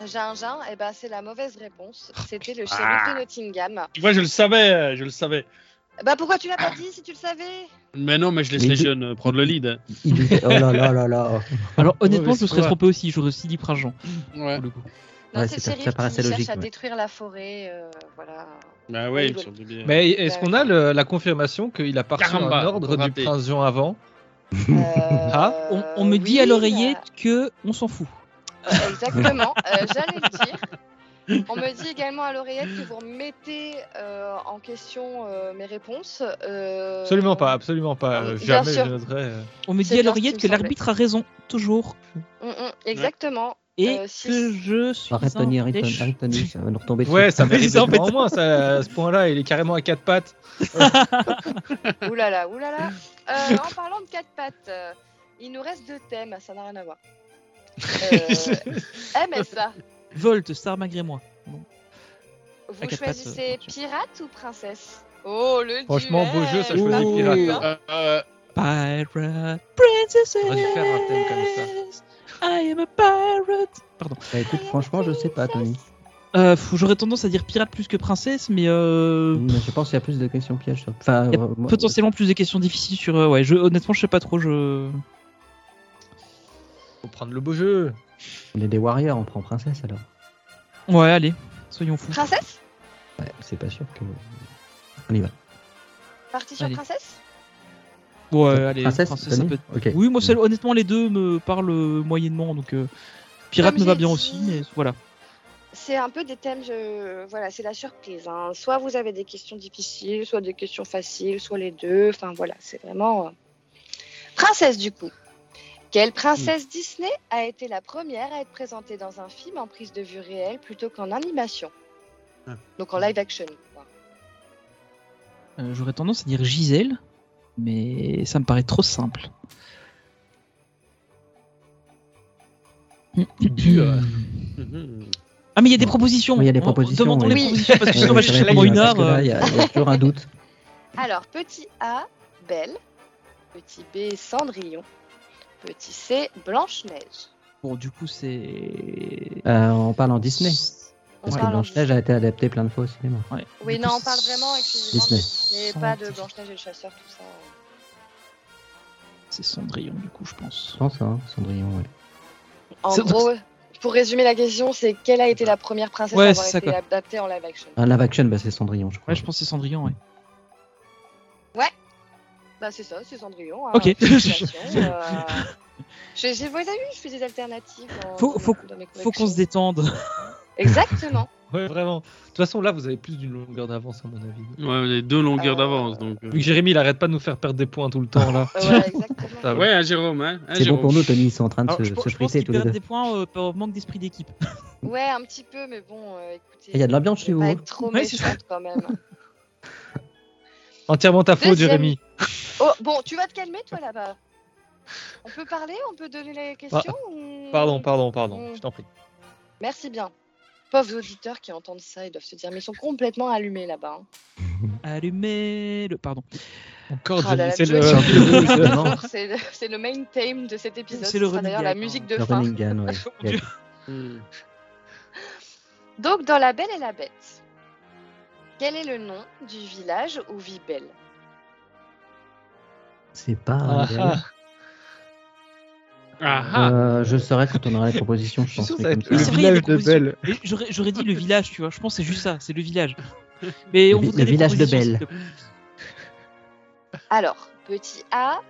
G: Gingin, eh ben, c'est la mauvaise réponse. C'était le shérif de Nottingham.
I: Tu vois, je le savais, je le savais.
G: Bah pourquoi tu l'as pas dit si tu le savais
I: Mais non, mais je laisse
J: Mais
I: les
J: d'où-
I: jeunes euh, prendre le lead.
J: Il doutait- Oh là là là là.
E: Alors honnêtement, je me serais
H: Ouais.
E: trompé aussi. J'aurais aussi dit prince Jean.
I: Ouais.
E: pour le coup.
G: Non,
J: Ouais,
G: c'est
J: c'est-
G: le
J: ça
G: shérif qui
J: paraissait logique,
G: cherche à
J: ouais.
G: détruire la forêt. euh, voilà.
I: Bah ouais, il me
G: Ouais,
I: semble bien.
H: Mais est-ce qu'on a le- la confirmation qu'il appartient
I: Caramba,
H: à l'ordre du
I: raté.
H: prince Jean avant Ah.
G: Euh,
E: On, on me dit à
G: oui,
E: l'oreillette que on s'en fout.
G: euh, exactement, euh, j'allais le dire. On me dit également à l'oreillette que vous remettez euh, en question euh, mes réponses. euh,
H: Absolument pas, absolument pas.
G: Euh,
H: euh,
G: bien
H: Jamais je
G: sûr.
H: noterai. euh.
E: On me dit à
G: C'est bien ce
E: l'oreillette
G: qui
E: que
G: me
E: l'arbitre a raison toujours
G: Mm, mm, exactement.
E: et
G: Euh,
E: que
G: si-
E: je suis
J: Arrête Tony,
E: un
J: arrête Tony,
E: lèche.
J: arrête Tony, ça va nous retomber dessus.
H: Ouais, ça mérite
E: ça, en
H: d'être
E: fait.
H: en moins, ça, à ce point-là, il est carrément à quatre pattes.
G: Oulala, oulala. Euh, en parlant de quatre pattes, euh, il nous reste deux thèmes, ça n'a rien à voir. Euh, MSA,
E: Volt, Star malgré moi.
G: vous
E: quatre pattes, euh, bien
G: choisissez
E: sûr.
G: pirate ou princesse Oh le
H: Franchement,
G: duel
H: beau jeu, ça, je choisis
I: Ouh,
H: pirate. hein.
I: euh, euh,
E: Pirate Princess.
H: Faudrait faire un thème comme
E: I am a pirate. Pardon.
J: Bah, écoute, franchement, je sais pas, Tony.
E: Euh, faut- J'aurais tendance à dire pirate plus que princesse, mais euh,
J: Mais je pense qu'il y a plus de questions pièges. sur- Enfin,
E: Il y a
J: euh, moi-
E: potentiellement plus de questions difficiles sur. euh, ouais, je, honnêtement, je sais pas trop. Je.
H: Faut prendre le beau jeu.
J: on est des warriors, on prend princesse alors.
E: Ouais, allez, soyons fous.
G: Princesse
J: Ouais, c'est pas sûr que. On y va.
G: Parti sur
E: Allez.
G: princesse
E: Ouais, allez,
J: princesse,
E: ça
J: Tony
E: peut être-
J: Ok.
E: Oui, moi, seul- honnêtement, les deux me parlent euh, moyennement, donc euh, pirate
G: Comme
E: me va
G: j'ai
E: bien
G: dit.
E: aussi, mais voilà.
G: C'est un peu des thèmes, je- voilà, c'est la surprise. hein. Soit vous avez des questions difficiles, soit des questions faciles, soit les deux. Enfin voilà, c'est vraiment. euh. Princesse du coup. Quelle princesse Disney a été la première à être présentée dans un film en prise de vue réelle plutôt qu'en animation
H: Ah.
I: Hmm.
G: Donc en live action. quoi.
E: Euh, J'aurais tendance à dire Gisèle, mais ça me paraît trop simple.
I: Dur. Mhm.
E: Ah, mais il y a des propositions.
J: Mm-hmm. Oui, il y a des
E: On-
J: propositions,
E: Demandons les
G: oui.
E: propositions parce que
J: Ouais,
E: sinon, on va
J: je
E: chercher
J: réfléchis,
E: pendant une
J: parce
E: heure.
J: que là,
E: euh,
J: Il y, a il y a toujours un doute.
G: Alors petit A, Belle. Petit B, Cendrillon. Petit C, Blanche-Neige.
E: Bon, du coup, c'est.
J: Euh, on parle en Disney.
G: On
J: Parce que
G: parle en
J: Blanche-Neige a été adaptée plein de fois au cinéma.
E: Ouais.
G: Oui,
E: Du
G: non,
E: coup,
G: on parle vraiment exclusivement de
J: Disney.
G: Disney,
E: Sans-
G: pas de Blanche-Neige et le chasseur, tout ça.
E: C'est Cendrillon, du coup, je pense.
J: Je pense, hein, Cendrillon, ouais.
G: En
E: C'est-
G: gros, pour résumer la question, c'est quelle a été la première princesse
E: Ouais,
G: à
E: c'est
G: avoir
E: ça,
G: été
E: quoi.
G: adaptée en live action
J: Un live action, bah, c'est Cendrillon, je crois.
E: Ouais, je pense que c'est Cendrillon, ouais.
G: Bah c'est ça, c'est Cendrillon. hein,
E: Ok.
G: félicitations, euh, J'ai j'ai- vous avez vu, je fais des alternatives. dans-
E: Faut-
G: dans
E: faut-
G: mes- dans mes
E: Faut qu'on se
G: collections.
E: détende.
G: Exactement.
H: Ouais, vraiment. De toute façon, là, vous avez plus d'une longueur d'avance, à mon avis.
I: Ouais, on est deux longueurs
G: Euh,
I: d'avance. donc. euh.
H: Vu que Jérémy, il arrête pas de nous faire perdre des points tout le temps, là.
G: Ouais, exactement.
H: Ça va.
I: Ouais, hein, Jérôme. Hein, hein,
J: C'est bon
I: Jérôme.
J: pour nous, Tony, ils sont en train de
E: Alors,
J: se,
E: je,
J: se
E: pense- je pense
J: friter
E: qu'ils
J: tous les
E: perdent
J: deux.
E: des points euh, par manque d'esprit d'équipe.
G: Ouais, un petit peu, mais bon, euh, écoutez.
J: Il y a de l'ambiance
G: faut
J: chez vous,
G: Pas
J: hein.
G: être trop
E: Ouais, c'est ça.
G: méchante quand même.
H: Entièrement ta faute,
G: Deuxième.
H: Jérémy.
G: Oh, bon, tu vas te calmer, toi, là-bas. On peut parler On peut donner les questions
J: Bah,
G: ou-
H: Pardon, pardon, pardon.
G: Mm.
H: Je t'en prie.
G: Merci bien. Pauvres auditeurs qui entendent ça, ils doivent se dire, mais ils sont complètement allumés là-bas. hein.
E: Allumez le. Pardon. Oh,
H: Encore,
G: Ah là
H: Jérémy.
G: là,
H: C'est
G: le-
H: le.
J: Évidemment.
G: C'est le, c'est le main theme de cet épisode.
E: C'est
G: C'est
E: le running
G: d'ailleurs la
E: gag,
G: musique
E: hein.
G: de
J: Le
G: fin.
J: running gun, ouais. Il y a-
I: Mhm.
G: Donc, dans La Belle et la Bête, quel est le nom du village où vit Belle
J: C'est pas.
H: Ah, ah.
I: Ah, ah.
J: Euh, je saurais quand on aura les propositions,
H: Je
J: je
H: suis
J: pense.
H: sûr que
J: mais
H: ça va
J: comme ça.
H: être le
E: c'est vrai, il y a des
H: village de
E: propositions.
H: Belle.
E: Et J'aurais j'aurais dit le village, tu vois. Je pense que c'est juste ça, c'est le village. Mais
J: Le
E: on
J: vi-
E: voudrait
J: le
E: des
J: village de
E: propositions,
J: Belle.
E: s'il te plaît.
G: Alors, petit A,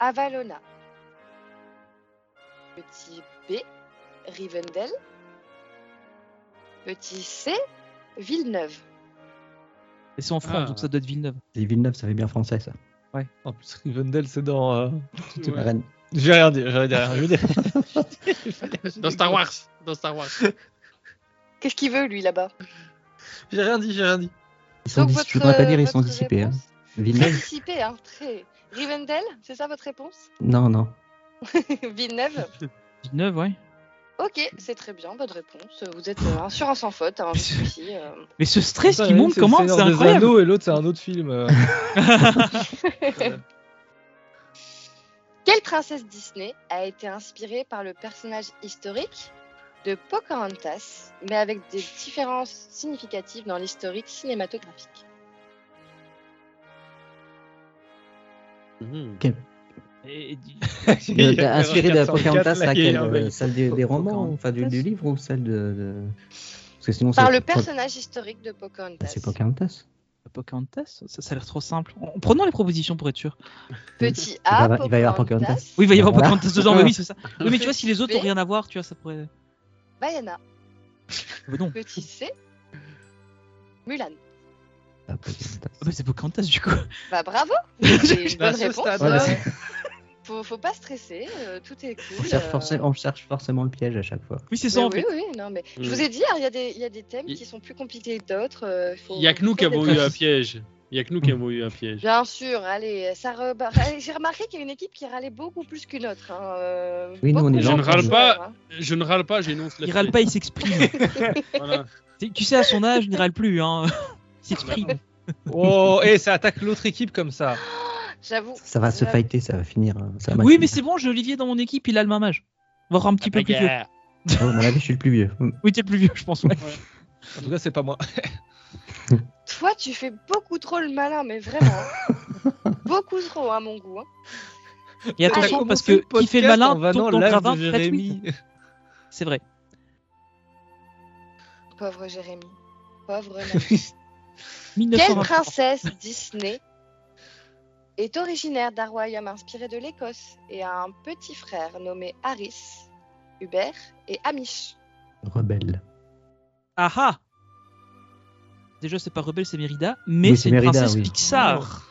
G: Avalona. Petit B, Rivendell. Petit C, Villeneuve.
E: Et c'est en France,
I: Ah.
E: donc ça doit être Villeneuve.
J: C'est Villeneuve, ça fait bien français, ça.
H: En plus, Rivendell, c'est dans. euh,
I: Ouais.
J: Rennes.
H: J'ai rien dit, j'ai rien dit, rien, je veux dire.
I: Dans Star Wars. Dans Star Wars.
G: Qu'est-ce qu'il veut, lui, là-bas
H: J'ai rien dit, j'ai rien dit.
J: Ils sont dis- Je voudrais pas dire, ils sont dissipés. hein.
G: Très
J: Villeneuve
G: dissipé, hein, très. Rivendell, c'est ça votre réponse
J: Non, non.
G: Villeneuve
E: Villeneuve, ouais.
G: Ok, c'est très bien, bonne réponse. Vous êtes euh, un sur un sans faute, hein, pas de souci, euh.
E: Mais ce stress
H: Ça,
E: qui
H: oui,
E: monte,
H: Bah, c'est
E: comment
H: le
E: C'est
H: Seigneur des
E: incroyable.
H: Anneaux et l'autre, c'est un autre film. euh.
G: Quelle princesse Disney a été inspirée par le personnage historique de Pocahontas, mais avec des différences significatives dans l'historique cinématographique
I: Mhm.
E: Et-
J: De- de- Inspiré de
H: 404,
J: Pocahontas,
H: là, il y a
J: laquelle
H: un
J: euh,
H: mec.
J: Celle des, des romans,
H: Pocahontas.
J: enfin du, du livre ou celle de. de- Parce que sinon,
G: Par
J: c'est-
G: le personnage historique de Pocahontas.
J: C'est Pocahontas.
E: Pocahontas Ça, ça a l'air trop simple. En- en prenant les propositions pour être sûr.
G: Petit
J: Il va
G: A,
J: y avoir- il va y avoir
G: Pocahontas.
E: Oui, il va y avoir
J: Ah, Voilà.
E: Pocahontas dedans, mais oui, c'est ça. Oui, mais tu vois, si les autres ont rien à voir, tu vois, ça pourrait.
G: Vaiana.
E: Ah, Mais non.
G: Petit C, Mulan.
J: Ah, Pocahontas.
E: Ah bah, c'est Pocahontas, du coup.
G: Bah bravo C'est une
H: Bah,
G: bonne
H: ce
G: réponse.
H: stade,
J: Ouais, bah,
G: euh,
J: c'est-
G: faut, faut pas stresser, euh, tout est cool.
J: on, cherche
G: euh.
J: forcément, on cherche forcément le piège à chaque fois.
E: Oui, c'est
G: Mais
E: ça, en
G: oui,
E: fait.
G: oui, non, mais je
I: Mm.
G: vous ai dit, hein, il y, a des- il y a des thèmes qui sont plus compliqués que d'autres. euh, faut-
I: Il y a que nous
G: faut
I: qui avons
G: des-
I: eu un piège. Il y a que nous qui avons eu un piège.
G: Bien sûr, allez, ça rebar- allez, j'ai remarqué qu'il y a une équipe qui râlait beaucoup plus qu'une autre. hein, euh,
J: Oui, nous, on
G: beaucoup
J: est
G: de
J: gentils.
G: gens
I: Je ne râle pas.
G: hein.
I: Je ne râle pas, j'énonce les
E: Il râle
I: faits.
E: pas, il s'exprime.
I: Voilà.
E: Tu- tu sais, à son âge, il ne râle plus, hein. Il s'exprime.
J: Ah,
H: Oh, et ça attaque l'autre équipe comme ça.
G: J'avoue.
J: Ça va se
G: j'avoue.
J: fighter, ça va finir. euh, Ça va
E: Oui,
J: matcher.
E: mais c'est bon, j'ai Olivier dans mon équipe, il a le main mage. voire un petit
H: bah,
E: peu plus vieux.
I: Bagarre.
J: Ah, à mon avis, je suis le plus vieux.
E: Oui, t'es le plus vieux, je pense. ouais.
H: En tout cas, c'est pas moi.
G: Toi, tu fais beaucoup trop le malin, mais vraiment. hein. beaucoup trop, à mon goût. hein.
E: Et attention, parce que qui fait le malin tombe dans le jardin.
H: de
E: peut-être, oui.
H: Jérémy.
E: C'est vrai.
G: Pauvre Jérémy. Pauvre Nana. Quelle
E: 1920.
G: princesse Disney est originaire d'un royaume inspiré de l'Écosse et a un petit frère nommé Harris, Hubert et Amish
J: Rebelle.
E: Ah ah Déjà, c'est pas Rebelle, c'est Mérida, mais
J: Oui, c'est
E: c'est une
J: Mérida,
E: princesse
J: oui.
E: Pixar.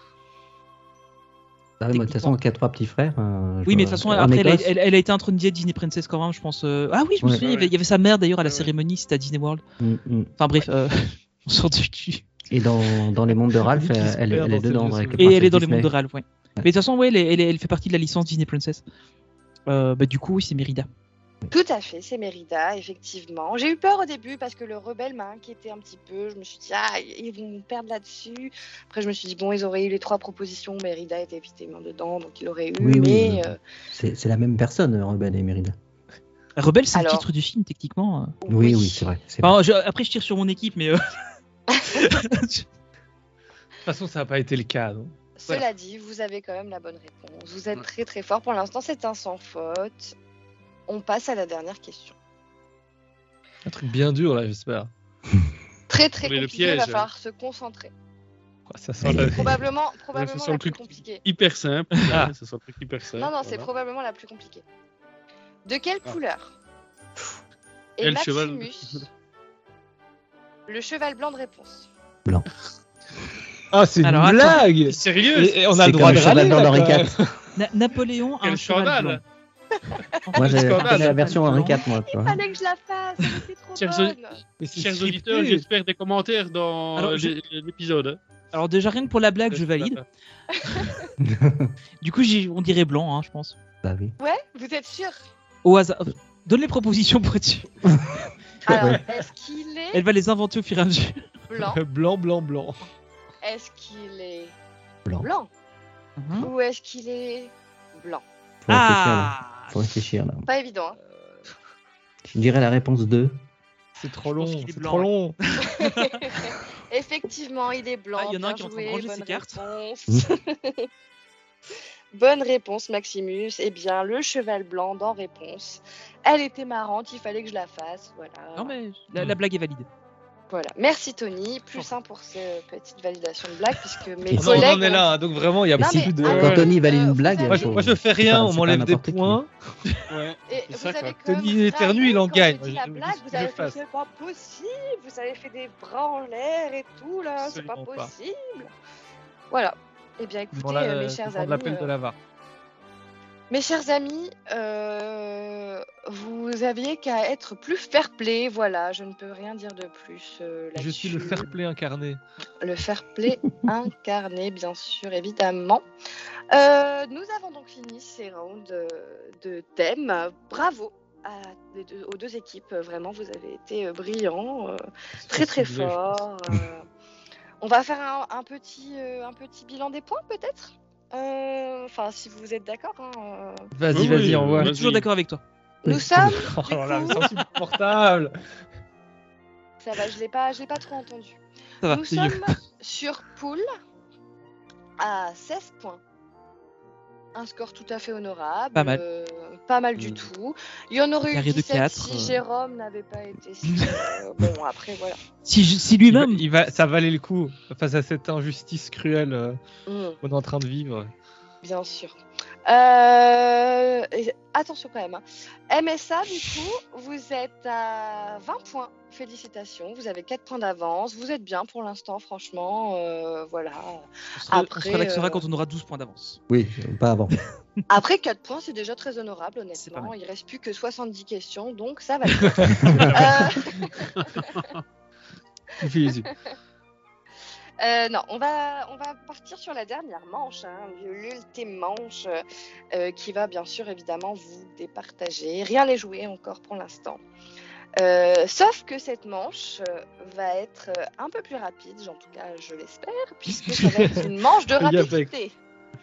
J: Ah oui, moi, de toute façon,
E: Techniquement.
J: qu'à trois petits frères. euh, je
E: Oui, mais de
J: vois-
E: toute façon,
J: en
E: après, elle a,
J: Écosse,
E: elle- elle a été intronisée Disney Princess quand même, je pense. euh, Ah oui, je me
J: Ouais.
E: souviens, il y
I: Ouais.
E: avait- il y avait sa mère d'ailleurs à la
I: Ouais, ouais.
E: cérémonie, c'était à Disney World.
J: mm, mm.
E: Enfin bref, euh, on sort du cul.
J: Et dans, dans les mondes de Ralph,
H: Oui, qui
J: elle,
H: se
J: elle
H: perd
J: est
H: dans ce
J: dedans.
H: vieux
J: avec
H: sous-
E: Et
J: princesse
E: elle est dans les
J: Disney.
E: mondes de Ralph, ouais. Mais de toute façon, ouais, elle, est- elle est- elle fait partie de la licence Disney Princess. Euh, bah, du coup, oui, c'est Mérida.
G: Tout à fait, c'est Mérida, effectivement. J'ai eu peur au début parce que le rebelle m'a inquiété un petit peu. Je me suis dit, ah, ils vont me perdre là-dessus. Après, je me suis dit, bon, ils auraient eu les trois propositions. Mérida était évidemment dedans, donc il aurait eu.
J: Oui, oui,
G: mais
J: oui.
G: euh,
J: C'est c'est la même personne, euh, Rebelle et Mérida.
E: Rebelle, c'est le
G: Alors.
E: titre du film, techniquement. euh.
J: Oui, oui, c'est vrai. c'est vrai.
E: Enfin, je- après, je tire sur mon équipe, mais. euh,
H: De toute façon, ça n'a pas été le cas. donc.
G: Cela dit, vous avez quand même la bonne réponse. Vous êtes très très fort. Pour l'instant, c'est un sans faute. On passe à la dernière question.
H: Un truc bien dur, là, j'espère.
G: Très très
I: Mais le
G: compliqué, il va
I: piège.
G: falloir se concentrer.
H: Quoi, Ça sent la-
G: Probablement,
I: c'est
G: probablement
I: sur
G: la
I: le
G: plus
I: truc.
G: compliquée.
I: Hyper simple.
H: Ah.
I: ouais, ça sera un truc hyper simple.
G: Non, non, c'est
I: voilà.
G: probablement la plus compliquée. De quelle
I: Ah.
G: couleur
I: Et
G: est
I: le cheval
G: Maximus Le cheval blanc de réponse.
H: Ah, c'est une
E: Alors, attends.
H: blague
I: Sérieux
H: et, et on a
J: C'est
H: le droit
J: comme
H: de
J: le
H: râler.
J: cheval
H: là,
J: dans Henri
H: quand même.
J: IV.
E: Na- Napoléon a
I: Quel
E: un cheval
I: scandale.
E: blanc.
J: Moi, j'ai
I: scandale.
J: j'ai la version Henri IV, moi. tu vois.
G: Fallait que je la fasse, elle était trop
I: Chers
G: bonne.
H: Mais c'est
I: Chers
H: scripté.
I: auditeurs, j'espère des commentaires dans
E: Alors,
I: euh,
E: je-
I: l'é- l'épisode. hein.
E: Alors déjà rien que pour la blague, je valide. Du coup, j'y- on dirait blanc, hein, je pense.
J: Bah oui.
G: Ouais, vous êtes sûr
E: Au hasard. Donne les propositions pour être sûr.
G: Alors, est-ce qu'il est
E: Elle va les inventer au fur et à mesure.
G: blanc
H: Blanc, blanc, blanc.
G: Est-ce qu'il est
J: Blanc.
G: blanc
E: Mhm.
G: Ou est-ce qu'il est blanc
J: Faut réfléchir, là.
E: Ah
J: Faut réfléchir, là.
G: Pas évident. hein.
J: Je dirais la réponse 2.
H: C'est trop
E: Je pense
H: long.
E: qu'il est
H: C'est
E: blanc,
H: trop
E: ouais.
H: long.
G: Effectivement, il est blanc.
E: Ah, il y en a un
G: bien
E: qui est en train de
G: joué,
E: ranger
G: bonne
E: ses cartes.
G: réponse. bonne réponse, Maximus. Eh bien, le cheval blanc dans réponse. Elle était marrante, il fallait que je la fasse. Voilà.
E: Non mais la, la blague est valide.
G: voilà. Merci, Tony. Plus un pour cette petite validation de blague, puisque mes
J: Non,
H: On en-
G: collègues.
H: on en est là, hein, donc vraiment, il y a
G: Non, mais-
H: plus de.
G: Ah,
J: Quand
G: ouais.
J: Tony valide
G: Euh,
J: une
G: faut
J: blague.
G: faire-
H: Moi, je,
J: faut-
H: moi, je fais
J: c'est
H: rien,
J: pas-
H: on
J: c'est pas
H: m'enlève des
J: n'importe qui.
H: points.
G: Et
I: C'est
G: vous
I: ça,
G: avez
I: quoi.
G: quand même
H: Tony éternue, il en
G: raté quand
H: gagne.
G: j'ai dit
H: Moi,
G: la
H: j'ai-
G: blague,
H: je-
G: vous
H: je
G: avez
H: le
G: fait
H: fasse.
G: c'est pas possible, vous avez fait des bras en l'air et tout là, c'est pas
H: Absolument pas.
G: possible. Voilà. Eh bien écoutez,
H: Bon, là,
G: euh, mes
H: euh, faut
G: chers
H: prendre
G: amis,
H: l'appel de
G: euh,
H: la VAR.
G: Mes chers amis, euh, vous aviez qu'à être plus fair-play, voilà, je ne peux rien dire de plus. euh,
H: Je suis le
G: là-dessus.
H: fair-play incarné.
G: Le fair-play incarné, bien sûr, évidemment. Euh, nous avons donc fini ces rounds euh, de thèmes. Bravo à les deux- aux deux équipes, euh, vraiment, vous avez été euh, brillants, euh, très très
H: Sensible, je pense.
G: forts. euh. on va faire un, un petit, euh, un petit bilan des points, peut-être Euh, Enfin, si vous êtes d'accord. hein, euh.
H: Vas-y,
I: Oui,
H: vas-y,
I: oui,
H: envoie.
E: Je suis toujours d'accord avec toi.
G: Nous sommes
H: Oh là là,
G: coup-
H: mais c'est insupportable.
G: Ça va, je l'ai pas, je l'ai pas trop entendu.
E: Ça va.
G: Nous
E: c'est mieux.
G: sommes sur poule à 16 points. Un score tout à fait honorable.
E: Pas mal.
G: euh, pas mal du
J: Mm.
G: tout. Il y en aurait eu
E: Carré de
G: 17
E: quatre,
G: si
E: euh.
G: Jérôme n'avait pas été. si- euh, bon, après, voilà.
E: Si, je- si
H: Il va,
E: lui-même.
H: il va- ça valait le coup face à cette injustice cruelle euh,
G: Mm,
H: qu'on est en train de vivre.
G: bien sûr. Euh, et- attention quand même. hein. MSA, du coup, vous êtes à 20 points. Félicitations, vous avez 4 points d'avance. Vous êtes bien pour l'instant, franchement. euh, voilà.
E: On se, re- on se
G: Après,
E: relaxera
G: euh,
E: quand on aura 12 points d'avance.
J: Oui, pas avant.
G: Après 4 points, c'est déjà très honorable,
E: C'est pas
G: honnêtement.
E: mal.
G: Il reste plus que 70 questions, donc ça va. le Euh, faire.
H: Il fait les yeux.
G: Euh, euh, non, on va, on va partir sur la dernière manche, hein, l'ultime manche, euh, qui va bien sûr évidemment vous départager. Rien n'est joué encore pour l'instant. Euh, sauf que cette manche euh, va être euh, un peu plus rapide, en tout cas je l'espère, puisque ça va être une manche de
H: Il y a pas-
G: rapidité.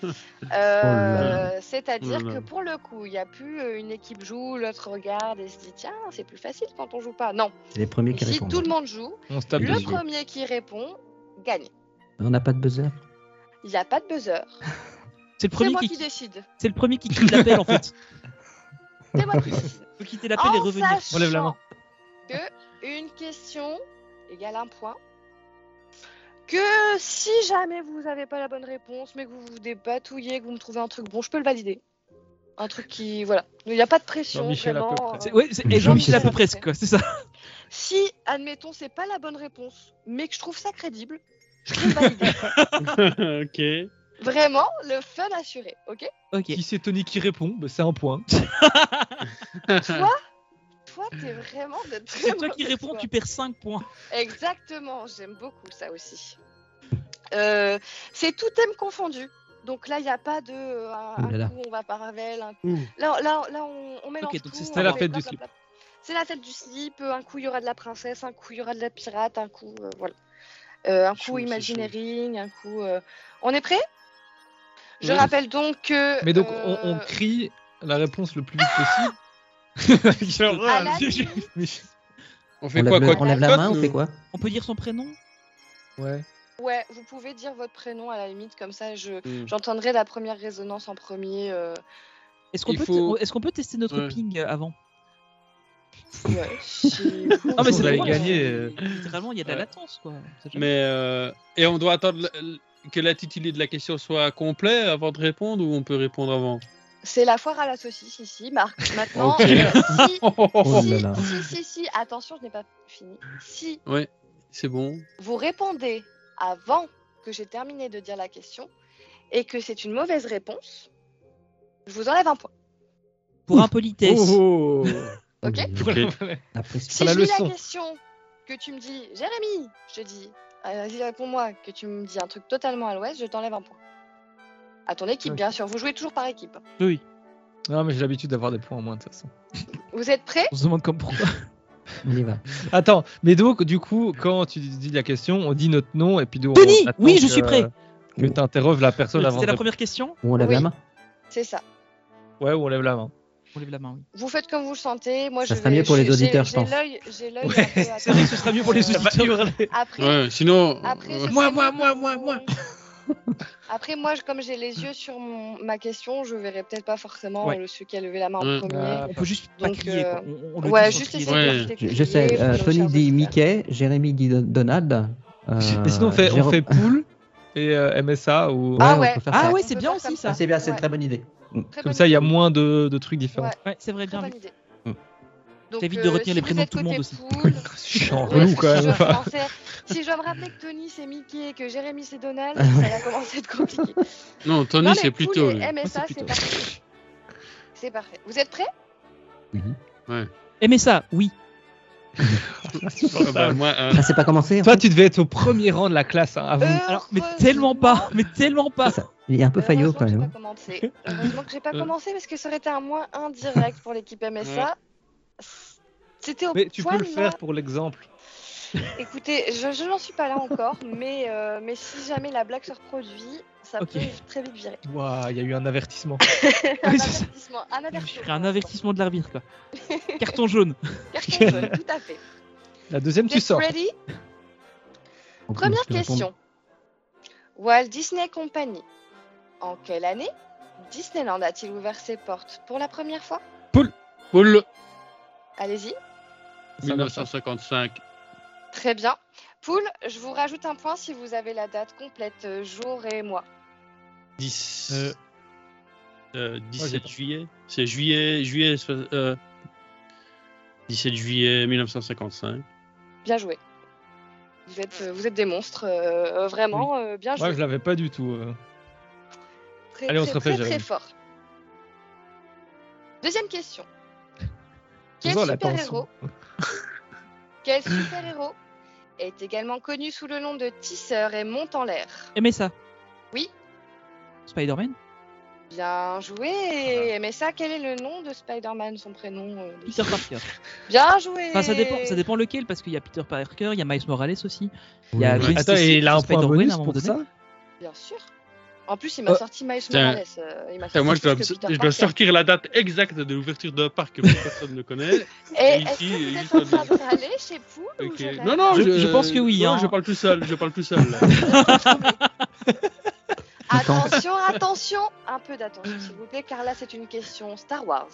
J: Oh
G: Euh, C'est-à-dire
I: Oh là
G: que
I: là.
G: pour le coup, il n'y a plus euh, une équipe joue, l'autre regarde et se dit tiens, c'est plus facile quand on joue pas. Non,
J: C'est les premiers qui
G: ici
J: répondent.
G: tout le monde joue.
H: On se tape
G: Le
H: dessus.
G: premier qui répond gagne.
J: On n'a pas de buzzer.
G: Il n'y a pas de buzzer.
E: C'est le
G: C'est
E: premier
G: moi
E: qui,
G: qui, décide.
E: c'est le premier qui quitte l'appel en fait.
G: C'est moi qui décide.
E: Faut quitter l'appel
G: En
E: et revenir.
G: sachant
H: On lève la main.
G: Que une question égale un point. Que si jamais vous n'avez pas la bonne réponse, mais que vous vous débatouillez, que vous me trouvez un truc bon, je peux le valider. Un truc qui. Voilà. Il n'y a pas de pression.
H: Jean-Michel à peu
G: vraiment,
H: près.
G: euh,
E: C'est- Ouais, c'est- et
J: Jean-Michel
E: Jean-Michel à peu
G: Apathy.
E: près, quoi, c'est ça.
G: Si, admettons, c'est pas la bonne réponse, mais que je trouve ça crédible, je peux le valider.
I: ok.
G: Vraiment, le fun assuré, ok
E: Ok.
H: Si c'est Tony qui répond, bah, c'est un point.
G: Toi, toi, t'es vraiment de très
E: Euh, C'est toi qui
G: mauvaise
E: réponds,
G: foi.
E: tu perds 5 points.
G: Exactement, j'aime beaucoup ça aussi. Euh, c'est tout thème confondu. Donc là, il n'y a pas de euh, un,
J: Ouh Oh là là.
G: coup on va par Ravel. un-
I: Ouh.
G: Là, là, là, on, on mélange
E: Ok, donc
G: tout,
E: c'est
G: on
E: Stella
G: fait
H: Fête du
G: blablabla. C'est la fête du slip. euh, Un coup, il y aura de la princesse. Un coup, il y aura de la pirate. Un coup, euh, voilà. Euh, un coup
I: Chaud, c'est
G: Imagineering. Un coup. euh, On est prêt Je
H: Oui.
G: rappelle donc que.
H: Mais donc, on, on
G: euh,
H: crie la réponse le plus vite possible. Genre,
G: à la
H: j'ai-
G: nuit,
H: mais-
I: On
J: On
I: fait
J: lève,
I: quoi,
J: le-
I: quoi
J: on lève la
I: cote,
J: main, on
I: ou-
J: fait quoi
E: On peut dire son prénom
H: Ouais.
G: Ouais, vous pouvez dire votre prénom à la limite, comme ça je
J: Mm.
G: j'entendrai la première résonance en premier. euh,
E: Est-ce qu'on
I: Il
E: peut,
I: faut-
E: est-ce qu'on peut tester notre
I: Ouais.
E: ping euh, avant
G: ouais, si vous-
E: Ah, mais c'est
H: Vous allez
E: drôle.
H: gagner. euh,
E: Littéralement, il y a de la
I: Ouais.
E: latence, quoi. On sait jamais.
I: Mais euh, et on doit attendre l- l- que l'intitulé de la question soit complet avant de répondre ou on peut répondre avant
G: C'est la foire à la saucisse ici, Marc. Maintenant, euh, si,
I: Ok.
J: Oh
G: si,
J: là là.
G: si, si, si, attention, je n'ai pas fini. Si
I: Ouais, c'est bon.
G: vous répondez avant que j'ai terminé de dire la question et que c'est une mauvaise réponse, je vous enlève un point.
E: Pour impolitesse.
I: Oh,
G: Ok.
J: Ouh,
I: Ok.
J: La pression.
G: Si
H: la
G: je lis
H: leçon.
G: la question que tu me dis, Jérémy, je te dis, ah, vas-y, réponds-moi, que tu me dis un truc totalement à l'ouest, je t'enlève un point. À ton équipe,
H: Ouais.
G: bien sûr. Vous jouez toujours par équipe.
E: Oui.
H: Non, mais j'ai l'habitude d'avoir des points en moins de toute façon.
G: Vous êtes prêts
E: On se demande comme pourquoi.
J: On y va.
H: Attends, mais donc, du coup, quand tu dis la question, on dit notre nom et puis donc.
E: Denis,
H: on attend
E: oui, je
H: que-
E: suis prêt.
H: Que t'interroges la personne avant.
E: C'était
H: de-
E: la première question.
J: Ou on lève
G: Oui.
J: la main.
G: C'est ça.
H: Ouais, ou on lève la main.
E: On lève la main. Oui.
G: Vous faites comme vous le sentez. Moi,
J: Ça
G: je
J: sera
G: vais-
J: mieux pour les
G: j'ai-
J: auditeurs,
G: j'ai-
J: je pense.
G: J'ai l'œil, j'ai l'œil.
E: Ouais,
G: un peu
E: c'est vrai que ce sera mieux pour les
G: attentif, euh,
E: auditeurs.
G: Après,
I: Ouais, sinon.
G: après,
I: euh,
G: je
I: moi,
G: sais
I: moi,
G: que
I: moi,
G: vous-
I: moi, moi.
G: Après, moi, je- comme j'ai les yeux sur mon- ma question, je verrai peut-être pas forcément
E: Ouais.
G: le celui qui a levé la main en
I: Ouais.
G: premier.
H: Ah,
E: On peut juste pas
G: Donc,
E: crier.
G: euh,
E: quoi. On- on le
G: ouais,
E: dit sans
G: juste
E: crier.
G: essayer
I: Ouais.
G: d'éviter de
J: Je, je sais,
G: crier,
J: euh,
G: nos
J: Tony
G: chers
J: dit
G: auditeurs.
J: Mickey, Jérémy dit Don- Donald. euh,
H: Mais sinon, on fait, on
J: Jérôme-
H: fait pool et euh, MSA ou.
G: Ah
J: on
G: ouais.
J: peut faire
E: Ah
J: ça.
E: ouais,
G: On
E: c'est
G: peut
E: bien
G: faire
E: aussi
G: comme
E: ça.
G: ça.
J: C'est bien, c'est une
G: Ouais.
J: très bonne idée.
G: Très
H: Comme
G: bonne
H: ça, il y a
G: idée.
H: moins de, de trucs différents.
G: Ouais,
E: Ouais, c'est vrai,
G: très
E: bien vu.
G: bonne idée.
J: Mm. Oh,
G: Donc,
E: J'évite de
G: euh,
E: retenir
G: si
E: les
G: vous
E: prénoms de
G: êtes
E: tout le
G: côté
E: monde aussi.
G: pool,
H: Je suis en
G: Ouais,
H: relou
G: si
H: quand
G: je
H: même.
G: pensais- si je dois me rappeler que Tony c'est Mickey et que Jérémy c'est Donald,
J: Ah
G: ça va commencer à être compliqué.
I: Non,
G: Non,
I: Tony,
G: mais
I: c'est
G: cool,
I: plutôt.
G: et
I: lui.
G: MSA,
E: Ouais, c'est
G: c'est
E: plutôt.
G: parfait. C'est parfait. Vous êtes prêts
E: Aimez ça, oui.
I: Ah bah, moi, euh,
J: Ça, c'est hein. pas commencé. en
H: Toi,
J: fait.
H: tu devais être au premier rang de la classe hein,
G: Euh,
H: avant.
E: Alors, mais tellement pas, mais tellement pas.
J: Ça, Il est Ah un peu faillot quand même.
G: Heureusement que j'ai pas commencé. Heureusement que j'ai pas
I: Euh.
G: commencé parce que ça aurait été un moins indirect pour l'équipe MSA. C'était au
H: Mais tu
G: point
H: peux le
G: là.
H: faire pour l'exemple.
G: Écoutez, je, je n'en suis pas là encore, mais, euh, mais si jamais la blague se reproduit, ça
E: Ok.
G: peut très vite virer.
H: Waouh, il y a eu un avertissement.
G: un
E: Oui, c'est ça.
G: avertissement. Un
E: Je
G: avertissement.
E: ferai un avertissement de l'arbitre, quoi. Carton jaune.
G: Carton jaune, tout à fait.
H: La deuxième, tu
G: Get
H: sors.
G: ready
J: On peut-
G: Première
J: on peut répondre.
G: question. Walt Disney Company. En quelle année Disneyland a-t-il ouvert ses portes pour la première fois
I: Poule
G: Allez-y.
H: Ça marche.
I: 1955.
G: Très bien. Poule, je vous rajoute un point si vous avez la date complète, euh, jour et mois.
I: 10.
H: Euh, oh,
I: Euh,
H: j'ai
I: 17
H: pas.
I: juillet. C'est juillet. juillet so- euh, 17 juillet 1955.
G: Bien joué. Vous êtes, euh, vous êtes des monstres, euh, euh, vraiment, euh, bien joué.
H: Moi, je l'avais pas du tout. euh.
G: Très,
H: Allez, on
G: très,
H: se rappelle,
G: très, très
H: Jérémy.
G: fort. Deuxième question. Quel
H: Toujours la tension.
G: super-héros Quel super-héros est également connu sous le nom de Tisseur et monte en l'air
E: Aimez ça.
G: Oui.
E: Spider-Man
G: Bien joué Mais ça, quel est le nom de Spider-Man, son prénom euh, de-
E: Peter Parker.
G: Bien joué
E: Enfin, ça dépend, ça dépend lequel, parce qu'il y a Peter Parker, il y a Miles Morales aussi. Il y
J: Oui.
E: a
J: Ouais.
E: Gwen
H: Attends,
E: Stacy
H: et il a un
E: sur
H: point
E: Spider-Gwen
H: bonus
E: à un moment
H: pour
E: donné.
H: ça
G: Bien sûr En plus, il m'a
I: Euh,
G: sorti Miles
I: tiens.
G: Morales. euh, il m'a
I: Putain,
G: sorti
I: moi, je dois,
G: plus que Peter
I: je dois
G: Parker.
I: sortir la date exacte de l'ouverture d'un parc que personne ne connaît.
G: Et
I: Ici,
G: Eh, est-ce que vous
I: il
G: êtes
I: faut
G: en train de râler chez vous
I: Ok. Non, non,
E: Je- je pense que oui,
I: non,
E: hein.
I: je parle tout seul. Je parle tout seul. là.
G: Attention, attention, un peu d'attention s'il vous plaît, car là c'est une question Star Wars.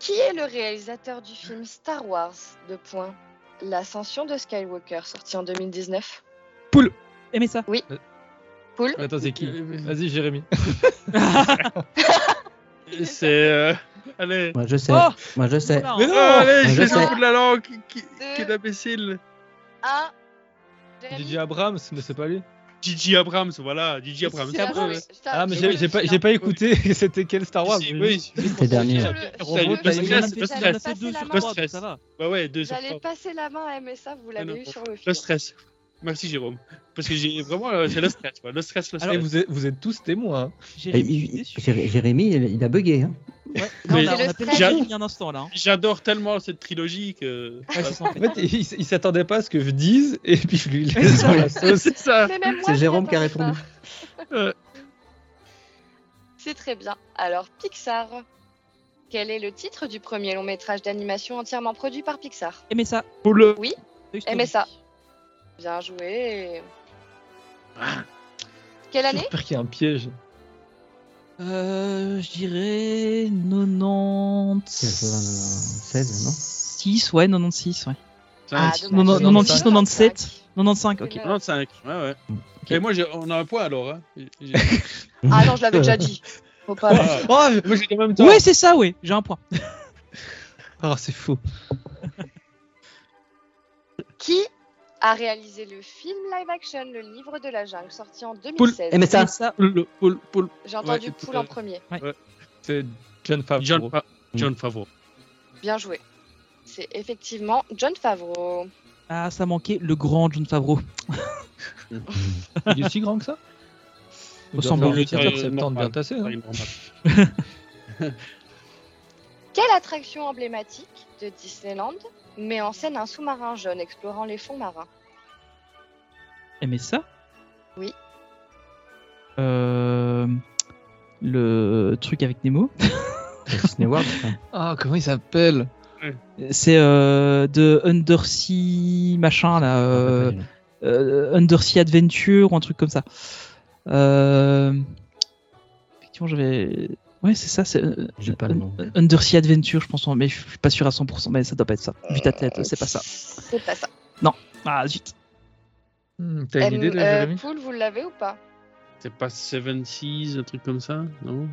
G: Qui est le réalisateur du film Star Wars de point L'ascension de Skywalker, sorti en 2019
E: Aimez ça
G: Poul
H: Attends, c'est
I: Euh,
H: qui Vas-y, Jérémy.
I: C'est. euh, Allez.
J: Moi je sais.
E: Oh
J: Moi je sais.
E: Voilà.
I: Mais non,
J: Ah,
I: allez,
J: je
I: j'ai
G: sais.
I: le bout de la langue. qui- qui-
G: Deux.
I: Quel imbécile.
G: Un.
H: DJ Abrams, mais c'est pas lui.
I: Gigi Abrams, voilà. Gigi Abrams.
H: Ah, mais j'ai j'ai pas, j'ai pas écouté c'était quel Star Wars.
I: Si,
H: mais
I: oui.
H: juste- juste
J: C'est
H: pour-
J: dernier.
I: stress. Ouais, Bah ouais, deux heures
G: J'allais
I: trente.
G: passer la main à MSA, vous
I: Non,
G: l'avez
I: non,
G: eu sur le
I: Le
G: film.
I: stress. Merci Jérôme. Parce que j'ai vraiment. euh, C'est le stress. quoi. Le stress, le stress.
H: Alors, Ah, vous êtes, vous êtes tous témoins. hein.
J: Et
E: Jérémy,
J: il-
E: t'es
J: il-
E: sûr
J: Jéré- Jérémy, il, il a bugué. Hein.
E: Ouais.
I: Non,
E: Non,
I: mais
E: on a-
G: le
E: on a perdu
I: stress-
E: Jérémy il y a un instant là. hein.
I: J'adore tellement cette trilogie que.
G: Ah,
I: euh,
E: Ouais, c'est ça, en
H: En
E: fait.
H: fait, il, il s'attendait pas à ce que je dise, et puis je lui laisse dans la sauce.
I: C'est ça.
G: Mais même moi,
J: C'est
G: je
J: Jérôme qui a
G: m'y attendais
J: répondu.
G: pas.
I: Euh.
G: C'est très bien. Alors, Pixar. Quel est le titre du premier long métrage d'animation entièrement produit par Pixar
E: Aimez ça
I: Pour le.
E: Toy Story.
G: Aimez ça. Bien joué. Quelle année
H: J'espère qu'il y a un piège.
E: Euh, je dirais 90.
J: 96, non
E: 6, ouais, 96, ouais.
G: Ah, euh,
I: Cinq.
G: dommage.
E: non, 96, 97. 95, ok.
G: C'est neuf.
I: 95, ouais, ouais. Et moi, j'ai- on a un point alors. Hein. J'ai- j'ai-
G: Ah non, je l'avais déjà dit. Faut pas.
I: Ah,
H: Oh,
I: moi, j'ai quand même tort.
E: Ouais, c'est ça, ouais, j'ai un point.
H: Ah, c'est fou.
G: Qui a réalisé le film live action Le Livre de la Jungle, sorti en 2016
J: Aimez Eh, ça.
E: Aimez ça.
I: Poul- poul- poul-
G: J'ai entendu
I: Ouais,
G: Poule en premier.
H: C'est John Favreau.
I: John, Fa- John Favreau.
G: Bien joué. C'est effectivement John Favreau.
E: Ah, ça manquait le grand John Favreau.
H: Il est si grand que ça
E: Il euh, doit faire
H: le
I: un
H: tireur
I: tir
H: septembre
I: normal.
H: bien tassé. hein.
I: Pas une grande-
G: Quelle attraction emblématique de Disneyland met en scène un sous-marin jaune explorant les fonds marins
E: Aimez ça
G: Oui.
E: Euh, le truc avec Nemo. Euh,
J: Disney World. ça.
H: Ah, comment il s'appelle
E: C'est euh, de Undersea machin là. euh, euh, Undersea Adventure ou un truc comme ça. Euh, effectivement, j'avais. Ouais, c'est ça, c'est euh,
J: J'ai pas le nom.
E: Un- Undersea Adventure, je pense, mais je suis pas sûr à 100%, mais ça doit pas être ça. Vu ta
J: Euh,
E: tête, c'est pas ça.
G: C'est pas ça.
E: Ah zut.
H: Hmm, T'as
G: M-
H: une idée de
G: euh,
H: Jérémy
G: Poul, vous l'avez ou pas
I: C'est pas Seven Seas, un truc comme ça Non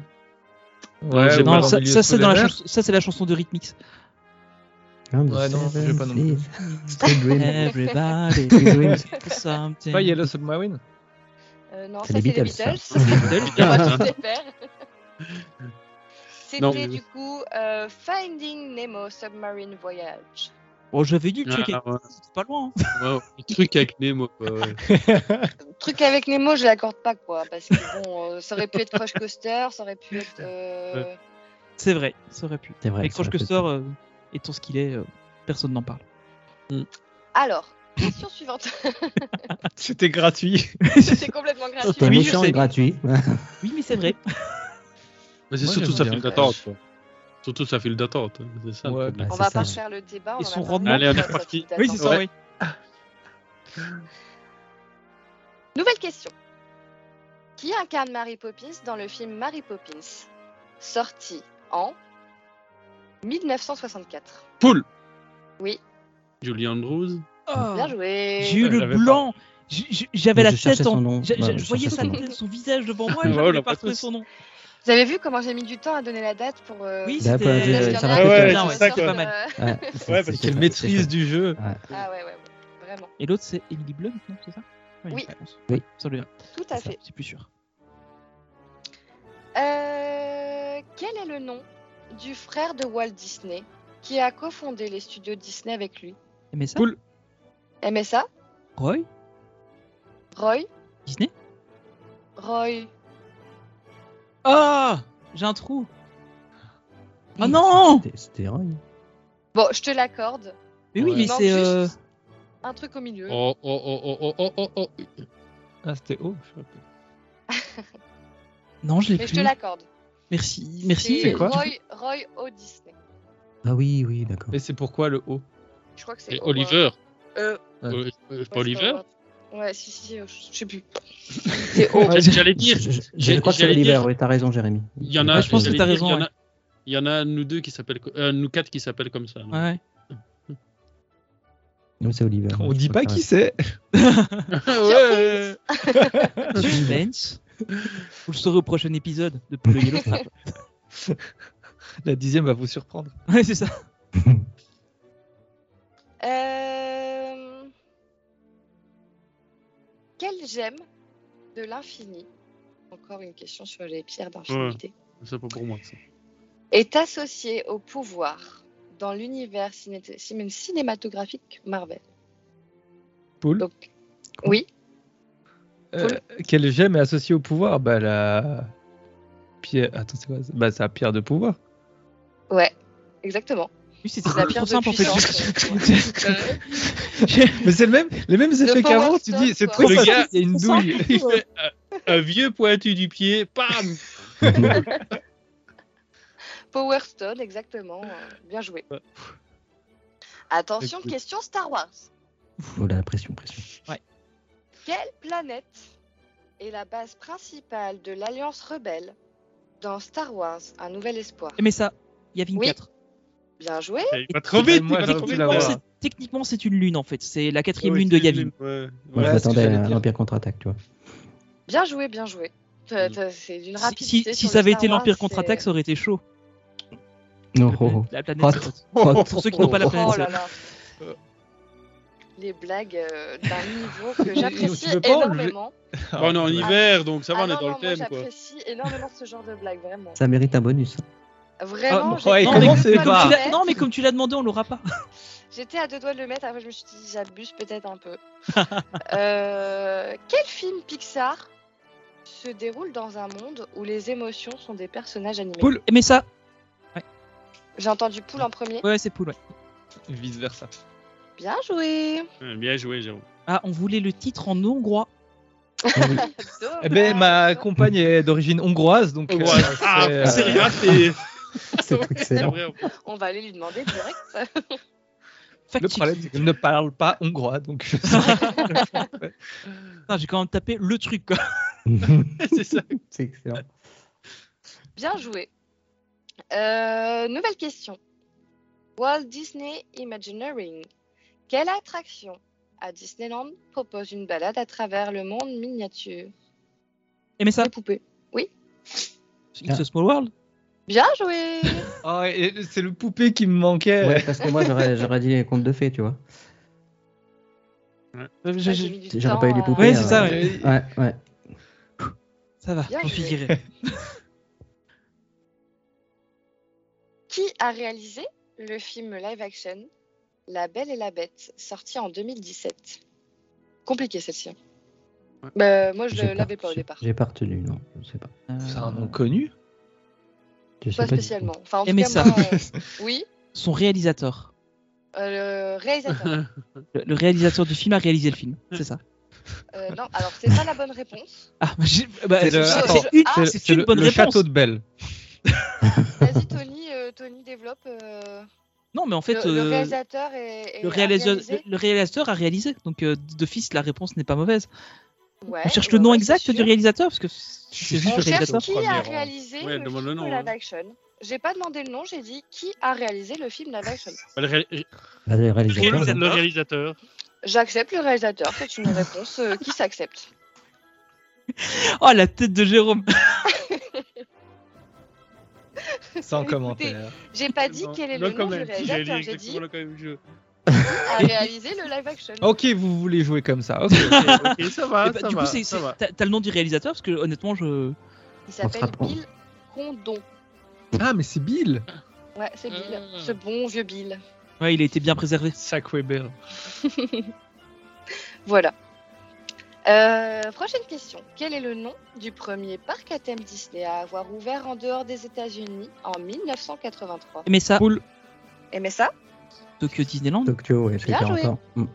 H: Ouais,
I: j'ai
H: ou
I: pas
E: Non,
H: alors
E: ça,
H: Milieu
E: ça, c'est dans la
H: Scolaire.
E: chanson- ça c'est la chanson de Rhythmix.
J: Ah, de
H: Ouais, non,
J: Seven
H: j'ai pas non plus.
J: Seas. Stay green.
E: Everybody
J: Stay green.
E: something.
H: Pas Yellow Submarine
G: Euh, Non, ça
J: C'est les
G: c'est les
J: Beatles,
G: Beatles.
J: ça.
G: Je
I: Ah,
G: vois tous les faire.
I: Non,
G: C'était
I: mais-
G: du coup euh, Finding Nemo Submarine Voyage.
E: Bon, j'avais dit le truc,
I: Ah, ouais.
E: c'est pas loin. hein.
I: Ouais, le truc avec Nemo, quoi. Ouais.
G: Truc avec Nemo, je l'accorde pas quoi, parce que bon, euh, ça aurait pu être Crush Coaster, ça aurait pu être. euh,
E: C'est vrai, ça aurait pu.
J: C'est vrai.
E: Mais
J: ça aurait
E: Crush
J: pu être
E: Custer, euh, étant ce qu'il est, euh, personne n'en parle.
G: Alors, question suivante.
H: C'était gratuit.
G: C'était complètement gratuit.
J: Ton
E: Oui, je
J: méchant
E: sais.
J: est gratuit.
E: Oui, mais c'est vrai.
I: Mais c'est
H: Moi,
I: surtout
H: j'aime
I: sa
H: bien
I: file
H: Crash.
I: d'attente. quoi. Surtout sa file d'attente. hein. C'est ça. le
H: Ouais. bah,
I: problème.
G: On
J: c'est
G: va
J: ça.
G: pas faire le débat.
E: Et
G: on en
E: son
G: a pas
E: rendement.
I: Allez, on est
G: parlé,
I: parti.
G: ça,
E: Oui,
G: tu
E: c'est
G: t'attends.
E: ça, oui.
G: Nouvelle question. Qui incarne Mary Poppins dans le film Mary Poppins Sorti en 1964.
I: Poule
G: Oui.
I: Julie Andrews
G: Bien joué.
E: Oh. J'ai eu
I: J'avais
E: le
I: pas.
E: blanc. J'ai- j'ai- J'avais
J: Mais
E: la
J: je cherchais
E: tête en.
J: son nom.
E: j'a- j'a-
J: Ouais,
E: je
J: je
E: voyais
J: cherchais
E: sa
J: son nom.
E: tête, son visage devant moi et
I: Ouais, on
E: j'avais
I: l'a
E: pas
I: pas
E: retrouvé
I: tous.
E: son nom.
G: Vous avez vu comment j'ai mis du temps à donner la date pour. euh,
E: Oui,
G: parce
J: Bah, bah,
E: c'était.
J: j'ai-
G: qu'il y
J: ça
G: en a
J: rappelle
G: qui
J: quelqu'un,
G: sont
J: ouais,
G: sur,
E: c'est pas mal.
G: euh,
J: Ouais,
I: parce
H: Quelle maîtrise du jeu.
G: Ah ouais, ouais, ouais. Vraiment.
E: Et l'autre, c'est Emily Blunt, non C'est ça
G: Oui.
E: je pense.
J: Oui.
E: Ça doit être
G: Tout à
E: ça,
G: fait.
E: C'est plus sûr.
G: Euh, quel est le nom du frère de Walt Disney qui a cofondé les studios Disney avec lui
E: Mais ça
I: Cool.
G: MSA
E: Roy
G: Roy
E: Disney
G: Roy.
E: Ah J'ai un trou. Oh non
J: C'était- C'était Roy.
G: Bon, je te l'accorde.
E: Mais euh, oui,
I: Ouais.
E: mais
G: Il manque
E: c'est.
G: juste
E: euh,
G: Un truc au milieu.
I: Oh, oh, oh, oh, oh, oh, oh, oh.
H: Ah, c'était O. je sais pas.
E: Non, je l'ai
G: Mais je te
E: plus.
G: l'accorde.
E: Merci, merci.
H: C'est quoi
G: Roy, Roy O. Disney.
J: Ah oui, oui, d'accord.
H: Mais c'est pourquoi le O
G: Je crois que c'est
I: Et
G: O.
I: Oliver
G: Euh,
I: euh, C'est pas
G: ouais,
I: Oliver
G: Ouais, si, si, euh, je sais plus. C'est O.
I: Ouais, J'allais dire,
J: Je, je- je
I: j'ai-
J: crois que c'est
I: j'allais
J: Oliver,
I: dire-
J: oui, t'as raison, Jérémy.
I: il y en a.
E: je pense que
I: j'allais
E: t'as
I: dire,
E: raison,
I: Il y en a- il y en a nous deux qui s'appellent, co- euh, nous quatre qui s'appellent comme ça. non
E: Ouais.
J: Non, c'est Oliver.
H: On
J: Je
H: dit
J: crois
H: pas
J: que t'as
H: qui c'est.
I: ouais.
E: Suspense. Vous le saurez au prochain épisode de Polo Yellow Star.
H: La dixième va vous surprendre.
E: Ouais, c'est ça.
G: Euh, Quel gemme de l'infini Encore une question sur les pierres d'infinité.
I: C'est pas pour moi. Ça.
G: Est associé au pouvoir dans l'univers ciné- ciné- cinématographique Marvel.
H: Poule.
G: Donc, oui,
H: Euh, quel gemme est associé au pouvoir Bah la pierre. Attends, c'est quoi ça Bah sa pierre de pouvoir.
G: ouais, exactement.
E: Oui, c'est
G: La
E: trop
G: pierre de
E: simple en fait.
G: puissance, Euh,
H: Mais c'est le même, les mêmes effets qu'avant.
G: Power
H: Tu dis,
G: Stone,
H: c'est
G: quoi.
H: trop
I: Le
H: facile.
I: gars-
H: Il y a une douille.
I: Il fait un, un vieux pointu du pied, pam
G: Power Stone, exactement. euh, Bien joué. Attention,
H: Écoute.
G: question Star Wars.
J: raison. Oh là, la pression, pression.
G: Quelle planète est la base principale de l'Alliance Rebelle dans Star Wars Un Nouvel Espoir
E: Eh, Mais ça, Yavin
G: Oui.
E: 4.
G: Bien joué
I: Il va trop vite, il
H: Moi,
I: va
H: j'ai
I: trop
H: envie
I: vite.
H: de l'avoir.
E: Techniquement, c'est- Techniquement, c'est une lune en fait. C'est la quatrième
I: Ouais,
E: lune de
I: c'est
E: Yavin.
I: une- ouais.
J: Moi,
H: Voilà
J: je
H: ce que
J: m'attendais
H: j'allais
J: à
H: dire.
J: l'Empire contre-attaque, tu vois.
G: Bien joué, bien joué. T'as- t'as- C'est d'une
E: Si-
G: rapidité.
E: Si,
G: sur
E: si
G: le
E: ça avait
G: Star
E: été l'Empire
G: Wars,
E: contre-attaque,
G: c'est-
E: ça aurait été chaud.
J: Non, oh,
E: La planète-
J: oh.
E: La
J: Oh,
E: planète.
J: oh,
E: Pour ceux qui n'ont pas la planète.
G: Oh
E: ça.
G: là là Les blagues euh, d'un niveau que
H: Tu
G: j'apprécie
H: veux pas enlever-
G: énormément.
I: Bon, on est en hiver, donc ça va,
G: Ah
I: on est
G: non,
I: dans
G: non,
I: le
G: moi
I: thème. quoi.
G: j'apprécie énormément ce genre de blagues, vraiment.
J: Ça mérite un bonus. hein.
G: Vraiment,
H: Ah, ouais,
G: j'étais à
H: comment
G: deux
H: c'est
G: doigts de le
H: pas-
E: Tu l'as-
G: mettre.
E: Non, mais comme tu l'as demandé, on l'aura pas.
G: J'étais à deux doigts de le mettre, après je me suis dit j'abuse peut-être un peu. Euh, quel film Pixar se déroule dans un monde où les émotions sont des personnages animés
E: Poule. Eh, Mais ça,
G: J'ai entendu Poule en premier.
E: ouais, c'est poule. ouais.
H: Vice versa.
G: Bien joué
I: Ouais, Bien joué, Jérôme.
E: Ah, on voulait le titre en hongrois.
H: Eh ben, ma compagne est d'origine hongroise, donc. euh,
I: Voilà,
H: c'est,
I: ah,
H: euh,
I: c'est raté
J: C'est excellent.
I: vrai, en plus.
G: On va aller lui demander direct.
H: Le
E: Factif.
H: problème, c'est qu'elle ne parle pas hongrois, donc. je-
E: Putain, Ah, J'ai quand même tapé le truc. Quoi.
I: C'est ça.
J: C'est excellent.
G: Bien joué. Euh, nouvelle question. Walt Disney Imagineering. Quelle attraction à Disneyland propose une balade à travers le monde miniature
E: Et Eh, mais ça,
G: Des poupées.
H: Ah.
E: It's a Small World.
G: Bien joué
H: Oh, et c'est le poupée qui me manquait.
J: Ouais, parce que moi, j'aurais j'aurais dit les contes de fées, tu vois.
E: Euh,
G: Ouais,
E: j'ai-
G: Ah, j'ai
E: j'ai-
G: mis du
J: J'aurais
G: temps
J: pas eu les
G: à-
J: poupées. hein.
E: Ouais, c'est ça, ouais.
H: Euh,
J: Ouais, ouais.
E: Ça va,
G: Bien
E: j'en
G: joué.
E: suis viré.
G: Qui a réalisé le film live action La Belle et la Bête, sorti en 2017 Compliqué celle-ci. hein.
I: Ouais.
G: Bah, moi, je
J: J'ai
G: l'avais pas au
J: j'ai-
G: départ.
J: J'ai pas retenu, non. Je sais pas.
H: C'est
E: Euh,
H: un nom connu.
J: Je sais pas
G: Pas
J: du tout.
G: spécialement. Enfin, en tout
E: Aimez
G: cas,
E: ça.
G: moi, euh, oui,
E: Son réalisateur.
G: euh, le réalisateur.
E: Le, le réalisateur du film a réalisé le film, c'est ça.
G: Euh, non, alors, c'est pas la bonne réponse.
E: Ah, bah, j'ai- bah,
H: C'est le-
E: c'est-
H: attends,
E: c'est une,
G: Ah,
E: c'est une
H: le,
E: bonne
H: le
E: réponse.
H: château de Belle.
G: Vas-y, Tony, euh, Tony développe. euh,
E: Non, mais en fait,
G: le, le
E: euh,
G: réalisateur est. est
E: le réalisateur,
G: réalisé.
E: le réalisateur a réalisé. Donc, euh, d'office, la réponse n'est pas mauvaise.
G: Ouais,
E: On cherche
G: bah
E: le nom
G: ouais,
E: exact
G: c'est
E: du
G: sûr.
E: réalisateur parce que
H: suis
E: c'est juste
H: sûr
E: le
G: On
H: que c'est
G: cherche
E: réalisateur.
G: qui
H: Premier
G: a
H: rang.
G: réalisé
I: Ouais,
G: le
I: demande
G: film
I: le nom,
G: live
I: hein.
G: action. J'ai pas demandé le nom, j'ai dit qui a réalisé le film live action.
I: Le, ré- ré-
J: Bah, le réalisateur,
I: ré-
J: hein.
I: le réalisateur.
G: J'accepte le réalisateur, c'est une réponse euh, qui s'accepte.
E: Oh, la tête de Jérôme.
H: Sans
G: Écoutez,
H: commentaire.
G: J'ai pas dit quel est le nom du
I: comment- J'ai dit
G: réalisateur, j'ai dit
I: exactement le même jeu.
G: à réaliser le live action.
J: Oh,
H: Ok, vous voulez jouer comme ça. ok.
I: Ok, ok, ça va,
E: Eh ben,
I: ça
E: du
I: va,
E: coup, c'est-
I: ça
E: c'est-
I: va.
E: t'as t'as le nom du réalisateur parce que honnêtement, je.
G: Il
J: se
G: s'appelle
J: rapproche.
G: Bill Condon.
H: Ah, mais c'est Bill.
G: Ouais, c'est Bill,
I: Ah.
G: ce bon vieux Bill.
E: Ouais, il a été bien préservé.
H: Sack Weber.
G: Voilà. Euh, prochaine question. Quel est le nom du premier parc à thème Disney à avoir ouvert en dehors des États-Unis en 1983
E: Mais ça,
H: Poule.
G: Aimez ça
E: Tokyo Disneyland.
J: Tokyo, ouais, je l'ai
G: Bien
J: fait
G: joué.
J: encore. Mm.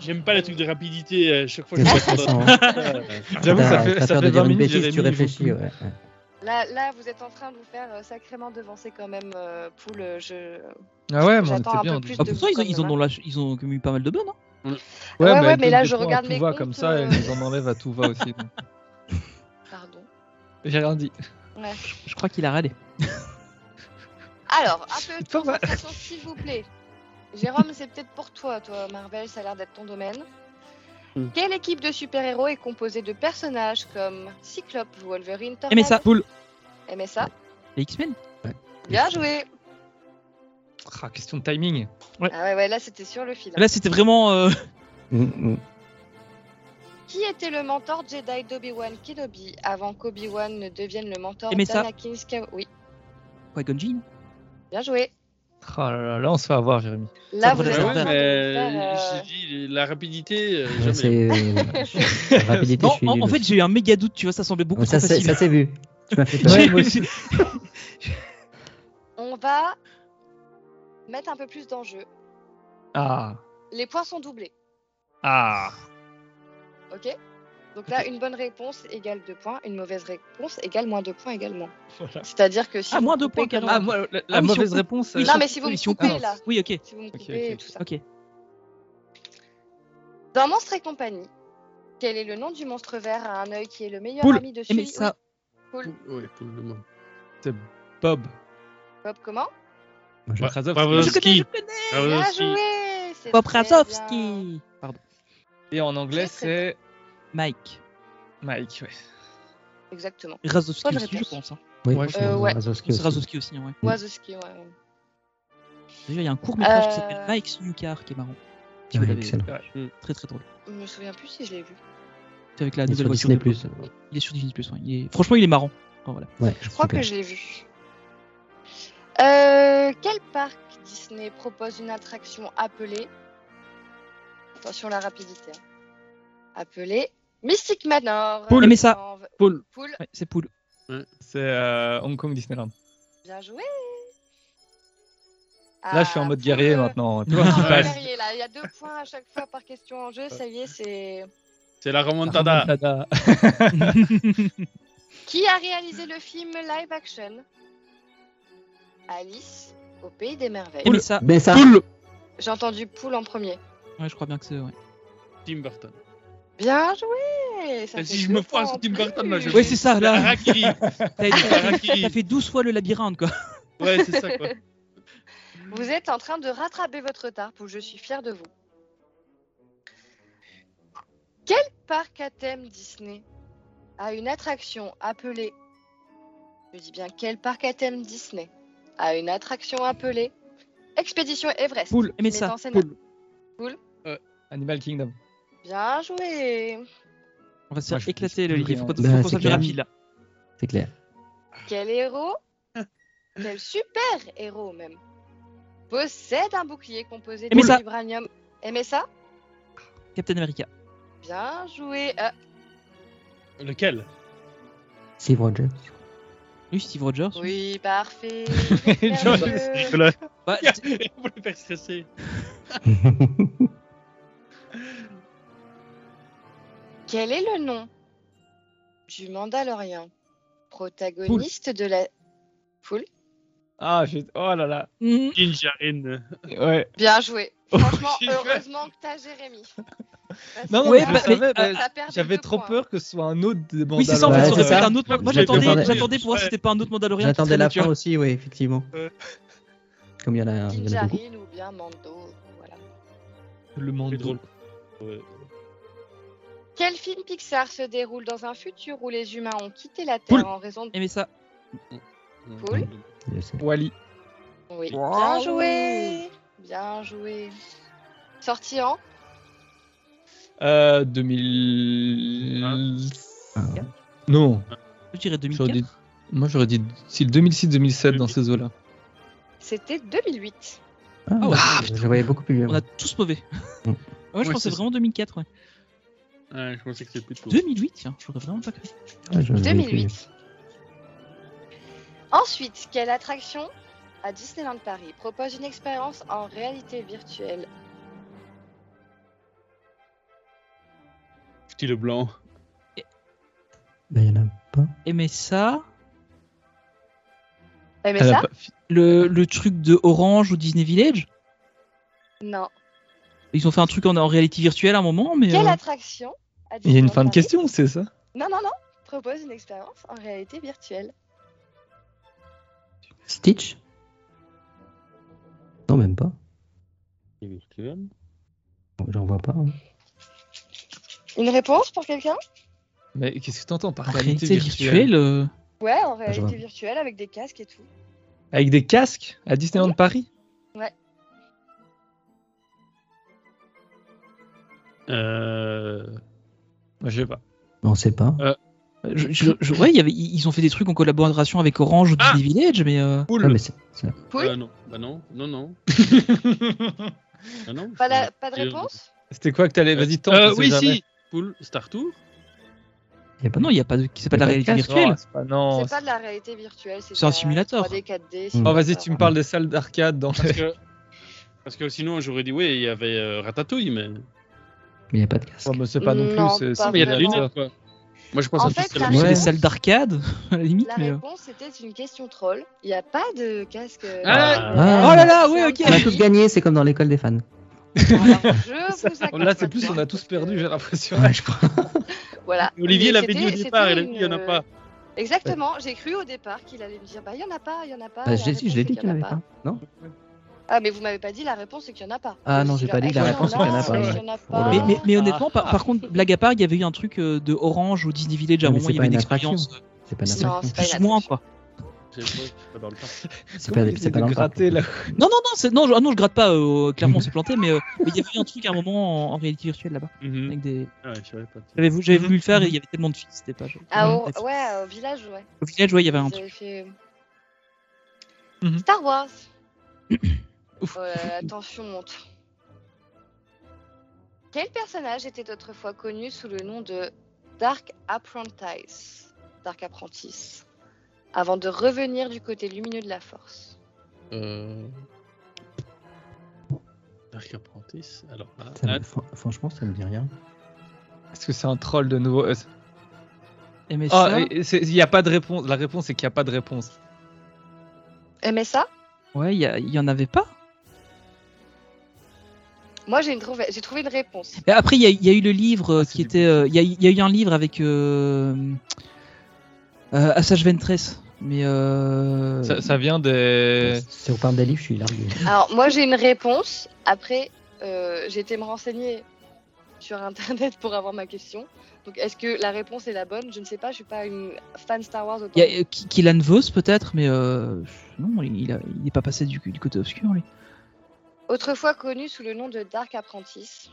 I: J'aime pas les trucs de rapidité. euh, Chaque fois, je
J: C'est
I: me
J: stressant,
I: attends.
H: J'avoue,
J: T'as-
H: ça fait,
J: Oh. Bah, t'as
H: ça
J: peur
H: fait
J: de dire
H: 20
J: une
H: minutes.
J: bêtise,
H: Jérémy,
J: tu
H: il faut
J: réfléchis.
H: plus.
J: ouais, ouais.
G: Là, là, vous êtes en train de vous faire euh, sacrément devancer quand même, euh, Poule. Je...
H: Ah ouais, mais on
G: J'attends
H: était
G: un
H: bien.
G: peu
H: au
G: plus
H: début.
E: Ah,
G: de
E: pourtant, ils, ils,
G: vous,
E: en ont lâché- ils ont commis pas mal de bonnes. Hein.
G: Ouais, ouais,
H: elle
G: mais
H: donne
G: là,
H: des
G: je
H: points à
G: regarde
H: tout
G: mes
H: va
G: comptes,
H: comme ça,
G: euh.
H: elle nous en enlève à tout va aussi. donc.
G: Pardon.
H: J'ai rien dit.
G: Ouais.
E: Je crois qu'il a râlé.
G: Alors, un peu de
H: Pas mal.
G: concentration, s'il vous plaît. Jérôme, c'est peut-être pour toi, toi, Marvel, ça a l'air d'être ton domaine.
I: Hmm.
G: Quelle équipe de super-héros est composée de personnages comme Cyclope, Wolverine, Thor,
E: Eh, mais ça, poule.
G: MSA
E: Les X-Men
G: Bien joué
H: Ah, question de timing.
G: Ah ouais, ouais, là, c'était sur le fil. hein.
E: Là, c'était vraiment. euh,
J: Mm, mm.
G: Qui était le mentor Jedi d'Obi-Wan Kenobi avant qu'Obi-Wan ne devienne le mentor
E: Eh, mais ça-
G: d'Anakin Skywalker Oui,
E: Qui-Gon Jinn.
G: bien joué
H: Oh là, là, là, on se fait avoir, Jérémy.
G: Là, vous
E: devrait
G: êtes
E: être
G: en train
I: Ouais,
G: de
I: mais
G: me faire, euh,
I: j'ai dit, la rapidité, euh,
J: Ouais,
I: jamais.
J: C'est la rapidité.
E: Non,
J: je suis
E: en, en
J: nul
E: fait,
J: aussi.
E: j'ai eu un méga doute, tu vois, ça semblait beaucoup
J: ça
E: trop
J: c'est-
E: facile.
J: ça s'est vu. Tu m'as fait peur.
E: J'ai-
G: On va mettre un peu plus d'enjeu.
H: Ah.
G: Les points sont doublés,
H: Ah.
G: ok Donc là, une bonne réponse égale 2 points, une mauvaise réponse égale moins 2 points également. C'est-à-dire que si.
E: Ah,
G: vous
E: moins deux
G: coupez
E: points,
G: quand
E: carrément.
H: Ah,
G: même-
H: moi, la,
E: Ah
H: la
E: oui, si on
H: mauvaise
E: coupe-
H: réponse.
E: oui,
H: euh,
G: Non, mais si vous me
E: si on
G: coupez
E: coupe.
G: là,
E: Oui, ok.
G: si vous me
H: Ok,
G: coupez
H: ok,
G: et
H: ok.
G: tout ça.
J: Euh,
E: Ok.
G: Dans Monstre et compagnie, quel est le nom du monstre vert à un œil qui est le meilleur
E: Poule.
G: ami de
E: Eh,
G: celui
E: mais ça.
I: Ouais, pour le moment.
H: Bob.
G: Bob, comment
J: Je-
H: Razov.
I: Bravo.
E: Je connais, je
I: Bah, Ski.
E: connais.
G: Bien
I: Bravo, Ski.
G: joué c'est
E: Bob
G: très bien.
E: Razovski. Pardon.
H: Et en anglais, c'est
E: Mike.
H: Mike. Ouais.
G: Exactement.
E: Razovski
G: Bonne
E: aussi, je
G: réponse.
E: pense. Hein.
J: Oui,
H: Ouais,
J: je-
G: euh, ouais.
J: Razowski
E: C'est
J: aussi.
E: Razovski aussi, hein, ouais.
G: Wazowski, ouais.
E: Déjà, il y a un court métrage qui
G: Euh.
E: s'appelle Raix Nukar qui est marrant. Si
J: Ouais,
E: vous l'avez vu.
J: Ah, excellent.
E: Très très drôle.
G: Je me souviens plus si je l'ai vu.
E: C'est avec la
J: Il est
E: nouvelle
J: sur
E: voiture.
J: Disney+.
E: de Bob. Il est sur Disney Plus. Il est... Franchement, il est marrant. Enfin, voilà.
J: Ouais,
G: Je crois
J: super.
G: que je l'ai vu. Euh, quel parc Disney propose une attraction appelée Attention la rapidité. hein. Appelée Mystic Manor.
E: Poule. Mais ça-
G: En v-
H: Poule.
G: Poule,
E: Ouais, c'est poule.
H: C'est euh, Hong Kong Disneyland.
G: bien joué.
H: Là, je suis en
G: Ah,
H: mode
G: Poule.
H: guerrier maintenant. Tu
G: Non,
H: vois ce qui
G: mais
H: passe.
G: guerrier, là. Il y a deux points à chaque fois par question en jeu. Ça y est, c'est.
I: C'est la remontada.
H: Tada.
G: Qui a réalisé le film live action Alice au pays des merveilles.
E: Et mais ça.
J: Mais ça,
G: J'ai entendu Poule en premier.
E: Ouais, je crois bien que c'est. Ouais,
I: Tim Burton.
G: Bien joué ça
I: Et
G: fait
I: si je
G: deux
I: me foire
G: points
I: sur Tim
G: en
I: Burton, là, je-
G: plus.
E: ouais c'est
J: Ah
E: ça
I: La
E: là.
I: Harakiri.
E: T'as
H: Ah,
I: Harakiri.
E: t'as fait 12 fois le labyrinthe quoi.
I: Ouais, c'est ça, quoi.
G: Vous êtes en train de rattraper votre retard, Poule, je suis fière de vous. Quel parc à thème Disney a une attraction appelée... Je dis bien quel parc à thème Disney a une attraction appelée... Expédition Everest.
E: Poule. Mais
G: Mais
E: ça.
G: en scène-
E: Poule.
H: Animal Kingdom.
G: Bien joué
E: On va se faire
H: Moi, je-
E: éclater
H: je-
E: le
H: je-
E: livre. Faut
J: Bah,
E: qu'on
J: c'est
E: soit plus
J: clair.
E: rapide là.
J: c'est clair.
G: Quel héros Quel super héros même Possède un bouclier composé de
E: Aimez ça.
G: vibranium. Aimez ça
E: Captain America.
G: Bien joué Euh,
I: Lequel
J: Steve Rogers.
E: Oui, Steve Rogers.
G: Oui, parfait.
H: Genre,
G: Merveilleux.
I: Nicolas.
E: Bah, t-
I: Pour les faire stresser.
G: Quel est le nom du Mandalorien, protagoniste de la... Poule
H: Ah, je... oh là là.
E: mm,
I: Ninjarin.
H: Ouais.
G: Bien joué.
H: Oh,
G: Franchement,
I: J'ai fait.
G: heureusement que t'as Jérémy. Parce
H: Non,
G: que
H: non,
E: Ouais,
H: mais je
E: bah, mais-
H: savais, mais
G: t'as perdu
H: euh, j'avais
G: deux
H: trop
G: points.
H: peur que ce soit un autre des
E: Oui, c'est ça en
J: Bah, c'est
E: fait. Ça aurait
J: ça.
E: été un autre. Moi
J: J'ai
E: j'attendais
J: préparé-
E: j'attendais pour voir si
I: Ouais.
E: c'était pas un autre Mandalorian. qui
J: J'attendais la
E: traînait, tu
J: fin
E: vois.
J: aussi, oui, effectivement. Comme il y en
I: Ah,
J: a, il y en a beaucoup.
G: Dinjarin ou bien Mando. Voilà.
H: Le
I: C'est
H: monde.
I: drôle. Ouais.
G: Quel film Pixar se déroule dans un futur où les humains ont quitté la Terre
E: Poule.
G: en raison de...
E: Eh, mais ça.
G: Poule
J: Je sais.
H: Wally.
G: Oui. Bien joué Bien joué. Sorti en
H: Euh, 2000.
J: Ah.
H: Non.
E: Je dirais
H: J'aurais
E: 2004.
H: dit... Moi j'aurais dit si le 2006-2007 dans ces eaux-là.
G: C'était 2008.
J: Ah,
E: ouais.
J: je le voyais beaucoup plus bien.
E: On a tous mauvais. Ah
J: Mm.
E: ouais, je
I: Ouais,
E: pensais
I: c'est
E: vraiment 2004. Ouais.
I: Ouais, je pensais que c'était plutôt.
E: 2008, tiens. J'aurais vraiment pas cru.
J: Ah, je le voyais plus.
G: 2008. Ensuite, quelle attraction à Disneyland Paris propose une expérience en réalité virtuelle
I: Marty Leblanc.
J: Ben, il y en a pas.
E: Et mais ça,
G: Eh, Mais
H: Elle a
G: ça
H: pas-
E: le, le truc de Orange ou Disney Village,
G: Non.
E: ils ont fait un truc en, en réalité virtuelle à un moment, mais.
G: Quelle
E: euh,
G: attraction a
H: Il y a une
G: Disneyland
H: fin de
G: Paris
H: question, c'est ça
G: Non, non, non. Propose une expérience en réalité virtuelle.
J: Stitch Non, même pas. J'en vois pas. hein.
G: Une réponse pour quelqu'un
H: Mais qu'est-ce que t'entends par
E: en
H: réalité,
E: réalité
H: virtuelle,
E: virtuelle. euh,
G: Ouais, en
J: vois.
G: réalité virtuelle avec des casques et tout.
H: Avec des casques à Disneyland Paris
I: Euh,
H: Moi, Je sais pas.
J: On sait pas.
E: Je, je- je- ouais, il y avait, ils ont fait des trucs en collaboration avec Orange ou
I: Ah
E: Disney Village, mais euh,
J: Ah,
I: Poule
J: mais c'est- c'est-
G: Poule
I: Ah, non. Bah non, non, non. Ah non,
G: Pas,
I: je-
G: la- pas de
I: je-
G: réponse
H: C'était quoi que t'allais Eh, Vas-y, tente.
I: Euh,
H: on sait
I: oui,
H: jamais.
I: si. Poule, Star Tour
J: y a pas
E: bah non, il y a pas de, c'est pas de la
J: Mais
E: réalité
J: pas de
H: Oh,
E: virtuelle.
H: c'est pas- non.
G: C'est pas de la réalité virtuelle.
E: C'est un
G: de la
E: simulateur.
G: 3D, 4D.
H: Oh,
G: simulateur.
H: vas-y, tu me parles des salles d'arcade dans.
I: parce que, parce que sinon, j'aurais dit, oui, il y avait euh, Ratatouille, mais.
J: Mais il y a pas de casque.
H: Oh, mais c'est pas non
G: Ah, Non,
H: plus. c'est-
G: pas
H: c'est
I: mais il y a des
G: vraiment.
I: lunettes, quoi. Moi, je pense
G: En
I: à
G: fait,
I: tout ce
G: la
E: C'est des
G: Ouais.
E: salles d'arcade, à la limite.
G: La
E: mais, euh.
G: réponse c'était une question troll. Il n'y a pas de casque. euh,
I: Ah.
G: virtuel.
E: Oh là là,
G: C'est
E: oui,
G: un
E: ok.
G: jeu.
J: On a tous gagné, c'est comme dans l'école des fans.
G: Alors, je vous accorde
H: Oh, Là, c'est
G: pas
H: plus,
G: point,
H: on a tous
G: parce que-
H: perdu, j'ai l'impression.
J: Ouais, je crois.
G: Voilà.
I: Olivier
G: Mais
I: l'avait dit au
G: c'était-
I: départ, il
G: c'était
I: a dit, il y en a
G: une- euh,
I: pas.
G: Exactement, j'ai cru au départ qu'il allait me dire bah il y en a pas, il y en a pas.
J: Ah,
G: La
J: je l'ai dit, je
G: réponse,
J: l'ai
G: c'est
J: dit qu'il n'y en avait pas. Non
G: Ah mais vous m'avez pas dit la réponse c'est qu'il y en a pas.
J: Ah, non,
G: Je
J: j'ai
G: dis,
J: pas dit
G: ah,
J: la
G: il y
J: réponse,
G: en
J: il y en a
G: a,
J: pas,
G: il y
J: ouais.
G: en a
J: Oh là
G: pas.
E: Mais, mais- mais honnêtement, par, par contre, blague à part, il y avait eu un truc euh, de Orange ou Disney Village à un
J: Mais
E: moment,
J: c'est
E: il y
J: pas
E: avait une
J: une attraction.
E: expérience euh,
J: C'est pas
E: Non,
J: n'importe quoi.
G: c'est pas une
E: plus ou moins
G: attraction.
E: quoi.
I: C'est c'est pas dans le temps.
J: C'est pas,
H: Comment
J: c'est
H: essayer
J: pas
H: de
J: dans le parc.
H: gratter là.
E: Non non non, c'est- non je, ah non je gratte pas, euh, clairement on s'est planté, mais euh, mais il y avait eu un truc à un moment en, en réalité virtuelle là-bas.
I: Mhm.
E: avec des-
I: Ouais, je savais pas.
E: J'avais vou- j'avais voulu le faire et il y avait tellement de filles, c'était pas.
G: Ah
J: oh,
E: Ouais,
G: au-
E: bref.
G: ouais, au village ouais.
E: Au village, ouais, il y avait un
G: Ils
E: truc.
G: avaient fait euh,
H: Mhm.
G: Star Wars.
E: Ouf.
G: Ouais, attention monte. Quel personnage était autrefois connu sous le nom de Dark Apprentice Dark Apprentice avant de revenir du côté lumineux de la force.
I: Euh... Dark Apprentice, alors là.
J: Ça me-
I: ah,
J: fran- Franchement, ça me dit rien.
H: Est-ce que c'est un troll de nouveau Euh, c'est-
E: Et mais
H: Ah,
E: ça,
H: et- c'est- il n'y a pas de réponse. La réponse, c'est qu'il n'y a pas de réponse.
G: Aimez ça
E: ouais, il y, a- il y en avait pas.
G: Moi, j'ai une trouvé- j'ai trouvé une réponse.
E: Et après, il y, a- il y a eu le livre euh,
I: Ah, c'est
E: qui
I: du
E: était. euh, Il y, a- il y a eu un livre avec. Euh, euh, Assage Ventress. Mais. Euh,
H: Ça, ça vient des.
J: Si on parle des livres, je suis largué.
G: Alors, moi, j'ai une réponse. Après, euh, j'ai été me renseigner sur Internet pour avoir ma question. Donc, est-ce que la réponse est la bonne Je ne sais pas. Je suis pas une fan Star Wars. autant.
E: Il y a euh, Ki- Killan Vos peut-être, mais euh, non, il n'est pas passé du, du côté obscur, lui.
G: Autrefois connu sous le nom de Dark Apprentice,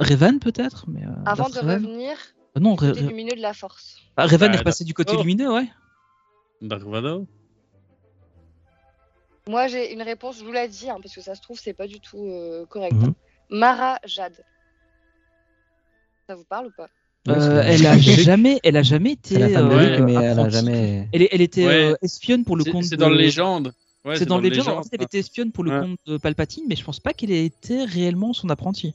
E: Revan peut-être, mais. euh,
G: avant
E: Darth
G: de
E: Revan.
G: revenir
E: Ah non,
G: du
E: Re-
G: côté
E: Re-
G: lumineux de la Force.
E: ah, Revan est
I: Ouais,
E: repassé du côté
I: Oh.
E: lumineux, ouais.
I: Dark Vador
G: Moi, j'ai une réponse. Je vous la dis, hein, parce que ça se trouve, c'est pas du tout euh, correct.
J: Mhm.
G: Mara Jade. Ça vous parle ou pas
E: Euh, elle a jamais, elle a jamais été.
J: C'est la femme de
E: euh,
I: Ouais,
J: Luc,
H: Ah,
J: mais elle a
E: apprentie.
J: jamais.
E: Elle, est- elle était
I: Ouais.
E: euh, espionne pour le
I: C'est-
E: compte.
I: C'est dans
E: de-
I: le Légende. Ouais,
E: c'est dans, le Legend.
I: Légende,
E: en fait, elle
I: ça.
E: était espionne pour le
I: Ouais.
E: compte de Palpatine, mais je pense pas qu'elle ait été réellement son apprenti.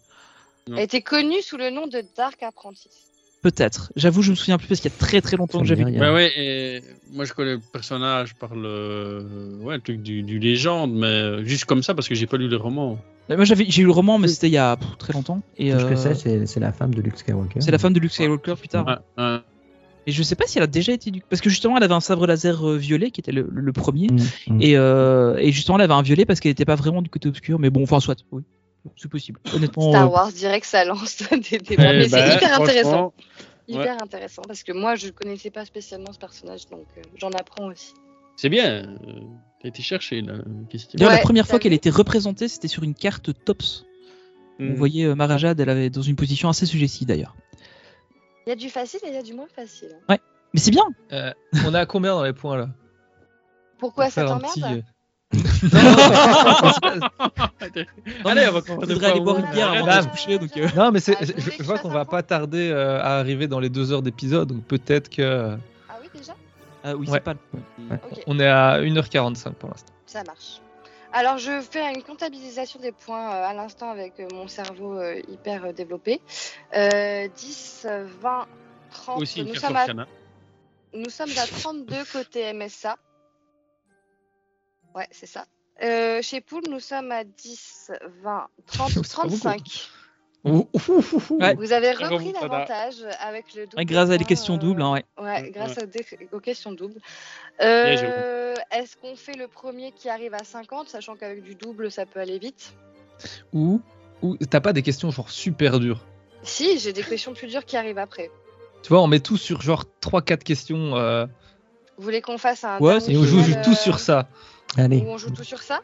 I: Non.
G: Elle était connue sous le nom de Dark Apprentice.
E: Peut-être. J'avoue, je me souviens plus parce qu'il y a très très
H: ah,
E: longtemps
J: ça
E: que
J: me
E: j'avais.
J: dit rien.
I: Ouais, ouais, et moi je connais le personnage par le, ouais, le truc du, du légende, mais euh, juste comme ça parce que j'ai pas lu les romans.
E: Mais Euh, Moi, j'avais, j'ai eu le roman, mais c'était il y a pff, très longtemps. Et
J: Tout ce que
E: euh,
J: c'est, c'est, c'est la femme de Luke Skywalker.
E: c'est la femme de Luke Skywalker plus tard.
I: Ouais, ouais.
E: Ah, Et je sais pas si elle a déjà été du. Parce que justement, elle avait un sabre laser euh, violet qui était le, le premier.
J: Mm, mm.
E: Et, euh, et justement, elle avait un violet parce qu'elle n'était pas vraiment du côté obscur. Mais bon, enfin, soit. Oui, c'est possible. Honnêtement.
G: Star
E: euh,
G: Wars, direct, ça lance des débats.
I: Eh
G: Mais
I: ben,
G: c'est hyper intéressant.
I: franchement,
G: Hyper intéressant, parce que moi, je connaissais pas spécialement ce personnage, donc euh, j'en apprends aussi.
I: C'est bien. euh, T'as été cherché la question.
E: D'ailleurs, la
G: Ouais,
E: première fois
G: j'avais-
E: qu'elle était représentée, c'était sur une carte Tops. On
I: Mm.
E: voyait euh, Marajad, elle avait dans une position assez suggestive d'ailleurs.
G: Il y a du facile et il y a du moins facile. hein.
E: Mais c'est bien.
H: Euh, on a combien dans les points là
G: Pourquoi
H: Pour
G: ça
H: faire un
G: t'emmerde
H: petit, euh,
I: Allez, on va
E: on
I: faire
E: voudrait
I: des
E: aller
I: fois
E: boire
I: où-
E: une bière avant
H: Arrête.
E: de se coucher. Donc, euh,
H: Non, mais c'est-
G: Ah, je
H: je,
G: voulais
H: je
G: que
H: vois
G: je
H: qu'on
G: fasse un
H: va pas tarder euh, à arriver dans les deux heures d'épisode, donc peut-être que
G: Ah oui, déjà
E: ah oui,
H: Ouais.
E: c'est pas.
G: Ok,
H: on est à 1h45 pour l'instant.
G: ça marche. Alors, je fais une comptabilisation des points euh, à l'instant avec euh, mon cerveau euh, hyper euh, développé. Euh, 10, euh, 20, 30.
I: Aussi une
G: nous,
I: carte
G: sommes à,
I: Arcana.
G: nous sommes à 32 côté MSA. Ouais, c'est ça. Euh, chez Poul, nous sommes à 10, 20, 30,
H: C'est pas beaucoup.
G: 35.
H: Ouh, ouh, ouh, ouh, ouh.
E: Ouais.
G: Vous avez
I: Ça
G: repris
I: remonte à la-
G: l'avantage avec le double.
E: Ouais, grâce à des
G: point,
E: questions
G: euh,
E: doubles, hein, ouais.
G: Ouais,
I: Ouais.
G: grâce à des- aux questions doubles.
I: Bien joué.
G: Euh, Est-ce qu'on fait le premier qui arrive à 50, sachant qu'avec du double, ça peut aller vite
H: Ou, ou t'as pas des questions genre super dures.
G: Si, j'ai des questions plus dures qui arrivent après.
H: Tu vois, on met tout sur genre 3-4 questions euh,
G: Vous voulez qu'on fasse un.
E: Ouais,
G: dernier
E: c'est
H: et on joue
G: final,
H: tout
G: euh,
H: sur ça.
J: Allez.
G: Où on joue tout sur ça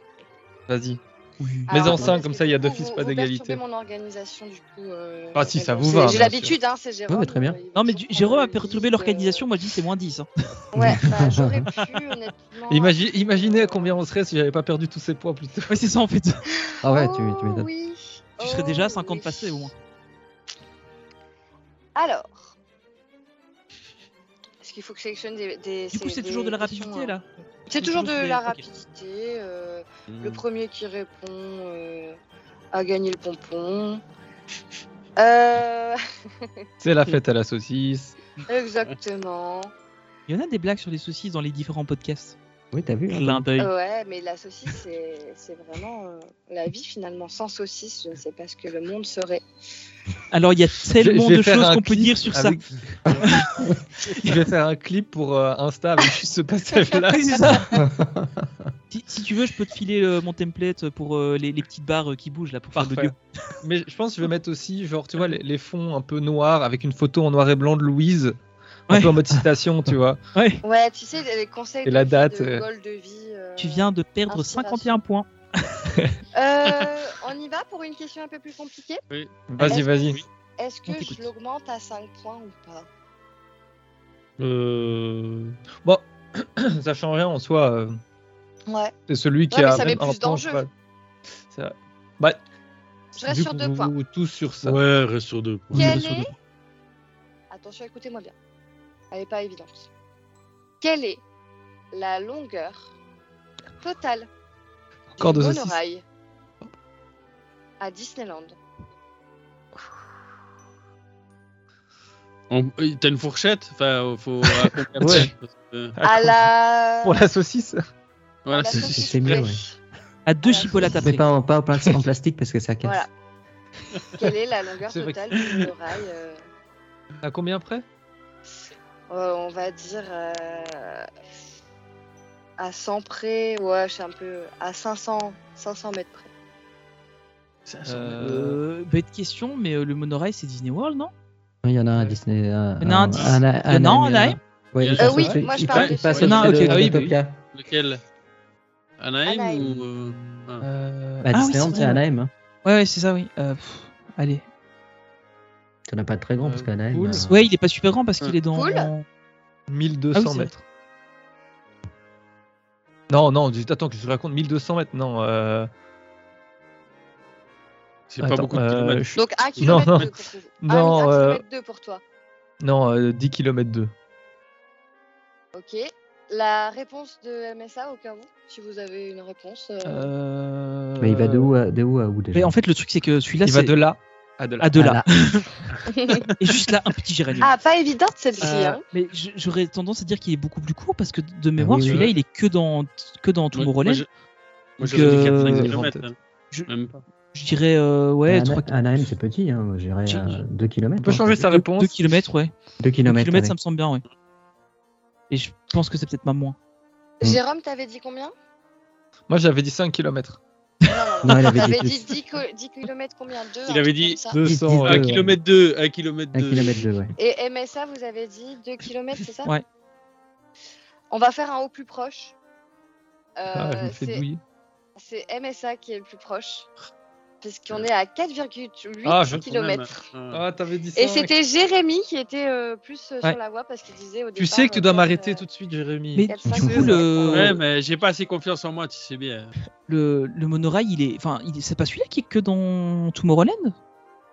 H: Vas-y.
E: Oui.
H: Mais en
G: Alors,
H: cinq,
G: Ah, parce
H: comme
G: que
H: ça, il y a
G: du coup,
H: d'office
G: vous-
H: pas
G: vous
H: d'égalité.
G: perturbez mon organisation, du coup. euh,
H: Ah, si,
G: mais
H: ça
G: bon,
H: vous
G: c'est-
H: va,
G: J'ai
H: bien
G: l'habitude, hein, c'est Jérôme.
J: Ouais, très bien.
G: euh, il va
E: Non, mais
G: toujours
E: du-
G: prendre
E: Jérôme a
G: le
E: perturbé
G: lead,
E: l'organisation. Moi, je dis, c'est moins 10. hein.
G: euh, Ouais, bah, j'aurais pu, honnêtement.
H: Imagine- imaginez à combien on serait si j'avais pas perdu tous ces poids plus tôt.
E: Ouais, c'est ça, en fait.
J: Ah ouais, tu,
G: Oh
J: tu m'étonnes.
G: oui.
E: Tu serais
G: Oh
E: déjà à 50
G: oui.
E: passés, au moins.
G: Alors. Est-ce qu'il faut que je sélectionne des. des-
E: Du coup, c'est
G: des
E: toujours de la
G: questions,
E: rapidité,
G: hein
E: là.
G: C'est toujours de
E: des-
G: la
E: ok.
G: rapidité. euh,
I: Hmm.
G: Le premier qui répond euh, a gagné le pompon. Euh,
H: C'est la fête à la saucisse.
G: exactement.
E: Il y en a des blagues sur les saucisses dans les différents podcasts.
J: Oui, t'as vu hein,
E: Clin d'œil.
G: Ouais, mais la saucisse, c'est- c'est vraiment euh, la vie finalement. Sans saucisse, je ne sais pas ce que le monde serait.
E: Alors, il y a tellement
H: Je- je vais
E: de
H: faire
E: choses
H: un
E: qu'on peut
H: clip
E: dire sur ça.
H: avec- Je vais faire un clip pour euh, Insta avec juste ce passage-là.
E: Ouais, c'est ça. si, si tu veux, je peux te filer euh, mon template pour euh, les, les petites barres euh, qui bougent là pour faire
H: Parfait.
E: l'audio.
H: Mais je pense que je vais mettre aussi, genre, tu vois, les, les fonds un peu noirs avec une photo en noir et blanc de Louise, un
E: Ouais.
H: peu en mode citation, tu vois.
E: Ouais.
G: Ouais, tu sais, les conseils
H: Et la
G: de, vie,
H: date,
G: de
H: euh.
G: goal de vie. euh,
E: Tu viens de perdre
G: Inspiration.
E: 51 points.
G: Euh, on y va pour une question un peu plus compliquée.
H: Vas-y, vas-y.
G: Est-ce que
E: On
G: je
E: t'écoute.
G: l'augmente à 5 points ou pas
I: Euh...
H: Ça change rien en soi. euh,
G: Ouais.
H: C'est celui qui
G: Ouais, mais
H: a
G: ça
H: même
G: met
H: un
G: plus
H: point,
G: d'enjeux.
H: je sais pas. C'est vrai. Bah,
G: Je reste
H: vu
G: sur
H: que
G: deux
H: vous-
G: points.
H: vous tous sur ça.
I: Ouais, reste sur deux. points.
G: Quel
I: Reste sur
G: est-
I: deux points.
G: Attention, écoutez-moi bien. Elle n'est pas évidente. Quelle est la longueur totale
H: Encore
G: du
H: deux saucisses.
G: monorail à Disneyland
I: On- euh, T'as une fourchette Enfin, euh, faut. à combien de
H: Ouais.
I: temps Parce que- euh,
H: Ah,
G: À la...
H: Pour la saucisse.
E: Ah,
I: Voilà,
E: bah,
G: la
I: Ah, c'est-
J: saucisse.
G: saucisse
J: c'est mieux,
G: près.
J: ouais.
E: À deux
G: Voilà.
E: chipolates
J: Mais
E: après.
J: pas, en- pas en plas- en plastique parce que ça casse.
G: Voilà. Quelle est la longueur
H: C'est vrai que-
G: totale du monorail euh,
H: À combien près
G: euh, On va dire euh, à 100 près. Ouais, je suis un peu à 500, 500 mètres près.
I: c'est-
E: Euh, bête question, mais euh, le monorail c'est Disney World, non
J: Il y en a un à Disney. un-
H: Euh,
E: Il y en a un à
J: un-
E: Dis-
J: un à-
E: il y en a un à
J: un à-
E: Anaheim
J: Ouais,
I: Euh,
J: il passe
G: oui,
J: au-
G: moi, je
J: il
G: parle
J: pa- il
G: de-
J: passe au
H: Ah, ok.
J: de
H: Ah oui, bah oui.
J: Autopia.
I: Lequel Anaheim,
G: Anaheim.
I: ou. euh, ah.
H: Euh,
J: Bah,
E: Ah oui,
J: Disneyland,
E: c'est
J: c'est
E: vrai.
J: Anaheim. hein.
E: Ouais, ouais c'est ça, oui. Euh, pff, allez.
J: Ça n'a pas de très grand parce
H: Euh,
J: qu'Anaheim.
H: cool.
J: euh,
E: Ouais, il est pas super grand parce qu'il est dans.
G: Cool.
E: Ah
H: 1200
E: oui, c'est vrai.
H: mètres. Non, non, dis- attends que je te raconte 1200 mètres, non. euh,
I: C'est
H: attends,
I: pas beaucoup de
H: euh,
I: kilomètres.
H: je-
G: Donc 1 km
H: non.
G: 2 pour vous.
H: Non,
G: un,
H: euh,
G: km 2 pour toi.
H: Non, euh, 10 km 2.
G: Ok. La réponse de MSA au cas où, si vous avez une réponse. euh,
J: Mais il va de où euh? à de où, à où déjà
E: Mais en fait, le truc c'est que celui-là
H: Il va
E: c'est
H: de là à de là.
E: à de
J: Ah
E: là. Et juste là, un petit géranium.
G: Ah, pas évidente celle-ci.
E: Euh,
G: hein.
E: mais j- j'aurais tendance à dire qu'il est beaucoup plus court parce que de
J: Ah oui,
E: mémoire,
J: oui,
E: celui-là
I: oui.
E: il est que dans, que dans
I: Moi- moi,
E: Tomorrowland.
I: je-
E: Donc,
I: Moi, j'aurais dit 4-5
E: euh,
I: kilomètres, hein.
E: je-
I: Même pas.
E: Je dirais, euh, ouais,
J: Ana-
E: 3
J: Anaheim, c'est petit, hein. moi, j'irais
E: Je-
J: à 2 km.
H: On peut changer sa
E: 2
H: réponse.
E: km, ouais.
J: 2
E: 2
J: km.
E: km, ça me semble bien, ouais. Et je pense que c'est peut-être pas moins.
J: Mm.
G: euh, Jérôme, t'avais dit combien
H: Moi j'avais dit 5 km.
J: Non, il avait dit
G: T'avais
J: plus.
G: dit 10, co- 10 km combien 2
I: Il avait dit
J: Dix-
H: 200.
J: dix-
H: ouais.
I: 1
E: euh,
I: km 2, 1 km
J: 1
I: 2.
J: km 2, ouais.
G: Et MSA, vous avez dit 2 km, c'est ça
E: Ouais.
G: On va faire un au plus proche. Euh,
H: Ah, je me fais
G: c'est-
H: douiller.
G: c'est MSA qui est le plus proche, puisqu'on est à 4,8
H: Ah, je-
G: km.
H: Ah, t'avais dit ça.
G: Et c'était Jérémy qui était euh, plus euh,
E: Ouais.
G: sur la voie parce qu'il disait au départ.
H: Tu sais que tu dois
G: euh,
H: m'arrêter
G: euh,
H: tout de suite, Jérémy.
E: Mais
G: Quatre, cinq,
E: du coup,
G: six,
E: le,
I: Ouais, mais j'ai pas assez confiance en moi, tu sais bien.
E: le, le monorail, il est, enfin, il est- c'est pas celui-là qui est que dans Tomorrowland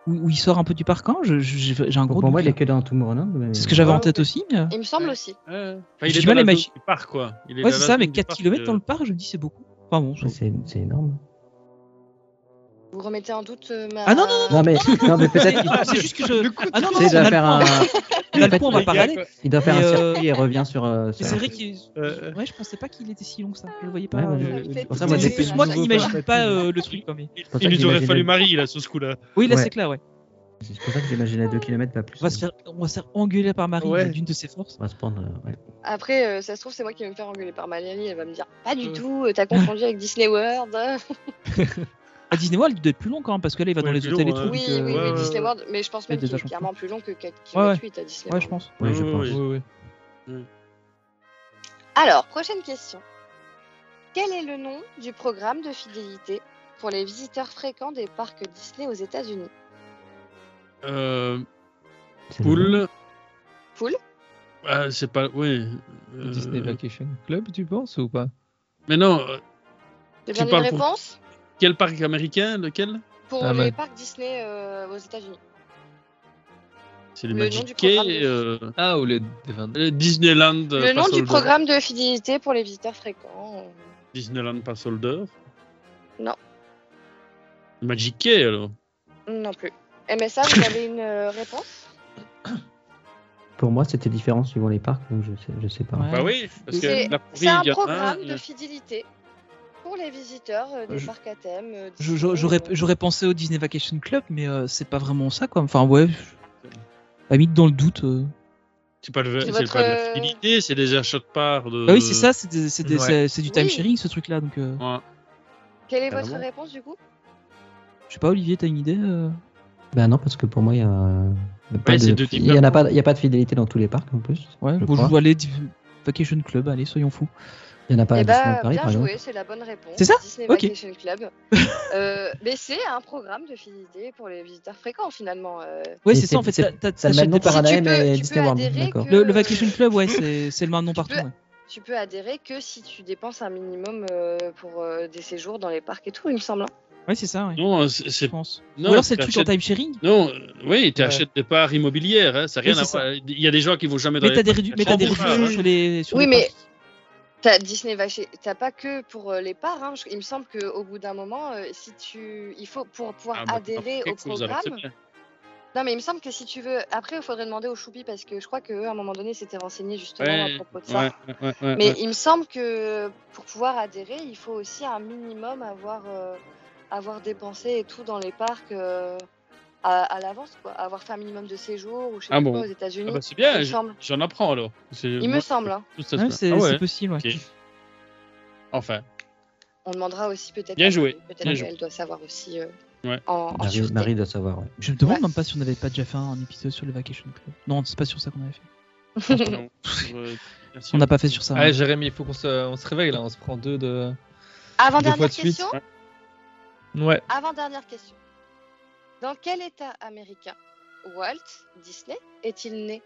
E: où, où il sort un peu du parc, hein Je- je- J'ai j'ai un gros
J: Pour moi, il
E: doute,
J: est que dans Tomorrowland.
E: là.
J: mais-
E: C'est ce que j'avais en
G: Ouais,
E: tête
G: ouais.
E: aussi. mais- euh,
G: Il me semble
I: Ouais.
G: aussi.
I: Ouais. Enfin,
E: J'ai
I: il est
E: du
I: dans
E: mal à
I: la
E: imaginer.
I: zone du parc, quoi. Il
E: Ouais,
I: est dans
E: c'est
I: la
E: ça,
I: zone
E: mais
I: du
E: 4
I: parc,
E: km
I: euh,
E: dans le parc, je me dis, c'est beaucoup. Enfin bon,
J: Ouais, C'est c'est énorme.
G: Vous remettez en doute euh, ma.
E: Ah non, non,
J: Non, mais, non, mais peut-être qu'il
E: c'est juste que je. Ah non, non,
J: tu sais, il doit
E: on a le
J: faire un,
E: point. On a le
J: fait,
E: point, on va
J: les
E: pas
I: gars,
E: râler.
I: quoi.
J: il doit faire
E: Mais,
J: un
E: euh,
J: circuit et revient sur. euh,
E: Mais
J: sur-
E: c'est vrai qu'il.
H: Euh,
E: Ouais, je pensais pas qu'il était si long que ça. Je le voyais pas.
J: Ouais, moi,
E: euh,
G: je-
E: c'est-
J: pour ça, moi,
E: C'est
J: j'ai-
E: plus moi qui
H: nouveau
E: n'imagine
H: Palpatine.
E: pas euh, le truc. quoi, mais-
I: Il,
J: pour ça
I: il
J: que
I: nous aurait
J: j'imaginais-
I: fallu Marie, là, sur ce coup-là.
E: Oui, là
J: Ouais.
E: c'est clair, ouais.
J: C'est pour ça que j'imaginais 2 km, pas plus.
E: On va se faire, on va se faire engueuler par Marie
I: Ouais.
E: d'une de ses forces.
J: On va se prendre. euh, ouais.
G: Après, euh, ça se trouve, c'est moi qui vais me faire engueuler par Malali. Elle va me dire Pas du tout, euh, t'as confondu avec Disney World.
E: À Ah, Disney World, il doit être plus long quand même parce que là, il va
I: Ouais,
E: dans les
I: plus
E: hôtels et
I: long,
E: tout.
I: hein.
G: oui,
E: donc,
G: oui, oui,
E: euh,
I: ouais,
G: Disney World. Mais je pense même
E: Il y a
G: qu'il
E: des
G: est
E: agents
G: clairement plus long que 4
E: Ouais, ouais.
G: km à Disney
E: Ouais,
G: World.
E: je pense.
J: Ouais, je
I: Oui,
J: pense.
H: Oui, oui.
G: Alors, prochaine question. Quel est le nom du programme de fidélité pour les visiteurs fréquents des parcs Disney aux États-Unis
I: Euh,
J: C'est le-
I: poule.
G: Poule
I: Ah, c'est pas. Oui. euh,
H: Disney Vacation Club, tu penses ou pas
I: Mais non, euh,
G: J'ai
I: Tu
G: bien une
I: parles pour-
G: réponse
I: quel parc américain Lequel
G: pour,
H: Ah,
G: les
H: mais-
G: parcs Disney euh, aux États-Unis.
I: C'est les
G: Le nom du
I: Magic Key.
G: programme de-
I: euh,
H: Ah, ou les des 22.
I: le Disneyland.
G: Le
I: euh,
G: nom du
I: Passholder.
G: programme de fidélité pour les visiteurs fréquents.
I: Disneyland Passholder.
G: Non.
I: Magic Key, alors.
G: euh, Non plus. MSA, vous avez une euh, réponse
J: Pour moi, c'était différent suivant les parcs, donc je sais, je sais pas.
E: Ouais.
I: Bah oui, parce que
G: C'est
I: la
G: c'est un
I: Floride, il y en a euh,
G: programme
I: un,
G: de fidélité pour les visiteurs euh, des
E: Je-
G: parcs à thème. euh,
E: Je-
G: Disney,
E: je- J'aurais
G: euh,
E: j'aurais pensé au Disney Vacation Club, mais euh, c'est pas vraiment ça, quoi. Enfin, ouais. je- À limite, dans le doute. euh.
I: C'est pas, le,
G: C'est
I: c'est
G: votre,
I: pas de la Ah
G: euh,
I: fidélité, c'est des achats de parts. De...
E: Bah oui, c'est ça, c'est des- c'est des-
H: Ouais.
E: c'est- c'est du
G: Oui.
E: time sharing ce truc là. Donc, euh,
I: Ouais.
G: Quelle
E: Ah
G: est
I: Carrément.
G: votre réponse du coup
E: je sais pas, Olivier, t'as une idée euh
J: Bah non, parce que pour moi, il y a. il y a pas
I: Ouais, c'est
J: de-
I: deux types
J: Il y en
I: de-
J: a pas, il y a pas de fidélité dans tous les parcs en plus.
E: Ouais,
J: je
E: bon, je
J: crois.
E: vois aller Vacation Club, allez, soyons fous.
J: Il y en a pas
G: Eh
J: à Disneyland
G: bah,
J: Paris,
G: bien
J: par exemple.
G: joué, c'est la bonne réponse.
E: C'est ça
G: Disney
E: Ok.
G: Vacation Club. Euh, mais c'est un programme de fidélité pour les visiteurs fréquents finalement. euh.
J: Mais
E: Ouais, c'est ça en
J: c'est-
E: fait.
J: c'est-
E: t'as- t'as-
J: Ça le
E: t'achètes
J: même nom
E: des-
J: par
G: parties.
J: année,
G: Tu peux-
J: mais
G: tu peux
J: Disneyland.
G: adhérer
J: D'accord.
G: que-
E: le, le Vacation Club, ouais, c'est c'est le même nom partout. ouais.
G: Tu peux adhérer que si tu dépenses un minimum euh, pour euh, des séjours dans les parcs et tout, il me semble. hein.
E: Ouais, c'est ça, ouais,
I: Non, c'est.
E: je
I: c'est-
E: pense.
I: non,
E: Ou alors c'est le truc en
I: t'achètes-
E: time sharing,
I: Non, euh, oui, tu
H: Ouais.
I: achètes des parts immobilières, hein, ça n'a
E: Oui,
I: rien à
E: c'est
I: voir. Il y a des gens qui vont jamais dans
E: mais
I: les
E: t'as
I: Ah,
E: des, rédu- mais t'as des
I: Sans bourgeois,
E: réductions
I: ouais.
E: sur les. Sur
G: Oui,
E: les
G: mais-
E: parcs.
G: T'as Disney Vacation, t'as pas que pour euh, les parts. hein. Je- Il me semble qu'au bout d'un moment, euh, si tu, il faut pour pouvoir
I: Ah, bah, t'as
G: adhérer
I: quelque
G: au
I: chose, alors c'est
G: programme.
I: bien.
G: Non, mais il me semble que si tu veux, après, il faudrait demander aux choupi parce que je crois que eux, à un moment donné, s'étaient renseignés justement à
I: Ouais,
G: propos de ça.
I: ouais, ouais, ouais, ouais, Ah,
G: Mais
I: ouais.
G: il me semble que pour pouvoir adhérer, il faut aussi un minimum avoir, euh, avoir dépensé et tout dans les parcs euh, à, à l'avance, quoi. Avoir fait un minimum de séjour ou je sais
I: Ah
G: pas
I: bon.
G: quoi, aux
I: Ah
G: États-Unis.
I: bah, c'est
G: il
I: bien,
G: me
I: j-
G: semble.
I: j'en apprends alors. C'est-
G: Il me
I: moi,
G: semble. hein.
I: tout ça,
E: Ouais,
I: c'est-
E: c'est
I: ah ouais,
E: c'est possible, ouais.
I: ok. Enfin,
G: On demandera aussi peut-être.
I: Bien
G: à
I: joué.
G: Marie. Peut-être
I: Bien
G: qu'elle
I: joué.
G: doit savoir aussi euh,
I: Ouais.
G: en, en
J: Marie,
G: sûreté.
J: Marie doit savoir. ouais.
E: Je me demande
G: Ouais.
E: même pas si on n'avait pas déjà fait un épisode sur le Vacation Club. Non, c'est pas sur ça qu'on avait fait.
I: non, sur, euh, bien sûr.
E: On n'a pas fait sur ça.
H: Allez,
E: hein.
H: Jérémy, il faut qu'on se, on se réveille là, on se prend deux de. Deux fois
G: Avant-dernière
H: de suite.
G: question.
H: Ouais.
G: Avant-dernière question. Dans quel état américain Walt Disney est-il né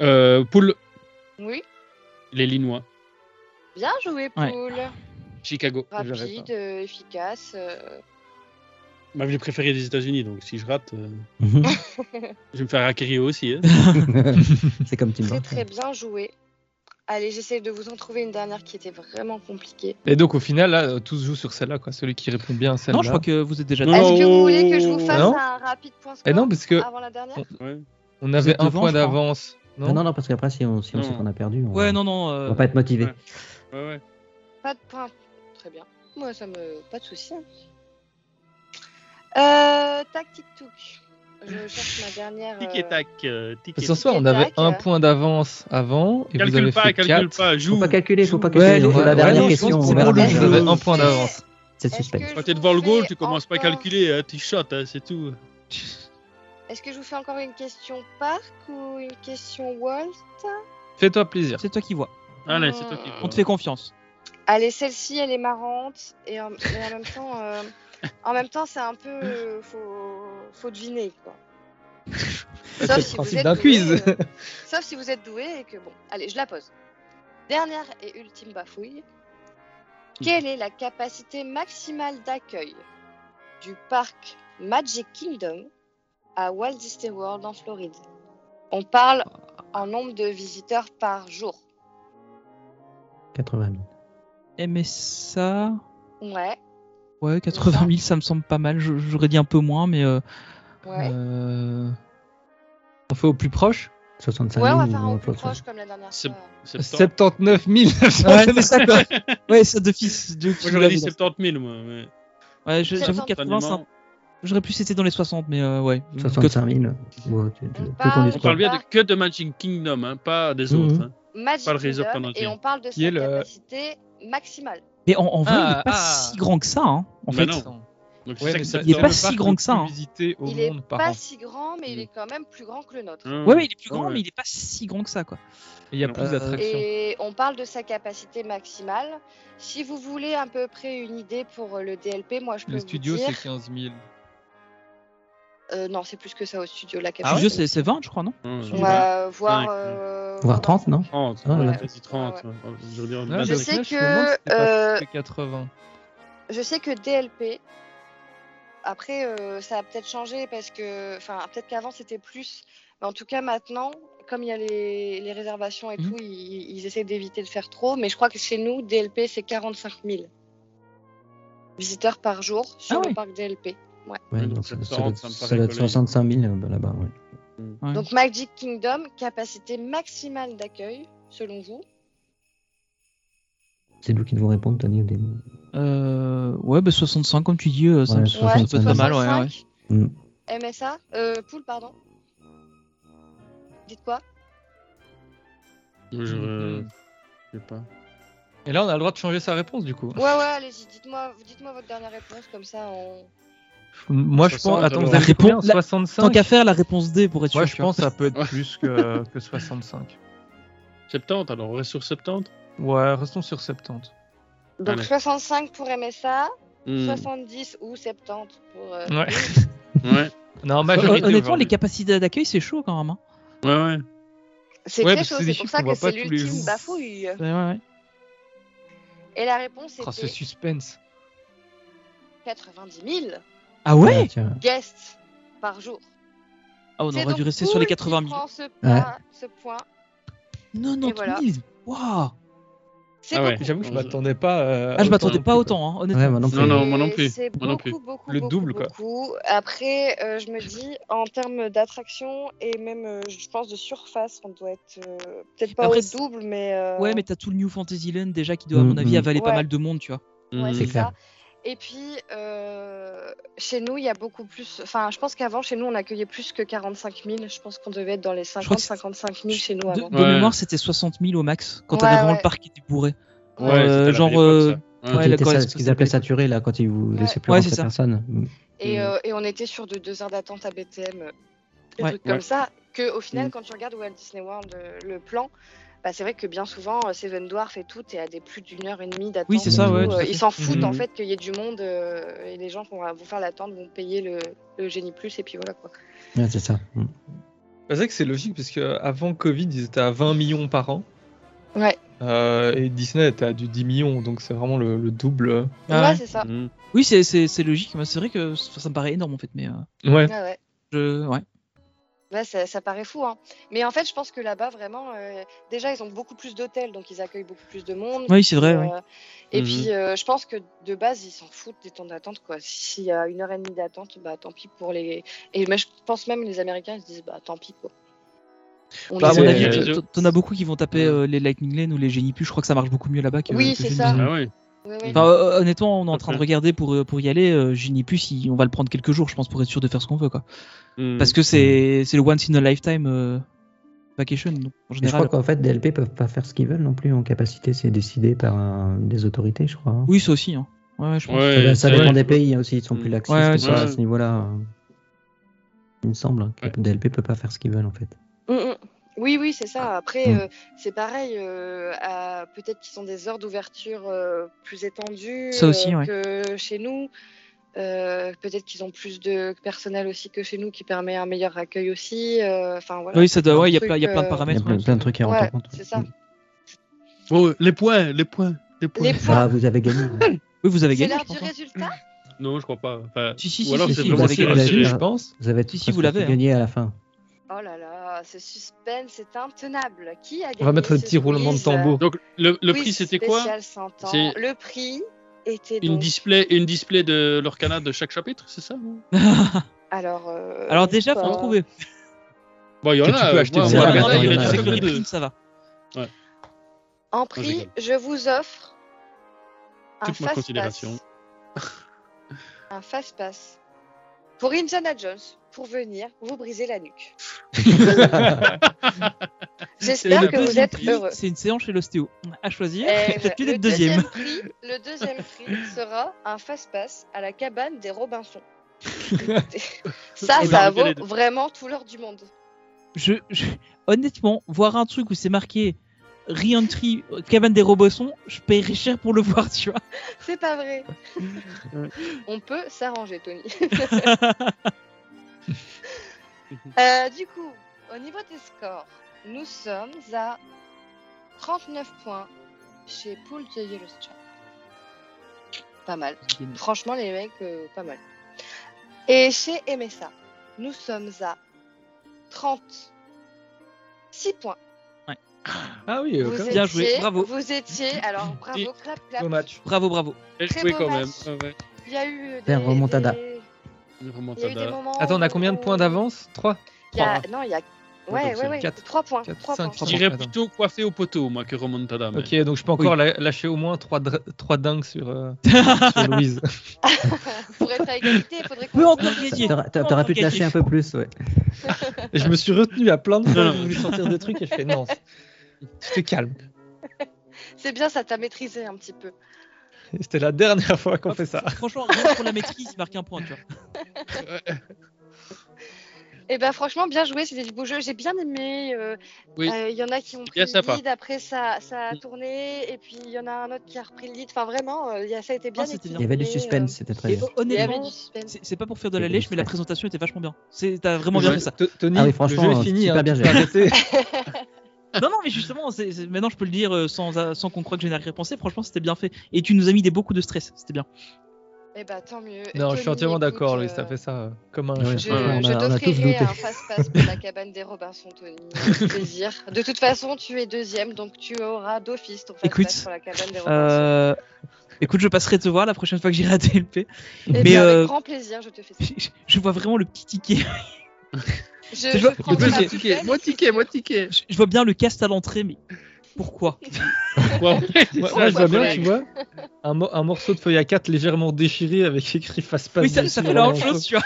I: Euh, Poule,
G: Oui,
I: les Linois,
G: bien joué,
E: Ouais.
G: Poule.
I: Chicago. j'avais
G: Rapide,
I: Ah, pas.
G: euh, efficace. euh,
I: Ma ville préférée des États-Unis, donc si je rate, euh, je vais me faire acquérir aussi. hein.
J: c'est comme Tim
G: Très
J: Burton.
G: très bien joué. Allez, j'essaie de vous en trouver une dernière qui était vraiment compliquée.
H: Et donc au final, là, tous jouent sur celle-là, quoi. Celui qui répond bien à celle-là.
E: Non, je crois que vous êtes déjà.
I: Non,
E: dedans.
G: Est-ce que vous voulez que je vous
I: Oh.
G: fasse
H: Non.
G: un rapide point
H: Et
G: score
H: Eh non, parce que
G: avant la dernière
I: Ouais.
H: on
E: Vous
H: avait
E: êtes
H: un
E: devant,
H: point
E: je crois.
H: d'avance. Non,
J: Ah Non, non, non, parce qu'après, si on, si on sait
I: Non.
J: qu'on a perdu, on,
E: Ouais, non, non.
J: on
E: euh,
J: va pas être motivé.
I: Ouais. Ouais, ouais.
G: Pas de point. Très bien. Moi, ça me. Pas de souci. hein. Euh, tac, tic, touc. Je cherche ma dernière.
I: Tic
G: euh,
I: et tac, euh, tic et
H: Parce qu'en soi, on
G: Tic-tac.
H: avait un point d'avance avant. Et vous avez
I: Calcule pas,
H: fait
I: calcule
H: quatre.
I: pas,
J: Faut
I: joue.
J: pas calculer, faut pas calculer.
E: Ouais, les-
J: c'est la
E: ouais,
J: dernière
E: non, je pense
J: question.
E: que
J: On
E: c'est
J: verra
E: pour le
J: bien.
E: jeu.
H: Vous avez un point d'avance.
J: C'est le
G: Est-ce
J: suspense.
G: que
I: Quand
G: je
I: t'es
G: vous
I: devant le goal,
G: fais
I: tu commences pas à
G: encore-
I: calculer, hein, tu shot, hein, c'est tout.
G: Est-ce que je vous fais encore une question parc ou une question Walt
H: Fais-toi plaisir.
E: C'est toi qui vois.
I: Allez, Ah c'est toi qui.
G: On
E: On te fait confiance.
G: Allez, celle-ci, elle est marrante et en, et en même temps, euh, en même temps, c'est un peu euh, faut, faut deviner quoi.
H: C'est le principe d'un quiz.
G: doué, euh, sauf si vous êtes doué et que bon, allez, je la pose. Dernière et ultime bafouille. Quelle est la capacité maximale d'accueil du parc Magic Kingdom à Walt Disney World en Floride On parle en nombre de visiteurs par jour.
J: 80 000.
E: MSA.
G: Ouais.
E: Ouais, 80 000, ça me semble pas mal. Je- J'aurais dit un peu moins, mais. euh,
G: Ouais.
E: euh, On fait au plus proche
J: 65
G: ouais, on va
J: 000
G: faire
J: ou
G: un plus
J: 60 000.
G: proche comme la dernière
I: C'est-
G: fois.
H: Euh,
I: 70
H: 79 900.
E: Ouais, c'est ça quoi. Ouais, ça de fils. de-
I: Moi, j'aurais dit 70 000, moi. Mais...
E: Ouais, je- j'avoue 80, c'est un-
I: finalement,
E: J'aurais plus c'était dans les 60, mais euh, ouais.
J: 65 000. Ouais, tu- tu-
G: On
J: peu
G: parle-
J: qu'on
I: On
J: dise pas.
I: parle
G: Ah.
I: bien de, que de Magic Kingdom, hein, pas des
J: Mhm.
I: autres. hein.
G: Magic
I: Pas le Razor
G: Kingdom,
I: Pan
G: et
I: entier.
G: on parle de
H: Qui
G: sa
H: est le-
G: capacité maximale.
E: Mais en, en vrai, il
H: Ah,
E: n'est pas
H: ah.
E: si grand que ça, hein, en
I: Bah
E: fait.
I: non. Donc, c'est
H: Ouais,
I: ça
H: mais
I: que
H: ça-
I: ça
E: il est
I: donne.
E: pas
H: le
E: si
H: parc
E: grand
H: le
E: que ça,
H: plus
E: hein.
H: visité au
G: il est
H: monde par
G: pas
H: an.
G: si grand, mais il est quand même plus grand que le nôtre.
I: Hein.
E: Ouais, Ah ouais, il est plus grand,
I: Ouais.
E: mais il n'est pas si grand que ça, quoi.
H: Il y a
I: Non.
H: plus
E: Euh,
H: d'attractions.
G: Et on parle de sa capacité maximale. Si vous voulez à peu près une idée pour euh, le DLP, moi je peux
H: Le
G: vous
H: studio,
G: dire.
H: c'est hein 15 000.
G: Euh, non, c'est plus que ça au studio la
E: Le
G: capacité.
E: studio, c'est- c'est 20, Ah, je crois, non
I: Ouais,
G: Ouais,
I: ouais.
G: euh, voire,
I: Cinq,
G: euh,
J: Voir 30, non
I: 30,
J: Ah,
I: ouais,
J: ouais.
I: t'as dit 30.
G: Ah,
I: ouais. J'aurais dit
H: Ouais,
I: 29.
G: je sais
H: là,
G: que,
H: me demande si c'est pas
G: euh,
H: plus que 80.
G: Je sais que DLP, après, euh, ça a peut-être changé parce que, enfin, peut-être qu'avant c'était plus, mais en tout cas maintenant, comme il y a les, les réservations et
E: Mhm.
G: tout, ils, ils essaient d'éviter de faire trop, mais je crois que chez nous, DLP, c'est 45 000 visiteurs par jour sur
E: Ah
G: le
E: ouais.
G: parc DLP.
J: Ouais,
I: Ouais,
J: donc
I: donc
J: ça,
I: 70,
J: ça doit être-
I: ça me
J: ça doit
I: paraît
J: être
I: collé.
J: 65 000 euh, bah, là-bas, ouais.
E: Ouais.
G: Donc Magic Kingdom, capacité maximale d'accueil, selon vous
J: C'est nous qui devons répondre, Tony, au début.
E: Euh, ouais, bah 65, comme tu dis, euh, ça me
J: Ouais,
E: semble ça me semble pas mal, ouais. ouais.
G: 65,
J: Mm.
G: MSA euh, Pool, pardon. Dites quoi
I: Moi, j'aurais-
H: Mhm.
I: euh, je sais pas.
H: Et là, on a le droit de changer sa réponse, du coup.
G: Ouais, ouais, allez-y, dites-moi dites votre dernière réponse, comme ça on.
H: Moi, je
I: 60,
H: pense. Attends,
I: alors.
H: vous avez
E: La
H: répondu
E: réponse- la-
H: 65
E: Tant qu'à faire, la réponse D pour être
H: Moi,
E: sûr.
H: je
E: tu vois.
H: pense que ça peut être plus que, que 65.
I: 70, alors on reste sur 70
H: Ouais, restons sur 70.
G: Donc
I: Allez.
G: 65 pour MSA,
I: Hmm.
G: 70 ou 70 pour. euh,
H: Ouais.
I: Ouais,
H: Non,
E: Hon-
H: majorité.
E: Honnêtement, les
H: aujourd'hui.
E: capacités d'accueil, c'est chaud quand même. hein.
I: ouais, ouais.
G: C'est
H: Ouais,
G: très
H: parce que
G: chaud,
H: c'est des
G: c'est pour
H: chiffres
G: ça
H: qu'on
G: que
H: voit
G: c'est
H: pas tous les
G: l'ultime
H: jours.
G: bafouille.
E: Ouais, ouais, ouais.
G: Et la réponse
H: Oh, ce
G: était
H: suspense.
G: 90 000
E: Ah ouais
J: tiens.
G: guests par jour.
E: Ah, on
G: C'est
E: aurait dû
G: donc
E: rester sur les
G: Poul qui
E: 80 000.
G: prend ce, pas- ce point.
E: 90
G: voilà.
E: 000 Waouh
G: C'est
I: Ah ouais.
G: beaucoup.
H: J'avoue, je m'attendais pas. euh,
E: Ah, je m'attendais
I: non
E: pas
I: plus,
E: Ah, autant, hein,
J: Ouais,
E: honnêtement.
J: moi non plus.
I: Non, non, moi non plus.
G: C'est
I: Moi non plus.
G: beaucoup, beaucoup,
H: Le
G: beaucoup,
H: double, quoi.
G: beaucoup. Après, euh, je me dis, en termes d'attraction et même, euh, je pense, de surface, on doit être euh, peut-être pas
E: Après,
G: au double, mais. euh,
E: Ouais, mais t'as tout le New Fantasyland déjà qui doit, à mon
J: Mm,
E: avis,
J: mm.
E: avaler pas
G: Ouais.
E: mal de monde, tu vois.
G: Ouais,
I: Mhm.
G: c'est
J: C'est clair.
G: ça. Et puis, euh, chez nous, il y a beaucoup plus. Enfin, je pense qu'avant, chez nous, on accueillait plus que 45 000. Je pense qu'on devait être dans les
E: crois que c'est-
G: 50-55 000 chez nous
E: De,
G: avant.
E: de
I: Ouais.
E: mémoire, c'était 60 000 au max quand
G: Ouais,
E: t'avais vraiment
G: ouais.
E: le parc qui était bourré.
I: Ouais,
E: Euh,
I: c'était la
E: genre,
I: vieille époque, ça.
E: ouais,
I: Ouais.
J: C'était
E: la Corée,
J: ça,
E: c'est
J: ce qu'ils
E: ça,
J: appelaient
E: les-
J: saturé, là, quand ils vous
G: Ouais.
J: laissaient plus
E: Ouais,
J: rentrer
E: c'est ça.
J: personne. Mm.
G: Et,
I: Mhm.
G: euh, et on était sur de deux heures d'attente à BTM, euh, des
E: Ouais. Mm.
G: trucs comme
I: Ouais.
G: ça. Que au final,
I: Mhm.
G: quand tu regardes Walt Disney World, euh, le plan, bah, c'est vrai que bien souvent, euh, Seven Dwarfs et tout, t'es à des plus d'une heure et demie d'attente.
E: Oui, c'est
G: et
E: ça,
G: tout.
E: ouais.
G: Euh,
E: tout à fait. Mm.
G: ils s'en foutent en
I: Mhm.
G: fait qu'il y ait du monde euh, et les gens qui vont vont faire l'attente vont payer le, le génie plus et puis voilà quoi.
J: Ouais, c'est ça. Mm.
H: Bah, C'est vrai que c'est logique parce que euh, avant Covid, ils étaient à 20 millions par an.
G: Ouais.
H: Euh, et Disney était à du 10 millions, donc c'est vraiment le, le double.
E: Ah
G: ouais,
E: ouais.
G: c'est ça.
I: Mhm.
E: Oui, c'est- c'est c'est logique. mais C'est vrai que ça ça me paraît énorme en fait, mais euh,
G: Ouais,
H: Ouais.
G: ouais.
E: je- ouais.
G: Ouais, ça, ça paraît fou, hein. Mais en fait, je pense que là-bas, vraiment, euh, déjà, ils ont beaucoup plus d'hôtels, donc ils accueillent beaucoup plus de monde.
E: Oui, c'est vrai.
G: Euh,
E: oui.
G: Et
I: Mhm.
G: puis, euh, je pense que de base, ils s'en foutent des temps d'attente, quoi. S'il y a une heure et demie d'attente, bah tant pis pour les. Et moi, je pense même les Américains, ils se disent, bah tant pis, quoi. On
E: Bah, à
G: les
E: mon
I: c'est-
E: avis,
G: accueille.
I: euh,
E: t- t- t'en as beaucoup qui vont taper euh, les Lightning Lane ou les Génipues. Je crois que ça marche beaucoup mieux là-bas que.
G: Oui,
E: que
G: c'est
E: chez
G: ça.
E: nous.
H: Mm.
I: Ah ouais.
G: Ouais, ouais.
E: Enfin, euh, honnêtement, on est en train de
I: Après.
E: regarder pour, euh, pour y aller. euh, Génipus, il- on va le prendre quelques jours, je pense, pour être sûr de faire ce qu'on veut. Quoi.
I: Mhm.
E: Parce que c'est c'est le once in a lifetime euh, vacation. donc, en
J: Mais je
E: général,
J: crois qu'en fait, DLP peuvent pas faire ce qu'ils veulent non plus en capacité. C'est décidé par euh, des autorités, je crois.
E: oui, ça aussi. hein. Ouais, je pense.
J: Ça-
H: euh,
I: Ouais,
J: ça
I: c'est
J: dépend
I: vrai.
J: des pays hein, aussi. Ils sont plus
I: Mm.
J: laxistes
E: Ouais, ouais,
J: sur- à
I: c'est-
J: ce niveau-là. euh. Il me semble hein, que
I: Ouais.
J: DLP peut pas faire ce qu'ils veulent en fait.
G: Mm, mm. Oui, oui, c'est
E: Ah.
G: ça. Après,
J: Mm.
G: euh, c'est pareil. euh, à- Peut-être qu'ils ont des heures d'ouverture euh, plus étendues
E: Ça aussi,
G: euh,
E: ouais.
G: que chez nous. Euh, Peut-être qu'ils ont plus de personnel aussi que chez nous qui permet un meilleur accueil aussi. euh, Enfin, voilà.
E: Oui, ça doit.
G: plein
E: Ouais, il y, a
G: de
E: plein- il y a
G: trucs,
E: plein de
G: euh,
J: Il y a
E: paramètres.
J: plein,
E: ouais.
J: plein de trucs à rendre
G: Ouais,
J: en compte.
G: c'est ça.
J: Mm.
I: Oh, les points, les points, les points.
G: Les
J: Ah,
G: points.
J: vous avez gagné. ouais.
E: Oui, vous avez
G: C'est
E: gagné.
G: l'heure
E: je
G: du
E: pense, hein.
G: résultat
I: Non, je crois pas. Enfin,
E: Si, si,
I: ou
E: si,
I: alors
E: si,
I: c'est
E: si,
I: vraiment
E: vous avez
I: sur la
E: gagné.
I: série,
J: Vous
I: je
J: avez-
I: pense.
J: Vous avez tous
E: Si, si, vous
J: presque
E: l'avez, hein.
J: tout gagné à la fin.
G: Oh là là, ce suspense est intenable. Qui a gagné
H: On va mettre le
G: ce
H: petit roulement de
G: quiz
H: tambour.
I: Donc le, le
G: Quiz
I: prix c'était quoi
G: spécial 100 ans.
I: C'est-
G: Le prix, était
I: Une
G: donc.
I: display, une display de l'orcana de chaque chapitre, c'est ça non
G: Alors, euh,
E: Alors déjà, faut
G: pas-
E: en trouver.
I: Bon, il y en
H: Que
I: a. euh,
H: tu peux acheter
G: Ah,
I: moi,
H: des
I: moi,
H: armes,
I: Arcana,
H: il y
I: il
H: en
I: a
H: a.
I: dit
E: Avec
I: comme
E: les
I: les deux.
E: primes, ça va.
G: En
I: je
G: prix,
I: rigole.
G: je vous offre un
I: Toute ma
G: fast
I: considération.
G: pass. un fast pass pour Indiana Jones pour venir vous briser la nuque. J'espère
I: le
G: que vous
E: deuxième
G: êtes
E: prix,
G: heureux.
E: C'est une séance chez l'ostéo. À choisir,
G: Et
E: peut-être plus
G: le
E: d'être deuxième.
G: prix, le deuxième prix sera un fast-pass à la cabane des Robinson. ça,
I: Vous
G: ça
I: arrêtez
G: vaut
I: les deux.
G: vraiment tout l'or du monde.
E: Je, je- honnêtement, voir un truc où c'est marqué Re-entry, euh, cabane des Robossons, je paierais cher pour le voir, tu vois.
G: C'est pas vrai. On peut s'arranger, Tony. Euh, du coup, au niveau des scores, nous sommes à 39 points chez Pool de Yellowstone. Pas mal. Franchement, les mecs, euh, pas mal. Et chez MSA, nous sommes à 36 points.
H: Ah oui, euh,
G: Vous
H: quand même.
G: étiez,
E: Bien joué, bravo.
G: Vous étiez, alors
H: Et-
G: bravo, clap, clap.
H: Beau match.
E: Bravo, bravo.
I: Bien
G: Très
I: joué
G: beau
I: quand même.
G: match.
I: Ouais, ouais.
G: Il y a eu des,
J: Faire remontada.
G: des- il
I: Une
G: y a eu des
I: remontada.
G: moments
H: Attends, on a
G: où-
H: combien de points d'avance 3
G: Il y a-
H: 3.
G: Non, il y a. Ouais,
H: donc
G: ouais,
H: c'est
G: ouais.
H: quatre,
G: 3 points.
H: quatre,
G: trois
H: cinq,
G: points.
I: Je
H: trois
I: dirais
H: Attends.
I: plutôt coiffé au poteau, moi, que remontada. mais-
H: Ok, donc je peux encore la- lâcher au moins 3, dingues sur, euh, sur Louise.
G: Pour être à égalité, il faudrait qu'on.
E: Peut encore
J: Ça-
E: gagner.
J: T'auras t'a- t'auras pu te
E: Encore
J: lâcher un peu plus, ouais.
H: Et je me suis retenu à plein de fois,
I: Non,
H: j'ai
I: non.
H: voulu sortir des trucs et je fais non, tu te calmes.
G: C'est bien, ça t'a maîtrisé un petit peu.
H: C'était la dernière fois qu'on fait ça.
E: Franchement, rien que pour la maîtrise, il marque un point, tu vois.
G: Et ben franchement, bien joué, c'était du beau jeu. J'ai bien aimé. euh, euh, Il
I: Oui.
G: y en a qui ont pris
I: Bien
G: le
I: sympa.
G: lead, après ça, ça a tourné, et puis il y en a un autre qui a repris le lead. Enfin, vraiment, euh, y a- ça a été bien.
E: Ah, c'était
G: équilibré,
J: Il y avait du
G: euh,
J: suspense, c'était très
E: Et
J: bien.
G: Il y avait
E: honnêtement,
G: du suspense.
E: c'est c'est pas pour faire de la
J: Et
E: lèche, mais la
J: stress.
E: présentation était vachement bien. C'est- T'as vraiment bien
I: Ouais.
E: fait ça.
H: T- Tony,
J: Ah oui,
H: le jeu
J: franchement,
H: est fini,
J: super
H: hein,
J: bien
H: tu peux
J: géré.
H: arrêter.
E: Non, non, mais justement, c'est c'est- maintenant je peux le dire euh, sans, euh, sans qu'on croie que j'ai rien pensé. Franchement, c'était bien fait. Et tu nous as mis des beaucoup de stress. C'était bien.
G: Eh ben tant mieux.
H: Non, je suis
G: Tony,
H: entièrement d'accord,
G: écoute,
H: Louise,
G: euh,
H: t'as fait ça euh, comme un
J: Ouais.
H: chef.
G: Je,
J: Ouais, on a-
G: je
J: on a tous
G: t'offrirai
J: douté.
G: un fast-pass pour la cabane des Robinson, Tony. avec plaisir. De toute façon, tu es deuxième, donc tu auras d'office ton fast-pass
E: Écoute,
G: pour la cabane des Robinson.
E: Euh, écoute, je passerai te voir la prochaine fois que j'irai à TLP.
G: Eh
E: mais,
G: bien,
E: euh,
G: avec grand plaisir, je te fais ça.
E: Je- Je vois vraiment le petit ticket.
G: Je,
E: vois-
G: prends
E: je vois-
G: ma
I: ticket,
G: tutelle,
I: moi
G: je suis
I: ticket,
G: sûre.
I: moi ticket.
E: Je je vois bien le cast à l'entrée, mais pourquoi
I: Ouais, ouais, c'est
H: Moi,
I: ça,
H: moi, je vois bien,
I: collègue.
H: tu vois, un, mo- un morceau de feuille à 4 légèrement déchiré avec écrit face pas
E: Oui, ça, ça fait la même chose, tu vois.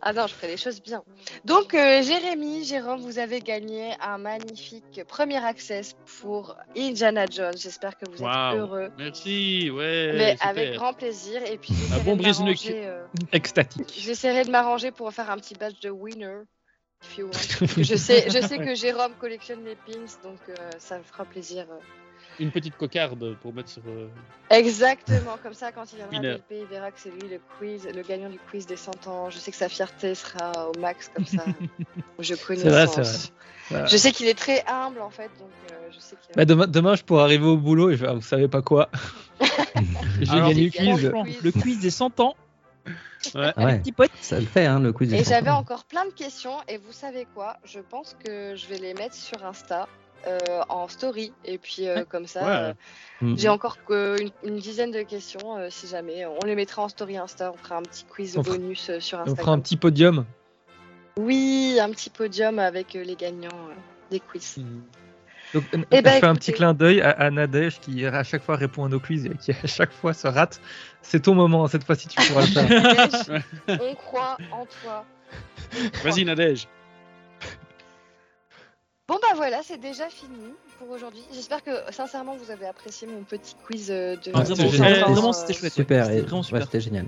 G: Ah non, je ferai les choses bien. Donc, euh, Jérémy, Jérôme, vous avez gagné un magnifique premier accès pour Indiana Jones. J'espère que vous êtes
I: Waouh.
G: heureux.
I: Merci, ouais.
G: Mais
I: super.
G: avec grand plaisir. Et puis,
I: Un
G: j'essaierai
I: bon
G: de
I: brise-nuque.
G: m'arranger, euh,
H: Extatique.
G: j'essaierai de m'arranger pour faire un petit badge de winner. if you want. Parce que Je sais, je sais que Jérôme collectionne les pins, donc euh, ça me fera plaisir. euh,
I: Une petite cocarde pour mettre sur. euh,
G: Exactement, comme ça, quand il viendra
I: Winner.
G: à TLP, il verra que c'est lui le quiz, le gagnant du quiz des 100 ans. Je sais que sa fierté sera au max, comme ça. je connais
H: C'est vrai,
G: sens.
H: c'est vrai. Voilà.
G: Je sais qu'il est très humble, en fait, donc euh, je sais qu'il
H: Bah, demain, demain, je pourrais arriver au boulot et je vais, ah, vous savez pas quoi. J'ai
I: Alors,
H: gagné le
G: c'est
H: quiz.
E: Franchement, le quiz des 100 ans,
J: Ah ouais,
E: petit pote.
J: ça le fait, hein, le quiz.
G: Et
J: est
G: j'avais
J: sympa.
G: encore plein de questions, et vous savez quoi Je pense que je vais les mettre sur Insta, euh, en story, et puis euh, comme ça...
I: Ouais.
G: euh,
J: Mm.
G: J'ai encore que une, une dizaine de questions, euh, si jamais. On les mettra en story Insta, on fera un petit quiz
H: On fera-
G: bonus euh, sur
H: On
G: Instagram.
H: fera un petit podium.
G: Oui, un petit podium avec euh, les gagnants euh, des quiz.
H: Donc, euh,
G: Eh
H: je
G: ben,
H: fais un
G: écoutez.
H: petit clin d'œil à, à Nadège qui à chaque fois répond à nos quiz et qui à chaque fois se rate. C'est ton moment, cette fois-ci tu pourras le faire.
G: Nadège, on croit en toi.
I: Vas-y, Nadège.
G: Bon bah voilà, c'est déjà fini pour aujourd'hui. J'espère que sincèrement vous avez apprécié mon petit quiz euh, de.
E: Ah,
H: c'était
E: vraiment,
H: génial.
E: c'était- vraiment,
G: Euh,
E: c'était chouette.
J: Super,
E: C'était
J: et-
E: vraiment
J: ouais,
E: super.
J: c'était génial.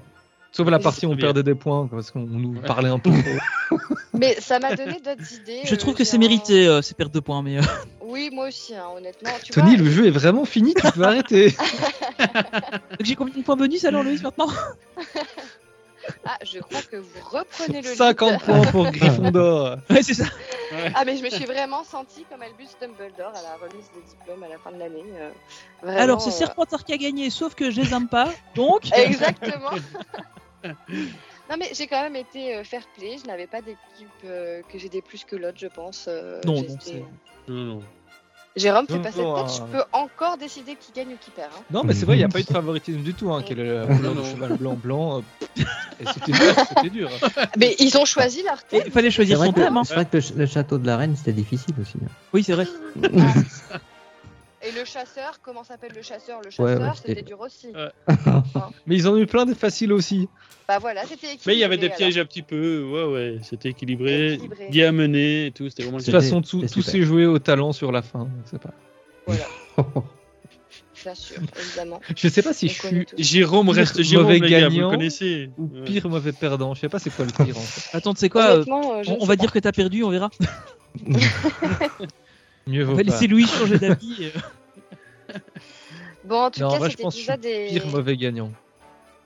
H: Sauf la
G: C'est
H: partie où on
I: bien.
H: perdait des points parce qu'on nous parlait un peu trop.
G: Mais ça m'a donné d'autres idées.
E: Je
G: euh,
E: trouve que
G: j'ai
E: c'est
G: un-
E: mérité euh, ces pertes de points, mais euh,
G: Oui, moi aussi, hein, honnêtement. Tu
H: Tony,
G: vois,
H: le jeu est vraiment fini, tu peux arrêter.
E: Donc, j'ai combien de points bonus alors, Loïs, maintenant
G: ah, je crois que vous reprenez le.
H: 50
G: lead.
H: points pour Gryffondor.
E: Ouais, c'est ça.
G: Ah mais je me suis vraiment sentie comme Albus Dumbledore à la remise des diplômes à la fin de l'année. euh, vraiment,
E: Alors, c'est
G: euh,
E: Serpentard qui a gagné, sauf que je les aime pas. Donc,
G: Exactement. non mais j'ai quand même été euh, fair play, je n'avais pas d'équipe euh, que j'aidais plus que l'autre je pense. euh,
E: Non,
G: j'ai
E: non,
G: été-
I: Non, euh, non.
G: Jérôme, fais pas cette
H: Oh.
G: tête, tu peux encore décider qui gagne ou qui perd. hein.
H: Non, mais c'est vrai, il n'y a pas eu de favoritisme du tout. Hein, quel est la couleur du cheval blanc blanc euh, et C'était dur, c'était dur.
G: Mais ils ont choisi leur thème.
E: Il fallait
J: C'est
E: choisir
J: vrai,
E: son
J: que,
E: thème. hein.
J: c'est vrai que le, ch- le château de la reine, c'était difficile aussi. hein.
E: Oui, c'est vrai.
G: Ah. Et le chasseur, comment s'appelle le chasseur Le chasseur,
J: ouais,
G: c'était
J: c'est-
G: dur aussi.
H: Mais ils en ont eu plein de faciles aussi.
G: Bah voilà, c'était équilibré.
I: Mais il y avait des
G: alors.
I: pièges un petit peu, ouais, ouais, c'était équilibré,
G: Équilibré.
I: bien mené et tout, c'était vraiment
H: De toute
J: C'était-
H: façon, tout,
J: c'était
H: tout
J: super.
H: s'est joué au talent sur la fin. Je sais pas.
G: Bien sûr, évidemment.
H: Je sais pas si
G: On
H: je
G: connaît
H: suis
G: tous.
I: Jérôme reste
H: Mauvais
I: Jérôme, les gars, vous
H: gagnant
I: le connaissez.
H: ou
I: Ouais.
H: pire mauvais perdant. Je sais pas c'est quoi le pire. En fait.
E: Attends, tu sais quoi euh,
G: Honnêtement, euh, je
E: on,
G: ne
E: on va
G: sais pas.
E: dire que t'as perdu, on verra.
H: Mieux vaut
E: On va
H: pas.
E: laisser Louis changer d'avis. euh.
G: Bon, en tout
H: Non, en
G: cas,
H: vrai, je
G: cet
H: pense que je suis
G: épisode est.
H: Pire mauvais gagnant.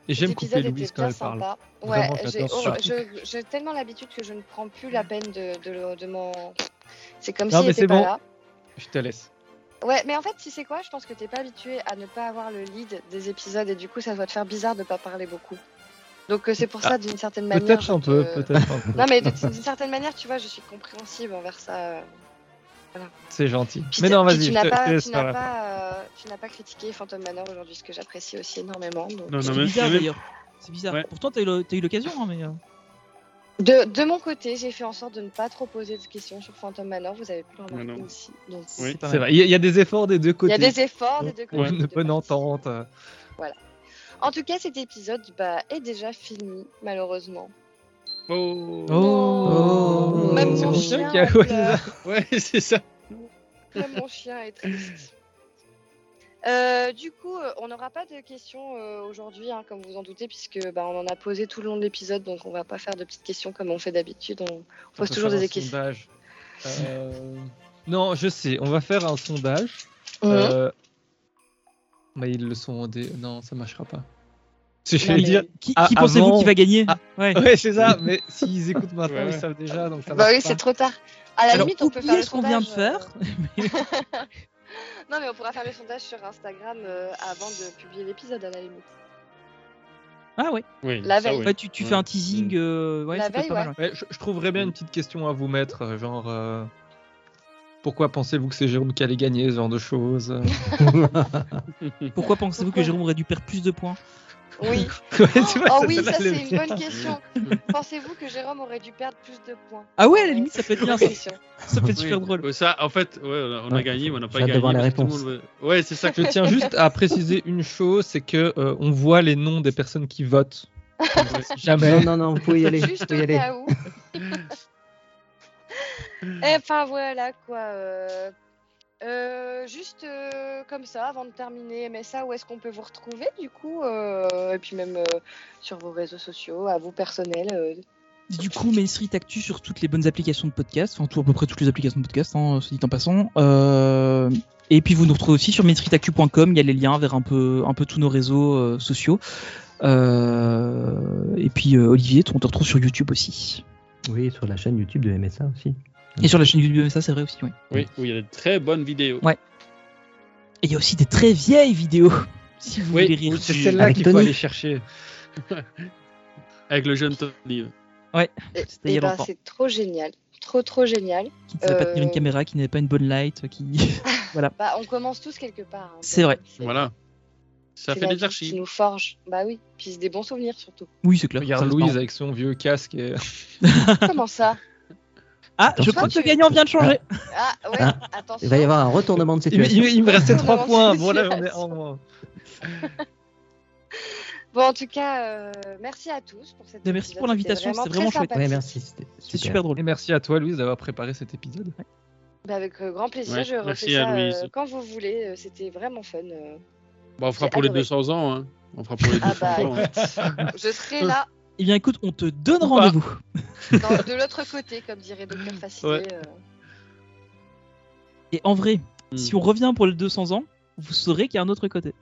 H: Et j'aime
G: Cet
H: couper
G: épisode
H: Louise
G: était
H: quand
G: bien
H: elle parle.
G: sympa. Ouais,
H: Vraiment,
G: j'ai
H: j'adore
G: oh,
H: surtout.
G: je- j'ai tellement l'habitude que je ne prends plus la peine de, de, le- de mon. C'est comme
H: Non,
G: si
H: mais
G: j'étais
H: c'est
G: pas
H: bon.
G: là.
H: Je te laisse.
G: Ouais, mais en fait, si c'est quoi, je pense que t'es pas habitué à ne pas avoir le lead des épisodes et du coup, ça doit te faire bizarre de pas parler beaucoup. Donc euh, c'est pour ça, d'une certaine manière.
H: Ah, Peut-être
G: je
H: un peu,
G: te-
H: peut-être un peu.
G: Non, mais de- d'une certaine manière, tu vois, je suis compréhensible envers ça. euh.
H: C'est gentil.
G: Puis
H: Mais
G: t'as-
H: non,
G: puis
H: vas-y,
G: Tu
H: je
G: n'as
H: te je
G: pas,
H: te
G: tu
H: laisse
G: n'as
H: par là.
G: pas, euh, tu n'as pas critiqué Phantom Manor aujourd'hui, ce que j'apprécie aussi énormément. donc.
I: Non,
E: C'est
I: non, mais
E: bizarre
I: mais-
E: d'ailleurs. C'est bizarre.
I: Ouais.
E: Pourtant, t'as eu le- t'as eu l'occasion, hein, mais. euh,
G: De, de mon côté, j'ai fait en sorte de ne pas trop poser de questions sur Phantom Manor. Vous avez pu le remarquer
I: Manor.
G: aussi. Donc,
I: Oui.
E: c'est pas
H: C'est
E: mal.
H: vrai, il y a- il y a des efforts des deux
G: Il y
H: côtés.
G: a des efforts des deux côtés.
I: Ouais.
G: des
H: Une
G: deux
H: bonne
G: parties.
H: entente. euh,
G: En tout cas, cet épisode bah, est déjà fini, malheureusement.
I: Oh.
E: Oh.
G: Même
H: C'est
G: mon
H: pour ça
G: chien euh,
H: qu'il y a-
G: pleure.
I: Ouais, c'est ça.
G: Même mon chien est triste. Euh, du coup, euh, on n'aura pas de questions euh, aujourd'hui, hein, comme vous en doutez, puisque bah, on en a posé tout le long de l'épisode, donc on va pas faire de petites questions comme on fait d'habitude. On,
H: On
G: pose
H: peut
G: toujours
H: faire
G: des
H: un
G: questions.
H: sondage. Euh, Non, je sais, on va faire un sondage.
G: Mhm.
H: Euh, Mais ils le sont. Des... Non, ça marchera pas. C'est
G: Non,
H: j'allais
G: mais-
H: dire.
E: Qui,
H: Ah,
E: qui pensez-vous
H: avant-
E: qui va gagner
H: Ah.
E: Ouais.
H: Ouais, c'est ça, mais s'ils écoutent maintenant,
I: Ouais, ouais.
H: ils savent déjà. Donc ça
G: Bah oui,
H: marche
G: c'est
H: pas.
G: trop tard. À la
E: Alors,
G: limite, on peut
E: oubliez
G: faire le
E: ce qu'on vient de
G: sondage, euh,
E: faire.
G: Non, mais on pourra faire le sondage sur Instagram euh, avant de publier l'épisode, à la limite.
E: Ah ouais.
I: Oui,
G: La
I: ça,
G: veille.
I: oui.
E: Ouais, tu, tu
I: Ouais.
E: fais un teasing. euh, ouais,
G: La
E: ça peut
G: veille,
E: être pas mal.
H: Ouais, je, je trouverais bien une petite question à vous mettre, euh, genre. euh, Pourquoi pensez-vous que c'est Jérôme qui allait gagner ce genre de choses euh.
E: ouais. Pourquoi pensez-vous que
G: Pourquoi
E: Jérôme aurait dû perdre plus de points
G: Oui.
H: Ouais, c'est vrai,
G: oh oui,
H: celle-là,
G: ça
H: elle est
G: c'est une
H: bien.
G: bonne question. Pensez-vous que Jérôme aurait dû perdre plus de points
E: Ah ouais, à la limite, ça peut être bien.
G: C'est
E: Ça,
G: une question.
E: ça peut être super
I: Oui.
E: drôle.
I: Ouais, Ça, en fait, ouais, on a- on a
J: Ouais.
I: gagné, mais on n'a pas
J: J'ai hâte de
I: gagné.
J: voir la
I: parce que tout le
J: réponse.
I: monde veut- Ouais, c'est ça que
H: Je tiens juste à préciser une chose, c'est que euh, on voit les noms des personnes qui votent. Jamais.
J: Non, non, non, vous pouvez y aller. vous
G: Juste
J: pouvez y
G: au
J: aller.
G: cas où. Et Enfin voilà quoi. euh, euh, juste euh, comme ça, avant de terminer, mais ça, où est-ce qu'on peut vous retrouver du coup euh, Et puis même euh, sur vos réseaux sociaux, à vous personnels. euh,
E: Du coup, Main Street Actu sur toutes les bonnes applications de podcast, enfin tout, à peu près toutes les applications de podcast, hein, se dit en passant. Euh, et puis vous nous retrouvez aussi sur mainstreetactu.com, il y a les liens vers un peu, un peu tous nos réseaux euh, sociaux. Euh, et puis euh, Olivier, on te retrouve sur YouTube aussi.
J: Oui, sur la chaîne YouTube de MSA aussi.
E: Et sur la chaîne YouTube, ça c'est vrai aussi, oui.
I: Oui, où il y a de très bonnes vidéos.
E: Et il y a aussi des très vieilles vidéos, si vous
I: Oui,
E: voulez rire.
I: aussi,
H: celle-là
J: Avec
H: qu'il faut
J: Tony.
H: aller chercher.
I: avec le jeune Tony.
G: et-
E: C'était il y
G: et
E: a
G: ben,
E: longtemps.
G: c'est trop génial. Trop trop génial.
E: Qui ne savait pas tenir une
G: Euh,
E: caméra, qui n'avait pas une bonne light, qui...
G: Bah, on commence tous quelque part. hein.
E: C'est vrai.
I: Voilà.
G: C'est
I: Ça fait
G: la
I: des
G: vie qui
I: archives.
G: nous forge. Bah oui, puis c'est des bons souvenirs surtout.
E: Oui, c'est clair.
H: Regarde
E: ça, c'est
H: Louise
E: marrant.
H: avec son vieux casque. Et...
G: Comment ça
E: Ah, je
J: Attention.
E: crois que le gagnant vient de changer.
G: Ah ouais,
J: Ah,
G: attention.
J: Il va y avoir un retournement de
H: Il,
J: situation.
H: il- il me restait trois
G: Vraiment,
H: points.
G: c'est
H: Bon, là, on est
G: situation.
H: en.
G: Bon, en tout cas, euh, merci à tous pour cette.
E: Mais merci pour l'invitation, c'est vraiment chouette.
J: Ouais, merci. c'était
E: C'est super drôle.
H: Et merci à toi, Louise, d'avoir préparé cet épisode.
G: avec euh, grand plaisir,
I: Ouais,
G: je refais
I: merci à
G: ça euh,
I: Louise.
G: quand vous voulez. euh, C'était vraiment fun. euh.
I: Bah, on fera
G: J'ai
I: pour les
G: adoré.
I: 200 ans. Hein. On fera pour les
G: Ah
I: 200
G: bah
I: ans. hein.
G: écoute, je serai là
E: Eh bien, écoute, on te donne
I: Ou pas.
E: rendez-vous.
G: dans- de l'autre côté, comme dirait Docteur Facilité.
I: Ouais.
G: euh.
E: Et en vrai,
I: Hmm.
E: si on revient pour les 200 ans, vous saurez qu'il y a un autre côté.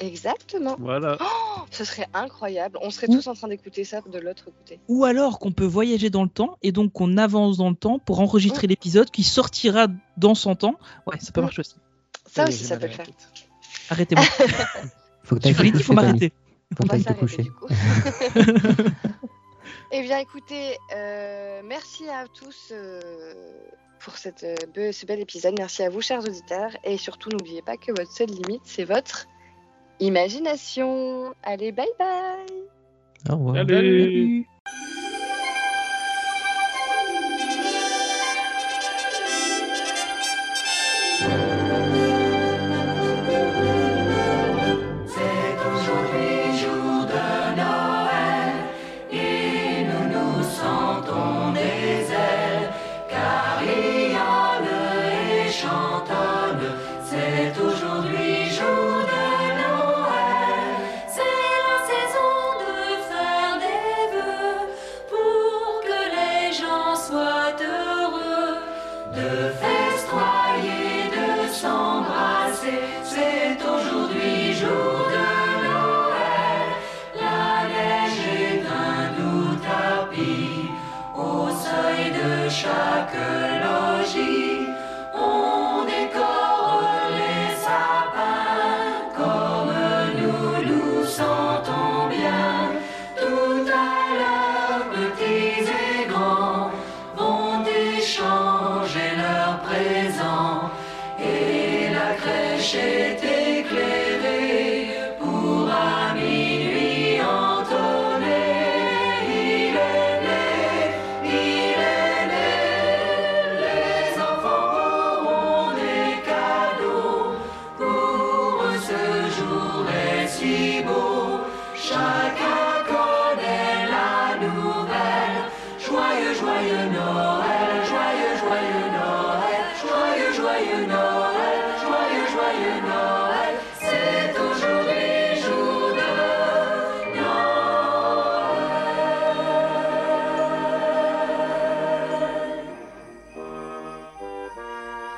G: Exactement.
I: Voilà.
G: Oh, ce serait incroyable. On serait
E: Ouh.
G: tous en train d'écouter ça de l'autre côté.
E: Ou alors qu'on peut voyager dans le temps et donc qu'on avance dans le temps pour
I: Oh.
E: enregistrer l'épisode qui sortira dans 100 ans. Ouais, ça peut
G: Hmm.
E: marcher aussi.
G: Ça
H: Oui,
G: aussi,
H: j'ai
G: ça
H: mal
G: peut
H: à
G: le
H: la
G: faire.
H: tête.
E: Arrêtez-moi.
J: Faut que
E: Je
J: t'ailles
E: vous
J: te
E: l'ai dit,
J: coucher,
E: faut
J: Tony.
E: m'arrêter.
J: Faut
G: On
J: que
G: va
J: t'ailles te
G: s'arrêter
J: coucher.
G: du coup. eh bien, écoutez, euh, merci à tous euh, pour cette, euh, be- ce bel épisode. Merci à vous, chers auditeurs. Et surtout, n'oubliez pas que votre seule limite, c'est votre imagination. Allez, bye bye
E: Au revoir.
I: Salut.
F: C'est aujourd'hui jour de Noël et nous nous sentons des ailes car Iole et chantonne. C'est aujourd'hui jour de Noël, c'est la saison de faire des vœux pour que les gens soient heureux, de festoyer, de s'embrasser. C'est aujourd'hui jour de Noël, la neige est un doux tapis au seuil de chaque logis. On décore les sapins comme nous nous sentons bien. Tout à l'heure, petits et grands vont échanger leurs présents et la crèche est